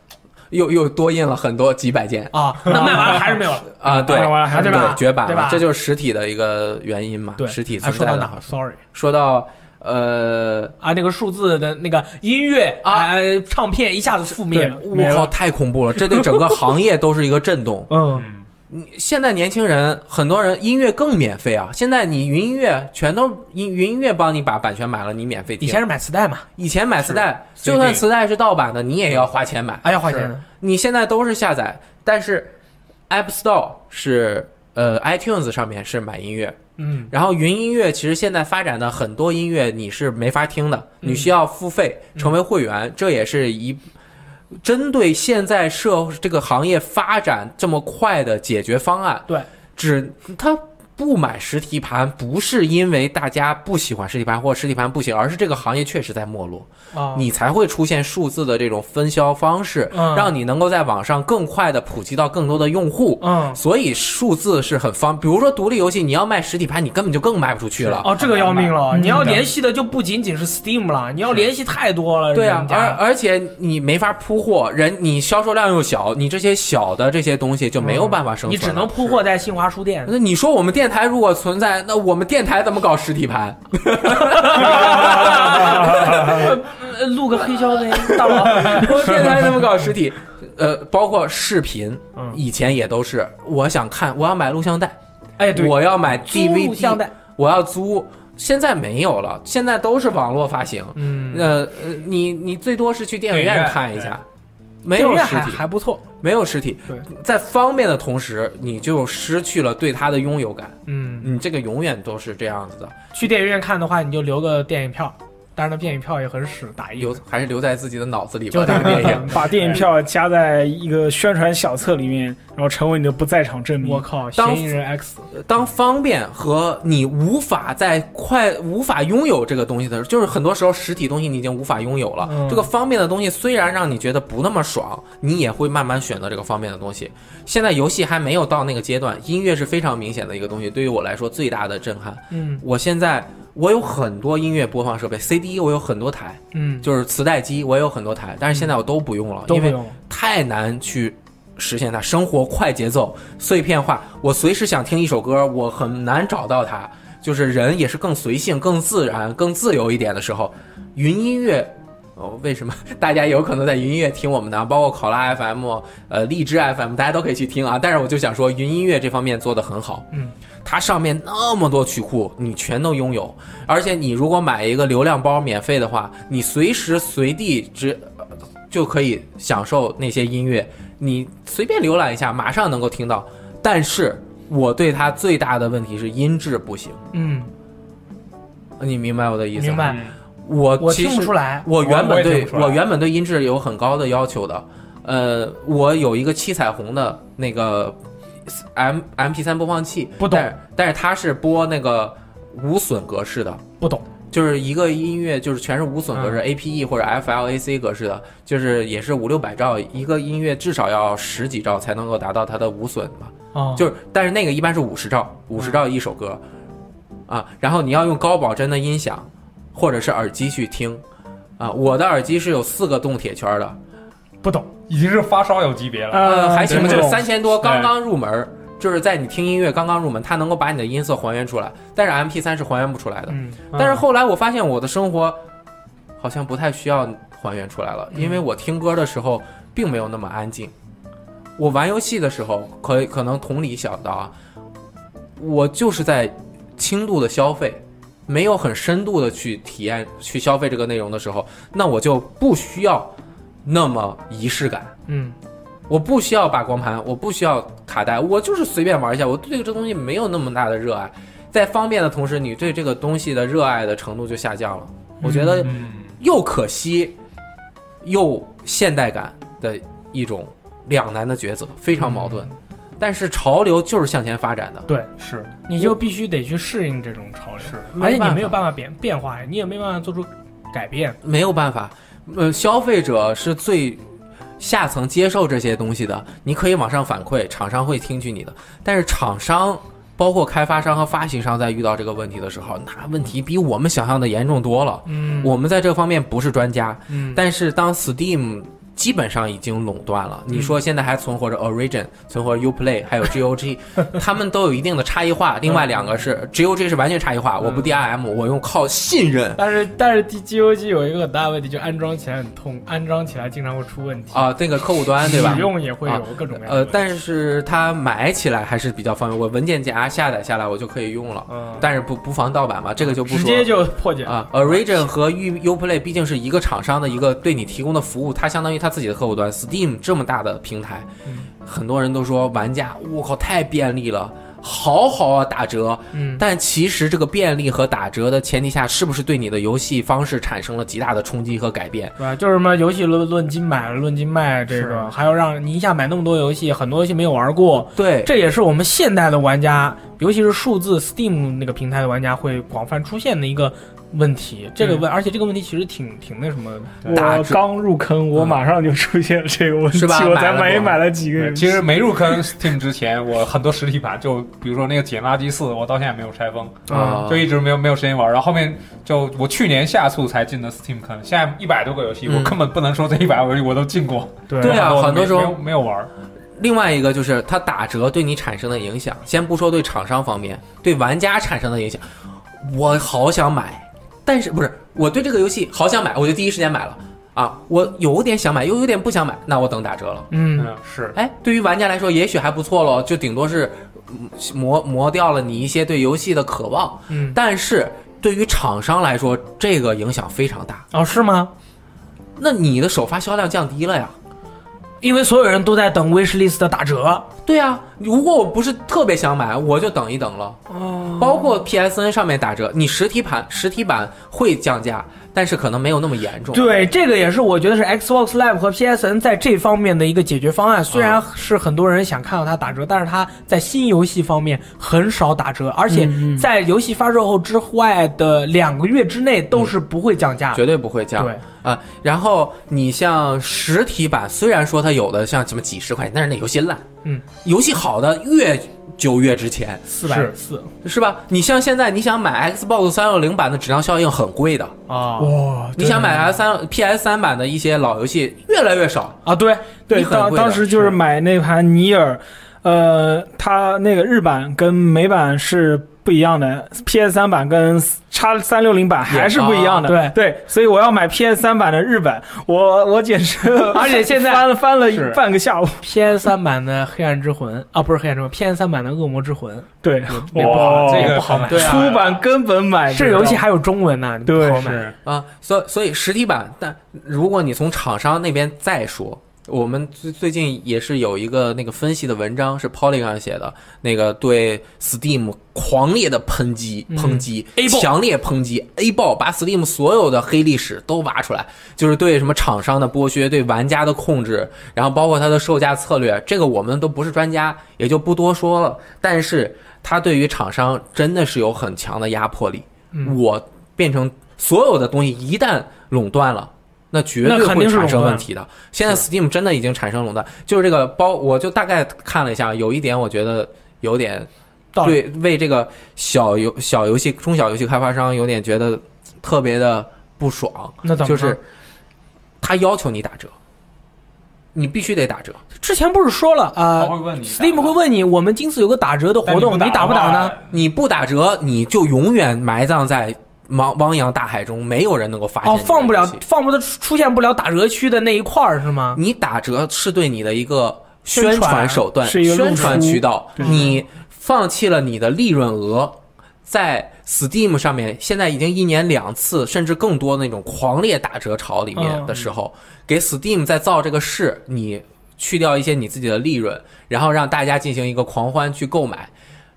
Speaker 2: 又又多印了很多几百件
Speaker 5: 啊，那卖完了还是没有了。
Speaker 2: 啊！对，
Speaker 3: 哎我还
Speaker 5: 对吧
Speaker 2: 对，绝版
Speaker 5: 对吧
Speaker 2: 了，这就是实体的一个原因嘛
Speaker 5: 对，，
Speaker 2: 实体
Speaker 5: 啊
Speaker 2: 存
Speaker 5: 说
Speaker 2: 在
Speaker 5: 到
Speaker 2: 的
Speaker 5: 哪
Speaker 2: 好
Speaker 5: 儿
Speaker 2: 处。
Speaker 5: ？Sorry
Speaker 2: 说到呃，
Speaker 5: 啊，那个数字的那个音乐
Speaker 2: 啊
Speaker 5: 啊，唱片一下子覆灭了。。
Speaker 3: 没
Speaker 2: 我
Speaker 3: 了
Speaker 2: 靠，太恐怖了！这对整个行业都是一个震动
Speaker 5: 嗯，
Speaker 4: 嗯，
Speaker 2: 现在年轻人很多人音乐更免费啊！现在你云音乐全都云云音乐帮你把版权买了，你免费听。
Speaker 5: 以前是买磁带嘛，
Speaker 2: 以前买磁带，
Speaker 4: 是
Speaker 2: 就算
Speaker 4: CD
Speaker 2: 磁带是盗版的，你也要花钱买。
Speaker 5: 哎呀，花钱的
Speaker 2: 你现在都是下载，但是 App Store 是呃 iTunes 上面是买音乐，
Speaker 5: 嗯，
Speaker 2: 然后云音乐其实现在发展的很多音乐你是没法听的，
Speaker 5: 嗯
Speaker 2: 你需要付费成为会员，这也是一针对现在社这个行业发展这么快的解决方案。
Speaker 5: 对，
Speaker 2: 只它。不买实体盘不是因为大家不喜欢实体盘或者实体盘不行，而是这个行业确实在没落。
Speaker 5: 啊，
Speaker 2: 你才会出现数字的这种分销方式，
Speaker 5: 嗯
Speaker 2: 让你能够在网上更快的普及到更多的用户。
Speaker 5: 嗯
Speaker 2: 所以数字是很方，比如说独立游戏，你要卖实体盘，你根本就更卖不出去了。
Speaker 5: 哦，这个要命了！
Speaker 3: 嗯
Speaker 5: 你要联系的就不仅仅是 Steam 了，你要联系太多了。
Speaker 2: 对啊
Speaker 5: 人，家
Speaker 2: 而而且你没法铺货，人你销售量又小，你这些小的这些东西就没有办法生存、
Speaker 5: 嗯你只能。铺货在新华书 店。
Speaker 2: 那你说我们电台如果存在，那我们电台怎么搞实体盘？
Speaker 5: 呃录个黑胶呗，大佬。
Speaker 2: 我们电台怎么搞实体？呃，包括视频，
Speaker 5: 嗯
Speaker 2: 以前也都是，我想看，我要买录像带，
Speaker 5: 哎，对，
Speaker 2: 我要买
Speaker 5: 租录
Speaker 2: DVD，
Speaker 5: 像带，
Speaker 2: 我要租，现在没有了，现在都是网络发行。
Speaker 5: 嗯，
Speaker 2: 呃，呃你你最多是去电影
Speaker 4: 电影
Speaker 2: 院
Speaker 4: 院
Speaker 2: 看一下，没
Speaker 5: 电影
Speaker 2: 有
Speaker 5: 院
Speaker 2: 实
Speaker 5: 还
Speaker 2: 体，
Speaker 5: 还不错。
Speaker 2: 没有实体
Speaker 5: 对，
Speaker 2: 在方便的同时，你就失去了对它的拥有感。
Speaker 5: 嗯，
Speaker 2: 你这个永远都是这样子的，
Speaker 5: 去电影院看的话，你就留个电影票，当然那电影票也很屎，打印
Speaker 2: 留
Speaker 5: 的。
Speaker 2: 还是留在自己的脑子里吧
Speaker 5: 嗯就。
Speaker 2: 这个电影，
Speaker 3: 嗯把电影票加在一个宣传小册里面，然后成为你的不在场证
Speaker 5: 我
Speaker 3: 明。
Speaker 5: 靠，
Speaker 2: 当
Speaker 5: 嫌疑人 X，
Speaker 2: 当方便和你无法在快无法拥有这个东西的时候，就是很多时候实体东西你已经无法拥有了。
Speaker 5: 嗯
Speaker 2: 这个方便的东西虽然让你觉得不那么爽，你也会慢慢选择这个方便的东西。现在游戏还没有到那个阶段，音乐是非常明显的一个东西，对于我来说最大的震撼。
Speaker 5: 嗯
Speaker 2: 我现在我有很多音乐播放设备，CD 我有很多台，
Speaker 5: 嗯，
Speaker 2: 就是磁带机我也有很多台，但是现在我都不用了，
Speaker 5: 都
Speaker 2: 因
Speaker 5: 不
Speaker 2: 为
Speaker 5: 用了。
Speaker 2: 太难去实现它。生活快节奏、碎片化，我随时想听一首歌，我很难找到它。就是人也是更随性、更自然、更自由一点的时候，云音乐。哦，为什么大家有可能在云音乐听我们呢？包括考拉 FM、呃荔枝 FM，大家都可以去听啊。但是我就想说，云音乐这方面做得很好，
Speaker 5: 嗯，
Speaker 2: 它上面那么多曲库，你全都拥有。而且你如果买一个流量包免费的话，你随时随地只呃就可以享受那些音乐，你随便浏览一下，马上能够听到。但是我对它最大的问题是音质不行，
Speaker 5: 嗯，
Speaker 2: 你明白我的意思吗？
Speaker 5: 明白。
Speaker 4: 嗯
Speaker 2: 我
Speaker 5: 我
Speaker 2: 其
Speaker 5: 听不
Speaker 2: 实
Speaker 5: 出来，
Speaker 2: 我原
Speaker 4: 我
Speaker 2: 本
Speaker 4: 也听
Speaker 2: 对
Speaker 4: 不出来
Speaker 2: 我原本对音质有很高的要求的，呃，我有一个七彩虹的那个 M M P 三播放器，
Speaker 5: 不懂
Speaker 2: 但是，但是它是播那个无损格式的，
Speaker 5: 不懂。
Speaker 2: 就是一个音乐就是全是无损
Speaker 4: 嗯
Speaker 2: 格式、A P E 或者 F L A C 格式的，就是也是五六百兆一个音乐，至少要十几兆才能够达到它的无损嘛。
Speaker 4: 哦
Speaker 5: 啊，
Speaker 2: 就是，但是那个一般是五十兆，五十兆一首歌，啊，然后你要用高保真的音响或者是耳机去听，啊，我的耳机是有四个动铁圈
Speaker 4: 啊
Speaker 2: 的，
Speaker 5: 不懂。
Speaker 4: 已经是发烧友级别了。
Speaker 2: 呃，还行吧，就
Speaker 3: 这
Speaker 2: 是
Speaker 3: 种
Speaker 2: 三千多，
Speaker 4: 对
Speaker 2: 刚刚入门儿，就是在你听音乐刚刚入门，它能够把你的音色还原出来，但是 M P 三是还原不出来的。
Speaker 5: 嗯，
Speaker 2: 但是后来我发现我的生活好像不太需要还原出来了，因为我听歌的时候并没有那么安静。我玩游戏的时候，可可能同理想到啊，我就是在轻度的消费，没有很深度的去体验、去消费这个内容的时候，那我就不需要那么仪式感。
Speaker 5: 嗯，
Speaker 2: 我不需要把光盘，我不需要卡带，我就是随便玩一下。我对这东西没有那么大的热爱，在方便的同时，你对这个东西的热爱的程度就下降了。我觉得
Speaker 4: 嗯，
Speaker 2: 又可惜，又现代感的一种两难的抉择，非常矛盾。但是潮流就是向前发展的，
Speaker 4: 是
Speaker 5: 你就必须得去适应这种潮流，
Speaker 4: 是，
Speaker 5: 而且你
Speaker 2: 没办法
Speaker 5: 没有办法变变化呀，你也没办法做出改变。
Speaker 2: 没有办法。呃，消费者是最下层接受这些东西的，你可以往上反馈，厂商会听取你的。但是厂商，包括开发商和发行商，在遇到这个问题的时候，那问题比我们想象的严重多了。
Speaker 5: 嗯
Speaker 2: 我们在这方面不是专家，
Speaker 5: 嗯，
Speaker 2: 但是当 Steam 基本上已经垄断了，你说现在还存活着 Origin、存活着 UPlay，还有 GOG，他们都有一定的差异化。另外两个是 GOG 是完全差异化，我不 DRM，我用靠信任
Speaker 5: 但是但是 G G O G 有一个很大的问题，就安装起来很痛，安装起来经常会出问题，
Speaker 2: 啊，那个客户端对吧
Speaker 5: 使？用也会有
Speaker 2: 啊
Speaker 5: 各种各样的
Speaker 2: 呃，
Speaker 5: 问题。
Speaker 2: 但是它买起来还是比较方便，我文件夹下载下来我就可以用了，
Speaker 5: 嗯，
Speaker 2: 但是不不防盗版嘛，这个就不
Speaker 5: 直
Speaker 2: 说
Speaker 5: 接
Speaker 2: 了。
Speaker 5: 就破解了。
Speaker 2: 啊，Origin 和 U UPlay 毕竟是一个厂商的一个对你提供的服务，它相当于它自己的客户端。Steam 这么大的平台，
Speaker 5: 嗯
Speaker 2: 很多人都说玩家，我靠，太便利了，好好啊，打折。
Speaker 5: 嗯，
Speaker 2: 但其实这个便利和打折的前提下，是不是对你的游戏方式产生了极大的冲击和改变？
Speaker 5: 对吧？就是什么游戏论论斤买论斤卖，这个还要让你一下买那么多游戏，很多游戏没有玩过，
Speaker 2: 对，
Speaker 5: 这也是我们现代的玩家，尤其是数字 Steam 那个平台的玩家会广泛出现的一个问题。这
Speaker 2: 嗯
Speaker 5: 个问，而且这个问题其实挺挺那什么的，
Speaker 2: 打
Speaker 3: 我
Speaker 2: 折
Speaker 3: 刚入坑，
Speaker 5: 嗯
Speaker 3: 我马上就出现了这个问题，
Speaker 2: 是吧
Speaker 3: 我
Speaker 2: 买
Speaker 3: 才
Speaker 2: 了
Speaker 3: 买
Speaker 2: 多
Speaker 3: 买了几个游戏。
Speaker 4: 其实没入坑 Steam 之前，我很多实体盘，就比如说那个捡垃圾四，我到现在也没有拆封，
Speaker 5: 嗯哦
Speaker 2: 啊
Speaker 4: 就一直没有没有时间玩。然后后面就我去年下促才进的 Steam 坑，现在一百多个游戏，
Speaker 2: 嗯
Speaker 4: 我根本不能说这一百个游戏我都进过。
Speaker 5: 对
Speaker 2: 对啊
Speaker 4: 我
Speaker 2: 很多时候
Speaker 4: 没有没有玩。
Speaker 2: 另外一个就是它打折对你产生的影响，先不说对厂商方面，对玩家产生的影响，我好想买，但是不是我对这个游戏好想买，我就第一时间买了啊，我有点想买，又有点不想买，那我等打折了。
Speaker 5: 嗯，
Speaker 4: 嗯，是
Speaker 2: 哎，对于玩家来说，也许还不错咯，就顶多是嗯磨磨掉了你一些对游戏的渴望。
Speaker 5: 嗯
Speaker 2: 但是对于厂商来说，这个影响非常大。
Speaker 5: 哦，是吗？
Speaker 2: 那你的首发销量降低了呀？
Speaker 5: 因为所有人都在等 Wishlist 的打折，
Speaker 2: 对呀、如果我不是特别想买，我就等一等了。哦，包括 PSN 上面打折，你实体盘实体版会降价，但是可能没有那么严重。
Speaker 5: 对，这个也是我觉得是 Xbox Live 和 PSN 在这方面的一个解决方案。虽然是很多人想看到它打折，但是它在新游戏方面很少打折，而且
Speaker 2: 嗯
Speaker 5: 在游戏发售后之外的两个月之内都是不会降价的。
Speaker 2: 绝嗯对不会降
Speaker 5: 对，
Speaker 2: 啊！然后你像实体版，虽然说它有的像什么几十块钱，但是那游戏烂，
Speaker 5: 嗯，
Speaker 2: 游戏好的越久越值钱，
Speaker 5: 四百四
Speaker 2: 是吧？你像现在你想买 Xbox 三六零版的质量效应很贵的，
Speaker 5: 啊！哇
Speaker 2: 你想买 S 三 PS 三版的一些老游戏越来越少，
Speaker 5: 啊？对，
Speaker 3: 对，
Speaker 2: 你很
Speaker 3: 当
Speaker 2: 贵的
Speaker 3: 当时就是买那盘尼尔，呃，它那个日版跟美版是不一样的，PS 三版跟叉三六零版还是不一样的。
Speaker 5: 啊
Speaker 3: 对所以我要买 PS 三版的日版，我我简直，
Speaker 5: 而且现在
Speaker 3: 翻了翻了
Speaker 4: 是
Speaker 3: 半个下午。
Speaker 5: PS 三版的《黑暗之魂》啊，不是《黑暗之魂》，PS 三版的《恶魔之魂》
Speaker 3: 对，
Speaker 5: 也不好，
Speaker 3: 哇
Speaker 5: 这
Speaker 4: 这
Speaker 5: 个
Speaker 4: 个
Speaker 5: 不好买。
Speaker 2: 对啊
Speaker 3: 出版根本买
Speaker 2: 哎
Speaker 3: 不
Speaker 5: 这
Speaker 3: 着
Speaker 5: 游戏还有中文呢，你不
Speaker 3: 对
Speaker 5: 好买。
Speaker 4: 是
Speaker 2: 啊，所所以实体版，但如果你从厂商那边再说，我们最最近也是有一个那个分析的文章是 Polygon 写的，那个对 Steam 狂烈的抨击，抨击，
Speaker 5: 嗯 A 爆
Speaker 2: 强烈抨击，A 爆把 Steam 所有的黑历史都挖出来，就是对什么厂商的剥削，对玩家的控制，然后包括它的售价策略，这个我们都不是专家，也就不多说了。但是它对于厂商真的是有很强的压迫力。
Speaker 5: 嗯
Speaker 2: 我变成所有的东西一旦垄断了。那绝对
Speaker 5: 那肯定
Speaker 2: 会
Speaker 5: 是垄
Speaker 2: 产生
Speaker 5: 断
Speaker 2: 问题的。现在 Steam 真的已经产生垄断，就是这个包，我就大概看了一下，有一点我觉得有点
Speaker 5: 道理
Speaker 2: 对为这个小游小游戏、中小游戏开发商有点觉得特别的不爽，
Speaker 5: 那怎么
Speaker 2: 就
Speaker 5: 了
Speaker 2: 是他要求你打折，你必须得打折。
Speaker 5: 之前不是说了啊
Speaker 4: 他会问你
Speaker 5: ，Steam 会问你，我们今次有个打折的活动，
Speaker 4: 但
Speaker 5: 你
Speaker 4: 你
Speaker 5: 打
Speaker 4: 不
Speaker 5: 不
Speaker 4: 打
Speaker 5: 打
Speaker 4: 的
Speaker 5: 呢
Speaker 4: 话？
Speaker 2: 你不打折，你就永远埋葬在汪汪洋大海中，没有人能够哎发现。
Speaker 5: 哦，放不了，放不得出现不了打折区的那一块儿是吗？
Speaker 2: 你打折是对你的一个
Speaker 5: 宣
Speaker 2: 宣
Speaker 5: 传
Speaker 2: 传手段、
Speaker 3: 是一个露
Speaker 2: 宣传
Speaker 3: 出
Speaker 2: 渠道。
Speaker 3: 对
Speaker 2: 你放弃了你的利润额，在 Steam 上面现在已经一年两次甚至更多那种狂烈打折潮里面
Speaker 5: 嗯
Speaker 2: 的时候，给 Steam 在造这个势，你去掉一些你自己的利润，然后让大家进行一个狂欢去购买，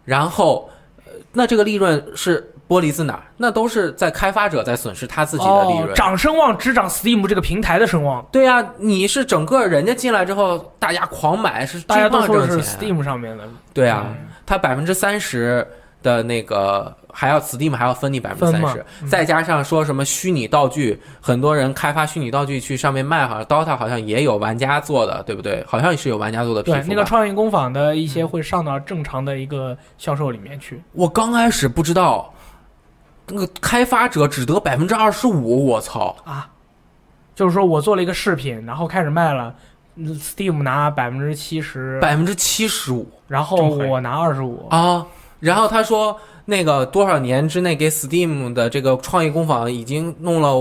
Speaker 2: 然后呃那这个利润是。剥离自哪儿？那都是在开发者在损失他自己的利润。
Speaker 5: 哦，涨声望只涨 Steam 这个平台的声望，
Speaker 2: 对呀、你是整个人家进来之后，大家狂买，是
Speaker 5: 大家
Speaker 2: 巨
Speaker 5: 都
Speaker 2: 棒
Speaker 5: 说
Speaker 2: 挣
Speaker 5: 是
Speaker 2: 钱。啊
Speaker 5: Steam 上面的
Speaker 2: 对啊，它百分之三十的那个还要 Steam 还要分你百分嗯
Speaker 5: 分
Speaker 2: 之三
Speaker 5: 嘛
Speaker 2: 十，再加上说什么虚拟道具，很多人开发虚拟道具去上面卖，好像 DOTA 好像也有玩家做的，对不对？好像是有玩家做的皮
Speaker 5: 对
Speaker 2: 肤
Speaker 5: 那个
Speaker 2: 吧嗯
Speaker 5: 创意工坊的一些会上到正常的一个销售里面去。
Speaker 2: 我刚开始不知道，那个开发者只得百分之二十五，我操！
Speaker 5: 啊就是说我做了一个饰品，然后开始卖了嗯，Steam 拿百分之七十，
Speaker 2: 百分之七十五，
Speaker 5: 然后
Speaker 4: 这么狠
Speaker 5: 我拿二十五。
Speaker 2: 啊，然后他说那个多少年之内给 Steam 的这个创意工坊已经弄了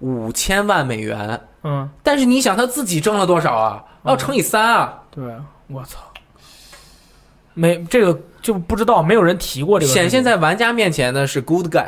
Speaker 2: 五千万美元，
Speaker 5: 嗯，
Speaker 2: 但是你想他自己挣了多少啊？要乘以三啊！
Speaker 5: 对，我操，没这个就不知道，没有人提过这个事情。
Speaker 2: 显现在玩家面前的是 good guy，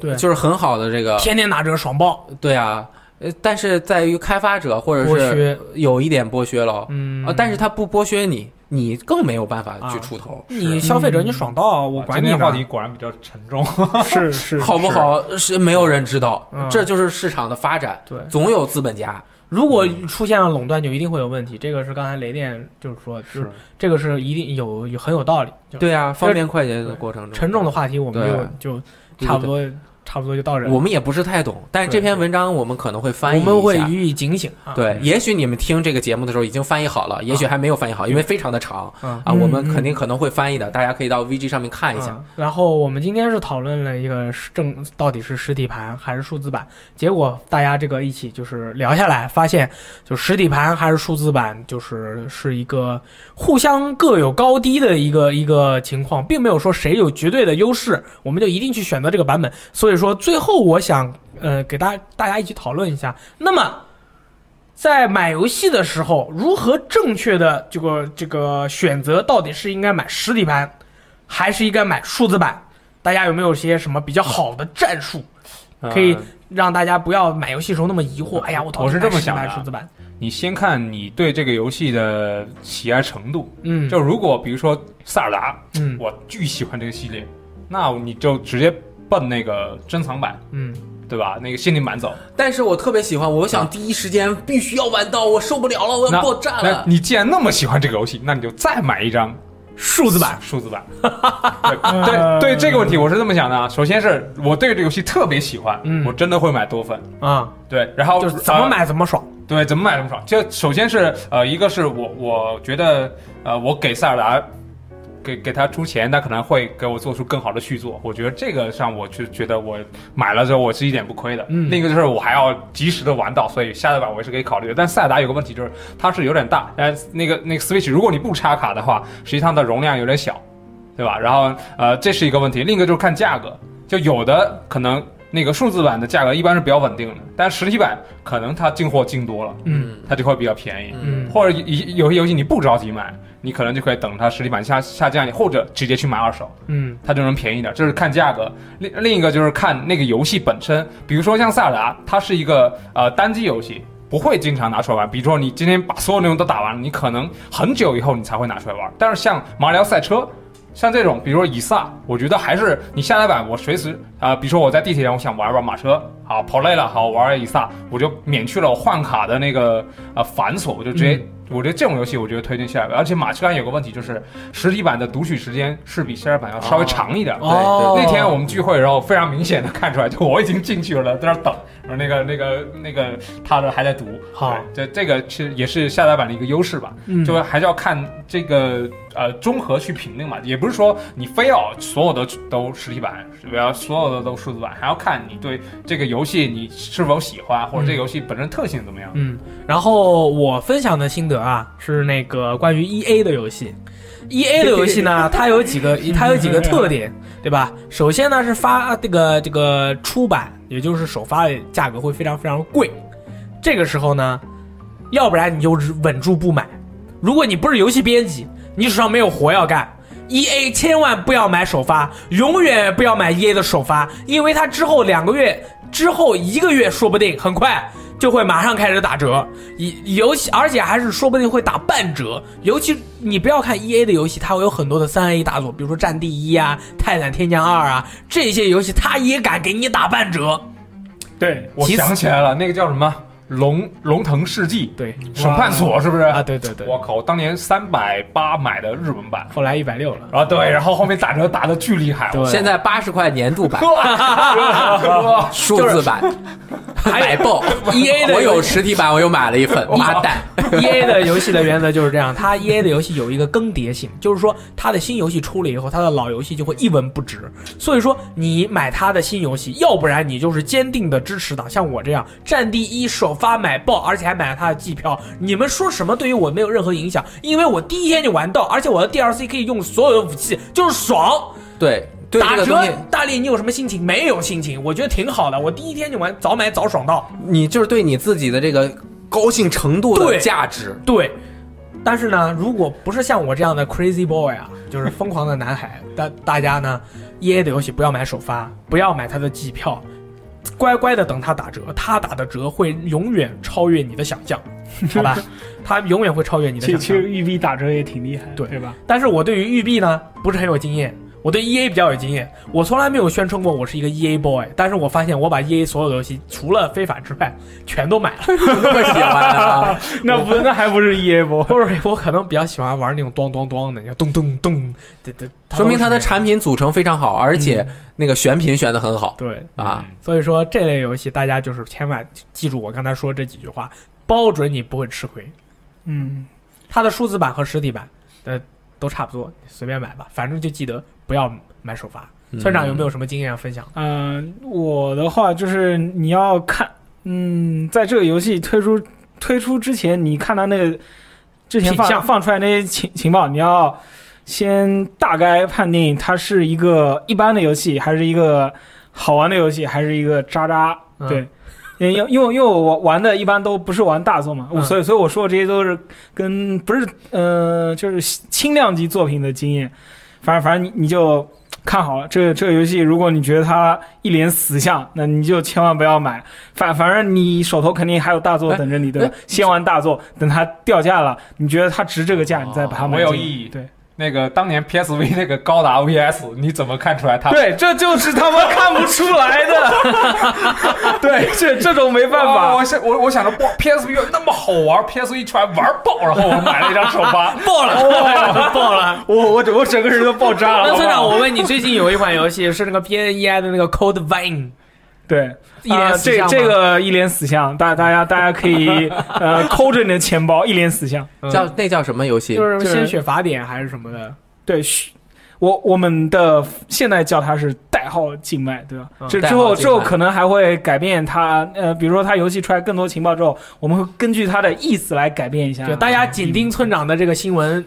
Speaker 5: 对，
Speaker 2: 就是很好的这个，
Speaker 5: 天天打折爽爆。
Speaker 2: 对啊，呃，但是在于开发者或者
Speaker 5: 剥削
Speaker 2: 是有一点剥削了，
Speaker 5: 嗯
Speaker 2: 啊，但是他不剥削你，你更没有办法
Speaker 5: 啊
Speaker 2: 去出头。
Speaker 5: 你消费者你爽到，我管
Speaker 4: 今
Speaker 5: 你
Speaker 4: 天
Speaker 5: 呢
Speaker 4: 话题果然比较沉重。
Speaker 3: 是是，
Speaker 2: 好不好是没有人知道
Speaker 5: 嗯，
Speaker 2: 这就是市场的发展。
Speaker 5: 对
Speaker 2: 总有资本家。
Speaker 5: 如果
Speaker 4: 嗯
Speaker 5: 出现了垄断，就一定会有问题。这个是刚才雷电就是说，就是
Speaker 4: 是
Speaker 5: 这个是一定有有很有道理。就
Speaker 2: 对啊，方便快捷的过程中，
Speaker 5: 沉重的话题，我们
Speaker 2: 对
Speaker 5: 就就差不多差不多就到这里。
Speaker 2: 我们也不是太懂，但是这篇文章我们可能会翻译
Speaker 5: 我
Speaker 2: 一
Speaker 5: 们会
Speaker 2: 下
Speaker 5: 予以警醒啊。
Speaker 2: 对，也许你们听这个节目的时候已经翻译好了，也许还没有翻译好，因为非常的长
Speaker 5: 嗯
Speaker 2: 啊，我们肯定可能会翻译的，大家可以到 VG 上面看一下。
Speaker 5: 嗯然后我们今天是讨论了一个是正到底是实体盘还是数字版，结果大家这个一起就是聊下来，发现就实体盘还是数字版，就是是一个互相各有高低的一个一个情况，并没有说谁有绝对的优势，我们就一定去选择这个版本。所以说最后我想呃给大大家一起讨论一下，那么。在买游戏的时候，如何正确的这个这个选择，到底是应该买实体盘，还是应该买数字版？大家有没有些什么比较好的战术，可以
Speaker 4: 呃
Speaker 5: 让大家不要买游戏时候那么疑惑？哎呀，我到底
Speaker 4: 嗯我是这么
Speaker 5: 买实体
Speaker 4: 想
Speaker 5: 版
Speaker 4: 的啊
Speaker 5: 数字版，
Speaker 4: 你先看你对这个游戏的喜爱程度。
Speaker 5: 嗯，
Speaker 4: 就如果比如说塞尔达，
Speaker 5: 嗯
Speaker 4: 我巨喜欢这个系列，那你就直接奔那个珍藏版，
Speaker 5: 嗯，
Speaker 4: 对吧？那个限定版走。
Speaker 2: 但是我特别喜欢，我想第一时间必须要玩到，我受不了了，我
Speaker 4: 那
Speaker 2: 要爆炸
Speaker 4: 那
Speaker 2: 了。
Speaker 4: 你既然那么喜欢这个游戏，那你就再买一张
Speaker 5: 数字版，
Speaker 4: 数字版。对对对，这个问题我是这么想的啊。首先是我对这个游戏特别喜欢，
Speaker 5: 嗯
Speaker 4: 我真的会买多份。
Speaker 5: 啊、
Speaker 4: 对，然后
Speaker 5: 就是怎么
Speaker 4: 呃
Speaker 5: 买怎么爽，
Speaker 4: 对，怎么买怎么爽。就首先是呃，一个是我我觉得呃，我给塞尔达给给他出钱，他可能会给我做出更好的续作。我觉得这个上我就觉得我买了之后我是一点不亏的。
Speaker 5: 嗯
Speaker 4: 另一个就是我还要及时的玩到，所以下一版我也是可以考虑的。但塞尔达有个呃问题就是它是有点大，但那个那个 Switch 如果你不插卡的话，实际上它容量有点小。对吧？然后呃，这是一个问题，另一个就是看价格，就有的可能那个数字版的价格一般是比较稳定的，但实体版可能它进货进多了，
Speaker 5: 嗯
Speaker 4: 它就会比较便宜，
Speaker 5: 嗯
Speaker 4: 或者一有些游戏你不着急买，你可能就可以等它实体版下下降，或者直接去买二手。
Speaker 5: 嗯
Speaker 4: 它就能便宜点，这是看价格。另另一个就是看那个游戏本身，比如说像萨尔达，它是一个呃单机游戏，不会经常拿出来玩。比如说你今天把所有内容都打完了，你可能很久以后你才会拿出来玩。但是像马里奥赛车。像这种，比如说以萨，我觉得还是你下载版，我随时啊、比如说我在地铁上，我想玩玩马车，好跑累了，好我玩玩以萨，我就免去了我换卡的那个啊繁琐，我就直接，我觉得这种游戏我觉得推荐下载版。而且马车上有个问题就是，实体版的读取时间是比下载版要稍微长一点。
Speaker 2: 对哦
Speaker 4: 那天我们聚会，然后非常明显的看出来，就我已经进去了，在那儿等，然后那个那个那个他的还在读。
Speaker 5: 好
Speaker 4: 对，这这个是也是下载版的一个优势吧，
Speaker 3: 嗯
Speaker 4: 就还是要看这个呃综合去评定嘛，也不是说你非要所有的都实体版，不要所有的都数字版，还要看你对这个游戏你是否喜欢，或者这个游戏本身特性怎么样。
Speaker 5: 嗯，然后我分享的心得啊，是那个关于 E A 的游戏。E A 的游戏呢，它有几个，它有几个特点，对吧？首先呢是发这个这个出版，也就是首发的价格会非常非常贵。这个时候呢，要不然你就稳住不买。如果你不是游戏编辑，你手上没有活要干，E A 千万不要买首发，永远不要买 E A 的首发，因为它之后两个月、之后一个月，说不定很快就会马上开始打折，以尤其而且还是说不定会打半折。尤其你不要看 E A 的游戏，它会有很多的三 A 大作，比如说《战地一》啊，《泰坦天降二》啊，这些游戏它也敢给你打半折。
Speaker 3: 对，
Speaker 4: 我
Speaker 5: 其次
Speaker 4: 想起来了，那个叫什么龙龙腾世纪
Speaker 5: 对
Speaker 4: 审判所是不是？
Speaker 5: 啊，对对对，
Speaker 4: 我靠，我当年三百八买的日文版，
Speaker 5: 后来一百六了。
Speaker 4: 然后对，然后后面打折打的巨厉害，
Speaker 5: 对
Speaker 2: 现在八十块年度 版数字版， 买爆
Speaker 5: EA ，E 的
Speaker 2: 我有实体版，我又买了一份，妈蛋！
Speaker 5: E A 的游戏的原则就是这样，它 E A 的游戏有一个更迭性，就是说它的新游戏出了以后，它的老游戏就会一文不值。所以说你买它的新游戏，要不然你就是坚定的支持党，像我这样，《战地一》首发买爆，而且还买了它的季票。你们说什么对于我没有任何影响，因为我第一天就玩到，而且我的 D L C 可以用所有的武器，就是爽。
Speaker 2: 对对，
Speaker 5: 打
Speaker 2: 这个
Speaker 5: 折
Speaker 2: 东西，
Speaker 5: 大力，你有什么心情？没有心情，我觉得挺好的。我第一天就玩，早买早爽到。
Speaker 2: 你就是对你自己的这个高兴程度的
Speaker 5: 对
Speaker 2: 价值，
Speaker 5: 对，但是呢，如果不是像我这样的 crazy boy 啊，就是疯狂的男孩， 大大家呢，E A 的游戏不要买首发，不要买它的季票，乖乖的等它打折，它打的折会永远超越你的想象， 好吧？它永远会超越你的
Speaker 3: 其
Speaker 5: 想
Speaker 3: 其
Speaker 5: 象
Speaker 3: 实。育碧打折也挺厉害的，
Speaker 5: 对
Speaker 3: 对吧？
Speaker 5: 但是我对于育碧呢，不是很有经验。我对 E A 比较有经验，我从来没有宣称过我是一个 E A boy，但是我发现我把 E A 所有的游戏除了非法之外，全都买了。
Speaker 2: 特喜欢啊！
Speaker 3: 那不那还不是 E EA 不？
Speaker 5: 不是，我可能比较喜欢玩那种咚咚咚的，你看咚咚咚，对对，
Speaker 2: 说明它
Speaker 5: 它都
Speaker 2: 的
Speaker 5: 是
Speaker 2: 产品组成非常好，而且那个选品选的很好
Speaker 5: 对，
Speaker 4: 嗯
Speaker 2: 啊。
Speaker 5: 所以说这类游戏大家就是千万记住我刚才说这几句话，包准你不会吃亏。
Speaker 3: 嗯，
Speaker 5: 它的数字版和实体版，呃，都差不多，随便买吧，反正就记得不要买首发。嗯村长有没有什么经验要分享？
Speaker 3: 嗯、我的话就是你要看，嗯，在这个游戏推出推出之前，你看到那个之前
Speaker 5: 品
Speaker 3: 放
Speaker 5: 相
Speaker 3: 放出来那些情情报，你要先大概判定它是一个一般的游戏，还是一个好玩的游戏，还是一个渣渣？
Speaker 5: 嗯
Speaker 3: 对。因因因为因为我玩的一般都不是玩大作嘛，我
Speaker 5: 嗯
Speaker 3: 所以所以我说的这些都是跟不是呃就是轻量级作品的经验，反正反正你你就看好了这个这个游戏，如果你觉得它一脸死相，那你就千万不要买。反反正你手头肯定还有大作
Speaker 2: 哎
Speaker 3: 等着你，对吧
Speaker 2: 哎？
Speaker 3: 先玩大作，等它掉价了，你觉得它值这个价，你再把它买
Speaker 4: 我
Speaker 5: 哦
Speaker 3: 进来。
Speaker 4: 有异议
Speaker 3: 对
Speaker 4: 那个当年 PSV 那个高达 VS，你怎么看出来它？
Speaker 3: 对，这就是他们看不出来的。 对，这这种没办
Speaker 4: 哦
Speaker 3: 法
Speaker 4: 我。想我我想着哇，PSV 有那么好玩，PSV 一出来玩爆，然后我买了一张首 发，
Speaker 5: 哦爆了，爆了！
Speaker 3: 我我整我整个人都爆炸
Speaker 5: 那
Speaker 3: 了。
Speaker 5: 村
Speaker 3: 好
Speaker 5: 长，
Speaker 3: 不好
Speaker 5: 我问你，最近有一款游戏是那个 BNEI 的那个 Cold Vein，
Speaker 3: 对，
Speaker 5: 一脸
Speaker 3: 啊
Speaker 5: 死
Speaker 3: 这
Speaker 5: 相吗
Speaker 3: 这个一脸死相，大大家大家可以呃抠着你的钱包，一脸死相。
Speaker 2: 叫那叫什么游戏
Speaker 5: 就？是
Speaker 3: 就是
Speaker 5: 鲜血法典还是什么的？
Speaker 3: 对，嘘我我们的现在叫它是代号静脉，对吧？
Speaker 5: 嗯
Speaker 3: 这
Speaker 2: 代
Speaker 3: 之
Speaker 2: 号
Speaker 3: 后
Speaker 2: 静
Speaker 3: 之后
Speaker 2: 脉
Speaker 3: 可能还会改变它，呃，比如说它游戏出来更多情报之后，我们会根据它的意思来改变一下。嗯
Speaker 5: 对，大家紧盯村长的这个新闻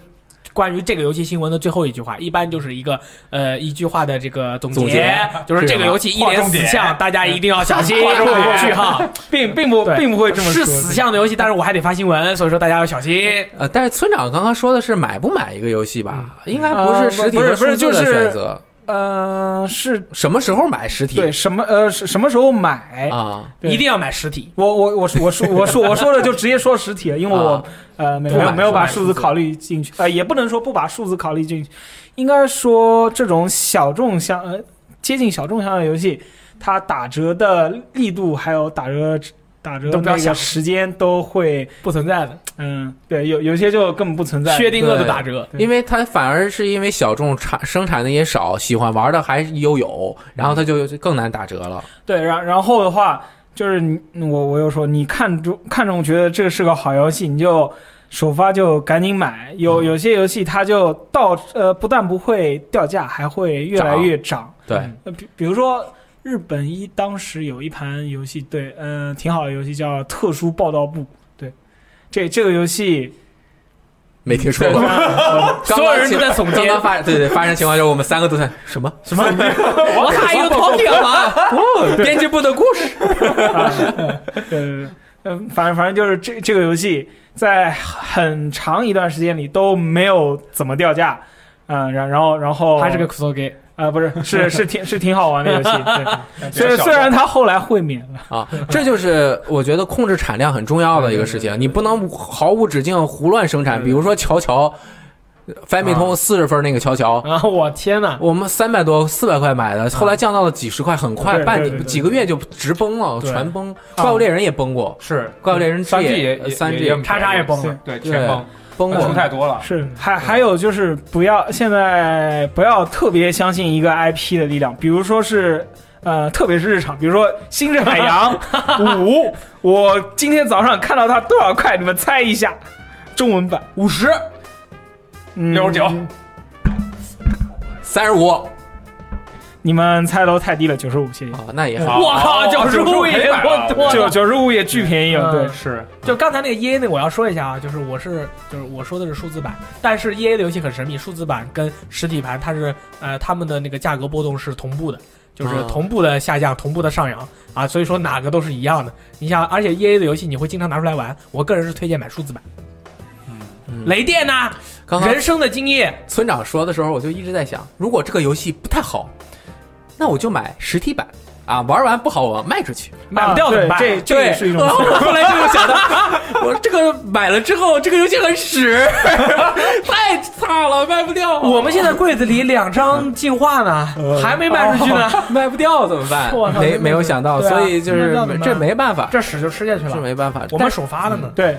Speaker 5: 关于这个游戏新闻的最后一句话，一般就是一个呃一句话的这个总
Speaker 2: 总结
Speaker 5: 就是这个游戏一脸死
Speaker 4: 划重
Speaker 5: 相，
Speaker 4: 点
Speaker 5: 大家一定要小心。
Speaker 3: 划重点
Speaker 5: 句号
Speaker 3: 并并不
Speaker 5: 对
Speaker 3: 并不会这么
Speaker 5: 是
Speaker 3: 说
Speaker 5: 死相的游戏，但是我还得发新闻，所以说大家要小心。
Speaker 2: 呃，但是村长刚刚说的是买不买一个游戏吧？应该不
Speaker 3: 呃
Speaker 2: 是实体
Speaker 3: 不是
Speaker 2: 和
Speaker 3: 不是
Speaker 2: 数字
Speaker 3: 就
Speaker 2: 的
Speaker 3: 是
Speaker 2: 选择，
Speaker 3: 呃，是
Speaker 2: 什么时候买实体
Speaker 3: 对什么呃什什么时候买？
Speaker 2: 啊？
Speaker 3: 对
Speaker 5: 一定要买实体，
Speaker 3: 我我我说我说我说我说的就直接说实体了，因为我、
Speaker 2: 啊
Speaker 3: 呃没
Speaker 2: 不买
Speaker 3: 有没有把
Speaker 2: 不买
Speaker 3: 数字考虑进去，呃也不能说不把数字考虑进去，应该说这种小众向呃接近小众向的游戏，它打折的力度还有打折打折
Speaker 5: 都
Speaker 3: 的
Speaker 5: 不要
Speaker 3: 那
Speaker 5: 想
Speaker 3: 个时间都会
Speaker 5: 不存在的，
Speaker 3: 嗯对有有些就根本不存在，
Speaker 5: 薛定谔的
Speaker 2: 对
Speaker 5: 打折。
Speaker 3: 对
Speaker 2: 因为它反而是因为小众产生产的也少，喜欢玩的还又有，然后它就更难打折了。
Speaker 3: 对，然然后的话，就是你嗯我我又说，你看中看中觉得这个是个好游戏，你就首发就赶紧买。有
Speaker 2: 嗯
Speaker 3: 有些游戏它就到呃，不但不会掉价，还会越来越涨。
Speaker 2: 对，
Speaker 5: 嗯
Speaker 3: 呃，比比如说日本一当时有一盘游戏，对，嗯、挺好的游戏叫《特殊报道部》。对，这这个 游戏，呃
Speaker 2: 没听说过。刚刚
Speaker 5: 所有人都在
Speaker 2: 情
Speaker 5: 耸
Speaker 2: 刚
Speaker 5: 肩
Speaker 2: 刚，发对对发生情况就是我们三个都在什么什么
Speaker 5: 我看一个头顶了，
Speaker 2: 编辑部的故事
Speaker 3: 啊、 呃，呃，反正反正就是这这个游戏在很长一段时间里都没有怎么掉价，嗯、然然后然后
Speaker 5: 还是个 c o gay。
Speaker 3: 啊、不是是是挺是挺好玩的游戏， 对，虽然虽然它后来会免了，
Speaker 2: 啊，这就是我觉得控制产量很重要的一个事情，你不能毫无止境胡乱生产。比如说乔乔，翻米通四十分那个乔乔，
Speaker 5: 啊！我天哪！
Speaker 2: 我们三百多四百块买的，后来降到了几十块，很快
Speaker 3: 对对对
Speaker 2: 半
Speaker 3: 对
Speaker 2: 几个月就直崩了，
Speaker 5: 对
Speaker 2: 全崩。怪物猎人也崩过，
Speaker 4: 是
Speaker 2: 怪物猎人之
Speaker 4: 三 G
Speaker 2: 也呃
Speaker 4: 也
Speaker 2: 三 G
Speaker 4: 也
Speaker 5: 叉叉也崩了，
Speaker 4: 对全崩，
Speaker 2: 崩过
Speaker 4: 出，太多了。
Speaker 3: 是还还有就是不要现在不要特别相信一个 IP 的力量，比如说是。呃，特别是日常，比如说《星之海洋五》，我今天早上看到它多少块，你们猜一下，中文版嗯
Speaker 5: 五十
Speaker 4: 六
Speaker 3: 六
Speaker 4: 十九，
Speaker 5: 嗯
Speaker 2: 三十五啊，
Speaker 3: 你们猜楼太低了，九十五谢谢。
Speaker 2: 那也好。
Speaker 4: 好
Speaker 5: 我靠95也多多了
Speaker 3: 九九十五也巨便宜了，
Speaker 5: 嗯
Speaker 3: 对，
Speaker 4: 是
Speaker 5: 就刚才那个 E A 那个，我要说一下啊，就是我是就是我说的是数字版，但是 E A 的游戏很神秘，数字版跟实体盘它是呃他们的那个价格波动是同步的，就是
Speaker 2: 啊
Speaker 5: 同步的下降，同步的上扬啊，所以说哪个都是一样的。你像，而且 E A 的游戏你会经常拿出来玩，我个人是推荐买数字版。嗯
Speaker 2: 嗯
Speaker 5: 雷电呐、
Speaker 2: 刚刚
Speaker 5: 人生的经验，
Speaker 2: 村长说的时候，我就一直在想，如果这个游戏不太好，那我就买实体版啊，玩完不好我卖出去。
Speaker 5: 买不掉怎么办？
Speaker 3: 啊对这这也是一种
Speaker 2: 对
Speaker 3: 思
Speaker 2: 我后来就是想到，啊我这个买了之后，这个游戏很屎， 太差了，卖不掉。
Speaker 5: 我们现在柜子里两张进化 呢，还没卖出去呢，
Speaker 2: 卖不掉怎么办
Speaker 5: 我？操
Speaker 2: 没没有想到，
Speaker 5: 对啊
Speaker 2: 所以就
Speaker 5: 卖不
Speaker 2: 是
Speaker 5: 掉怎么办
Speaker 2: 这没办 法，
Speaker 5: 这屎就吃下去
Speaker 2: 这
Speaker 5: 了。
Speaker 2: 没办法。
Speaker 5: 我们首发了呢，
Speaker 3: 对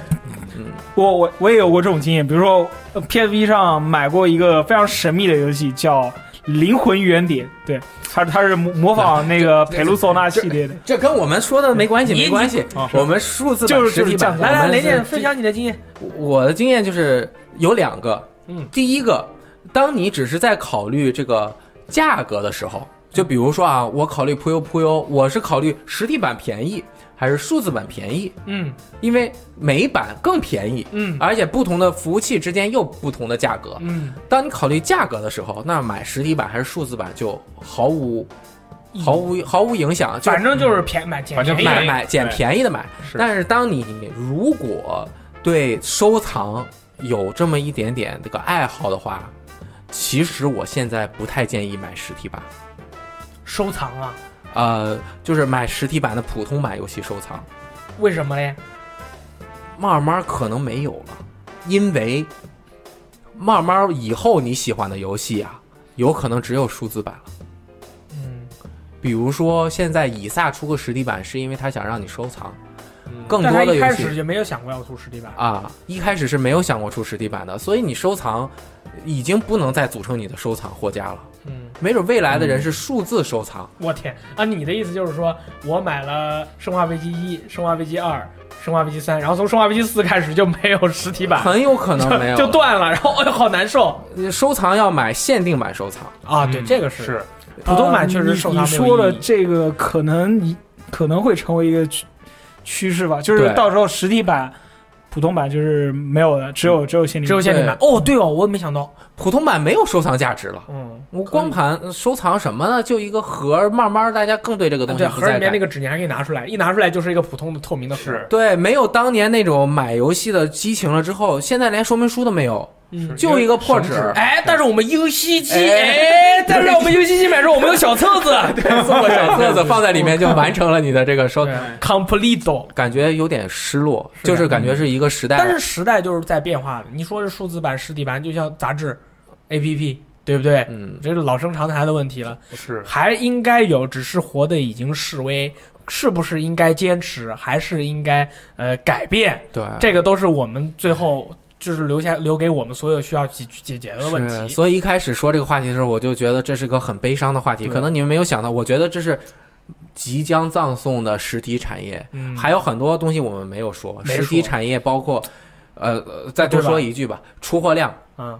Speaker 2: 嗯，
Speaker 3: 我我我也有过这种经验，比如说呃 PSV 上买过一个非常神秘的游戏叫《灵魂原点》，对，它它是模模仿那个
Speaker 2: 这
Speaker 3: 佩鲁索纳系列的，
Speaker 2: 这跟我们说的没关系，
Speaker 5: 你
Speaker 2: 没关系。我们数字版
Speaker 3: 就是
Speaker 2: 实体版
Speaker 3: 就是这样
Speaker 5: 来来，雷
Speaker 2: 电
Speaker 5: 电分享你的经验。
Speaker 2: 我的经验就是有两个，
Speaker 5: 嗯，
Speaker 2: 第一个，当你只是在考虑这个价格的时候，
Speaker 5: 嗯
Speaker 2: 就比如说啊，我考虑扑悠扑悠，我是考虑实体版便宜还是数字版便宜，
Speaker 5: 嗯
Speaker 2: 因为每一版更便宜，
Speaker 5: 嗯
Speaker 2: 而且不同的服务器之间又不同的价格。
Speaker 5: 嗯，
Speaker 2: 当你考虑价格的时候，那买实体版还是数字版就毫无毫无毫无影响，就
Speaker 5: 反正就是便买捡
Speaker 4: 反正
Speaker 5: 便宜
Speaker 2: 买
Speaker 4: 宜
Speaker 2: 买捡
Speaker 4: 对
Speaker 2: 便宜的买。
Speaker 4: 是
Speaker 2: 但是当你如果对收藏有这么一点点这个爱好的话，其实我现在不太建议买实体版，
Speaker 5: 收藏啊？
Speaker 2: 呃，就是买实体版的普通版游戏收藏，
Speaker 5: 为什么嘞？
Speaker 2: 慢慢可能没有了，因为慢慢以后你喜欢的游戏啊，有可能只有数字版了。
Speaker 5: 嗯，
Speaker 2: 比如说，现在以撒出个实体版，是因为他想让你收藏更
Speaker 5: 嗯但
Speaker 2: 多
Speaker 5: 他
Speaker 2: 的
Speaker 5: 一
Speaker 2: 游
Speaker 5: 开
Speaker 2: 戏
Speaker 5: 始。就没有想过要出实体版，
Speaker 2: 啊，一开始是没有想过出实体版的，所以你收藏已经不能再组成你的收藏货架了。
Speaker 5: 嗯，
Speaker 2: 没准未来的人是数字收藏，
Speaker 5: 我天啊！你的意思就是说我买了《生化危机一》《生化危机二》《生化危机三》，然后从《生化危机四》开始就没有实体版，
Speaker 2: 很有可能没有
Speaker 5: 就断了，然后哎呦好难受
Speaker 2: 呃收藏要买限定版收藏，
Speaker 5: 啊！对，
Speaker 4: 嗯
Speaker 5: 这个是
Speaker 4: 是
Speaker 5: 普通版
Speaker 3: 呃
Speaker 5: 确实
Speaker 3: 你
Speaker 5: 收
Speaker 3: 你
Speaker 5: 藏没有
Speaker 3: 说的
Speaker 5: 意义
Speaker 3: 这个可能可能会成为一个趋趋势吧，就是
Speaker 2: 对
Speaker 3: 到时候实体版。普通版就是没有的，只有只有限定版，
Speaker 5: 只有限定版。哦，对哦，我也没想到，
Speaker 2: 普通版没有收藏价值了。
Speaker 5: 嗯，
Speaker 2: 我光盘收藏什么呢？就一个盒儿，慢慢大家更对这个东西
Speaker 5: 对，盒
Speaker 2: 不
Speaker 5: 里
Speaker 2: 再
Speaker 5: 面
Speaker 2: 感
Speaker 5: 那个纸你还可以拿出来，一拿出来就是一个普通的透明的盒。
Speaker 4: 是
Speaker 2: 对，没有当年那种买游戏的激情了。之后，现在连说明书都没有，
Speaker 5: 嗯
Speaker 2: 就一个破纸。
Speaker 5: 哎，但是我们游戏机，
Speaker 2: 哎
Speaker 5: 哎，但是我们游戏机买时候我们有小册 子
Speaker 2: 送个小册子放在里面，就完成了你的这个收。
Speaker 5: ，complete。
Speaker 2: 感觉有点失落，
Speaker 5: 是的
Speaker 2: 就是感觉是一个时代。
Speaker 5: 但是时代就是在变化的，你说是数字版、实体版，就像杂志、APP，对不对？
Speaker 2: 嗯，
Speaker 5: 这是老生常谈的问题了，
Speaker 4: 是
Speaker 5: 还应该有，只是活的已经式微，是不是应该坚持，还是应该呃改变？
Speaker 2: 对，
Speaker 5: 这个都是我们最后就是留下留给我们所有需要解解决的问
Speaker 2: 是
Speaker 5: 题。
Speaker 2: 所以一开始说这个话题的时候，我就觉得这是个很悲伤的话题。
Speaker 5: 对
Speaker 2: 可能你们没有想到，我觉得这是即将葬送的实体产业，
Speaker 5: 嗯，
Speaker 2: 还有很多东西我们没有说。
Speaker 5: 没
Speaker 2: 实体产业包括，呃，呃再多
Speaker 5: 对吧
Speaker 2: 说一句吧，出货量。
Speaker 5: 嗯，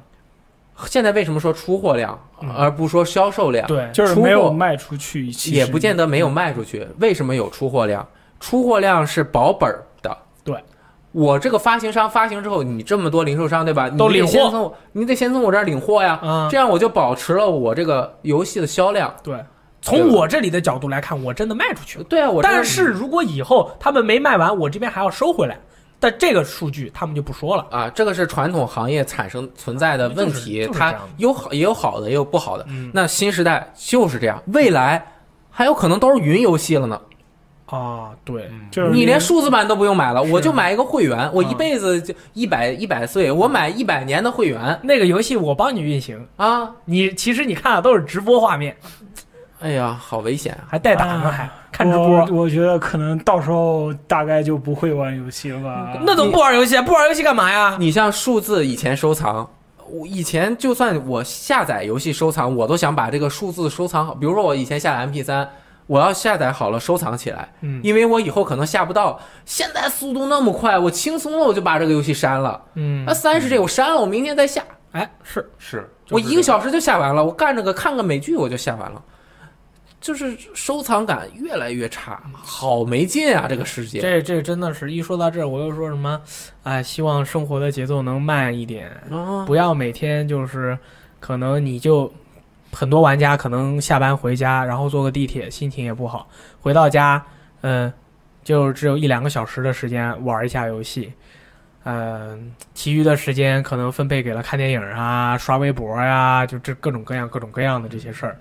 Speaker 2: 现在为什么说出货量，
Speaker 5: 嗯
Speaker 2: 而不说销售量？
Speaker 5: 对，
Speaker 3: 就是没
Speaker 2: 出
Speaker 3: 有
Speaker 2: 货
Speaker 3: 卖出去，其实
Speaker 2: 也不见得
Speaker 5: 嗯
Speaker 2: 没有卖出去。为什么有出货量？出货量是保本儿的。
Speaker 5: 对，
Speaker 2: 我这个发行商发行之后，你这么多零售商对吧？
Speaker 5: 都领货
Speaker 2: 你得先从我，你得先从我这儿领货呀。
Speaker 5: 嗯
Speaker 2: 这样我就保持了我这个游戏的销量。
Speaker 5: 对。从我这里的角度来看，我真的卖出去了。
Speaker 2: 对啊，我这
Speaker 5: 但是如果以后他们没卖完，我这边还要收回来，但这个数据他们就不说了。
Speaker 2: 啊，这个是传统行业产生存在的问
Speaker 5: 就
Speaker 2: 题，
Speaker 5: 是就是这样
Speaker 2: 它
Speaker 5: 的
Speaker 2: 有好也有好的，也有不好的。那新时代就是这样，未来还有可能都是云游戏了呢。
Speaker 5: 啊，对，
Speaker 3: 就是
Speaker 2: 你连数字版都不用买了，
Speaker 5: 是
Speaker 2: 我就买一个会员，我
Speaker 5: 嗯
Speaker 2: 一辈子就一百一百岁，我买一百年的会员
Speaker 5: 那个游戏我帮你运行，
Speaker 2: 啊！
Speaker 5: 你其实你看的都是直播画面，
Speaker 2: 哎呀，好危险啊！
Speaker 5: 还带打呢，还看直
Speaker 3: 我
Speaker 5: 播。
Speaker 3: 我觉得可能到时候大概就不会玩游戏了吧？
Speaker 5: 那怎么不玩游戏？啊？不玩游戏干嘛呀？
Speaker 2: 你像数字以前收藏，我以前就算我下载游戏收藏，我都想把这个数字收藏好。比如说我以前下载 MP 三，我要下载好了收藏起来，
Speaker 5: 嗯
Speaker 2: 因为我以后可能下不到。现在速度那么快，我轻松了我就把这个游戏删了。
Speaker 5: 嗯
Speaker 2: 那，三十 G 我删了，我明天再下。
Speaker 5: 哎，是
Speaker 4: 是，
Speaker 2: 我一个小时就下完了，我干这个看个美剧我就下完了，就是收藏感越来越差，好没劲啊！这个世界
Speaker 5: 这这真的是一说到这儿，我又说什么？哎，希望生活的节奏能慢一点，
Speaker 2: 啊，
Speaker 5: 不要每天就是，可能你就很多玩家可能下班回家，然后坐个地铁，心情也不好，回到家，嗯、就只有一两个小时的时间玩一下游戏，嗯、其余的时间可能分配给了看电影啊、刷微博呀、就这各种各样、各种各样的这些事儿。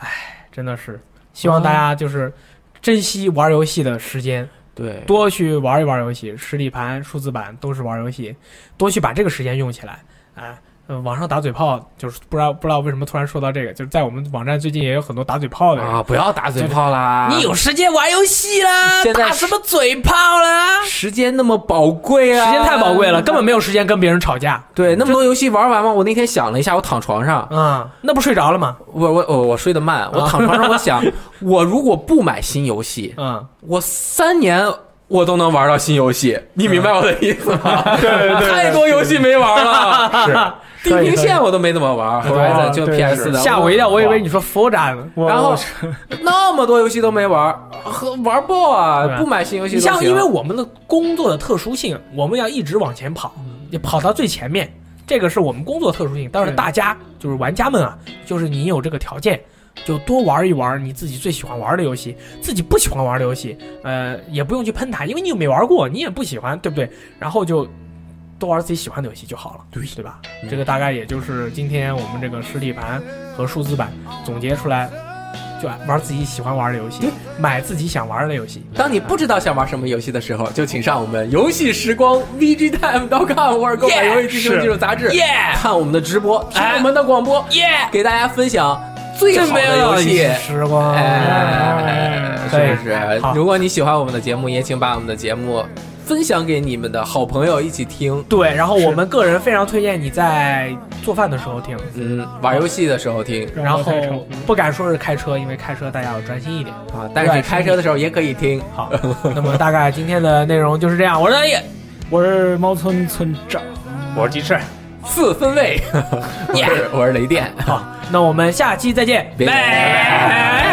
Speaker 5: 唉，真的是希望大家就是珍惜玩游戏的时间。
Speaker 2: 对，
Speaker 5: 多去玩一玩游戏，实体盘、数字版都是玩游戏，多去把这个时间用起来。啊，呃，网上打嘴炮就是不知道不知道为什么突然说到这个，就是在我们网站最近也有很多打嘴炮的人。
Speaker 2: 啊，不要打嘴炮啦！
Speaker 5: 你有时间玩游戏啦，
Speaker 2: 现在
Speaker 5: 打什
Speaker 2: 是
Speaker 5: 么嘴炮啦？
Speaker 2: 时间那么宝贵啊，
Speaker 5: 时间太宝贵了，根本没有时间跟别人吵架。
Speaker 2: 对那么多游戏玩完吗？我那天想了一下，我躺床上，
Speaker 5: 啊、那不睡着了吗？
Speaker 2: 我我我我睡得慢，我躺床上，我想，
Speaker 5: 啊
Speaker 2: 我如果不买新游戏，
Speaker 5: 嗯，
Speaker 2: 我三年我都能玩到新游戏，你明白我的意思吗？
Speaker 3: 对对对，
Speaker 2: 太多游戏没玩了，是地平线我都没怎么玩
Speaker 3: 以可以
Speaker 2: ，Horizon 就
Speaker 3: 对
Speaker 2: PS 的，
Speaker 5: 吓我一跳，我以为你说 Forza 呢。
Speaker 3: 我
Speaker 2: 然后
Speaker 3: 我
Speaker 2: 那么多游戏都没玩，和玩爆
Speaker 5: 对
Speaker 2: 啊！
Speaker 5: 啊
Speaker 2: 不买新游戏
Speaker 5: 你
Speaker 2: 都
Speaker 5: 像，
Speaker 2: 行
Speaker 5: 因为我们的工作的特殊性，我们要一直往前跑，
Speaker 2: 嗯
Speaker 5: 也跑到最前面，这个是我们工作特殊性。但是
Speaker 3: 对
Speaker 5: 大家就是玩家们啊，就是你有这个条件，就多玩一玩你自己最喜欢玩的游戏，自己不喜欢玩的游戏，呃，也不用去喷它，因为你又没玩过，你也不喜欢，对不对？然后就多玩自己喜欢的游戏就好了，对对吧？
Speaker 2: 嗯
Speaker 5: 这个大概也就是今天我们这个实体盘和数字版总结出来。就玩自己喜欢玩的游戏，买自己想玩的游戏，
Speaker 2: 当你不知道想玩什么游戏的时候，就请上我们游戏时光 VGTime.com 或者购买
Speaker 5: Yeah，
Speaker 2: 游戏技术
Speaker 3: 是
Speaker 2: 技术杂志，
Speaker 5: 耶、
Speaker 2: 看我们的直播，听
Speaker 5: 哎
Speaker 2: 我们的广播，
Speaker 5: 耶、
Speaker 2: 给大家分享最好
Speaker 5: 没
Speaker 2: 的
Speaker 5: 有
Speaker 2: 游戏。
Speaker 5: 时光，
Speaker 2: 哎，是不是
Speaker 5: 好？
Speaker 2: 如果你喜欢我们的节目，也请把我们的节目分享给你们的好朋友一起听。
Speaker 5: 对，然后我们个人非常推荐你在做饭的时候听，
Speaker 2: 嗯，玩游戏的时候听
Speaker 5: 然后
Speaker 3: 开车
Speaker 5: 不敢说是开车，因为开车大家要专心一点。
Speaker 2: 啊，但是你开车的时候也可以听。
Speaker 5: 好，那么大概今天的内容就是这样。我是大野，
Speaker 3: 我是猫村村长，
Speaker 4: 我是鸡翅。
Speaker 2: 四分 卫，我是我是雷电。
Speaker 5: 好，那我们下期再见，哎
Speaker 2: 拜拜
Speaker 5: 拜拜哎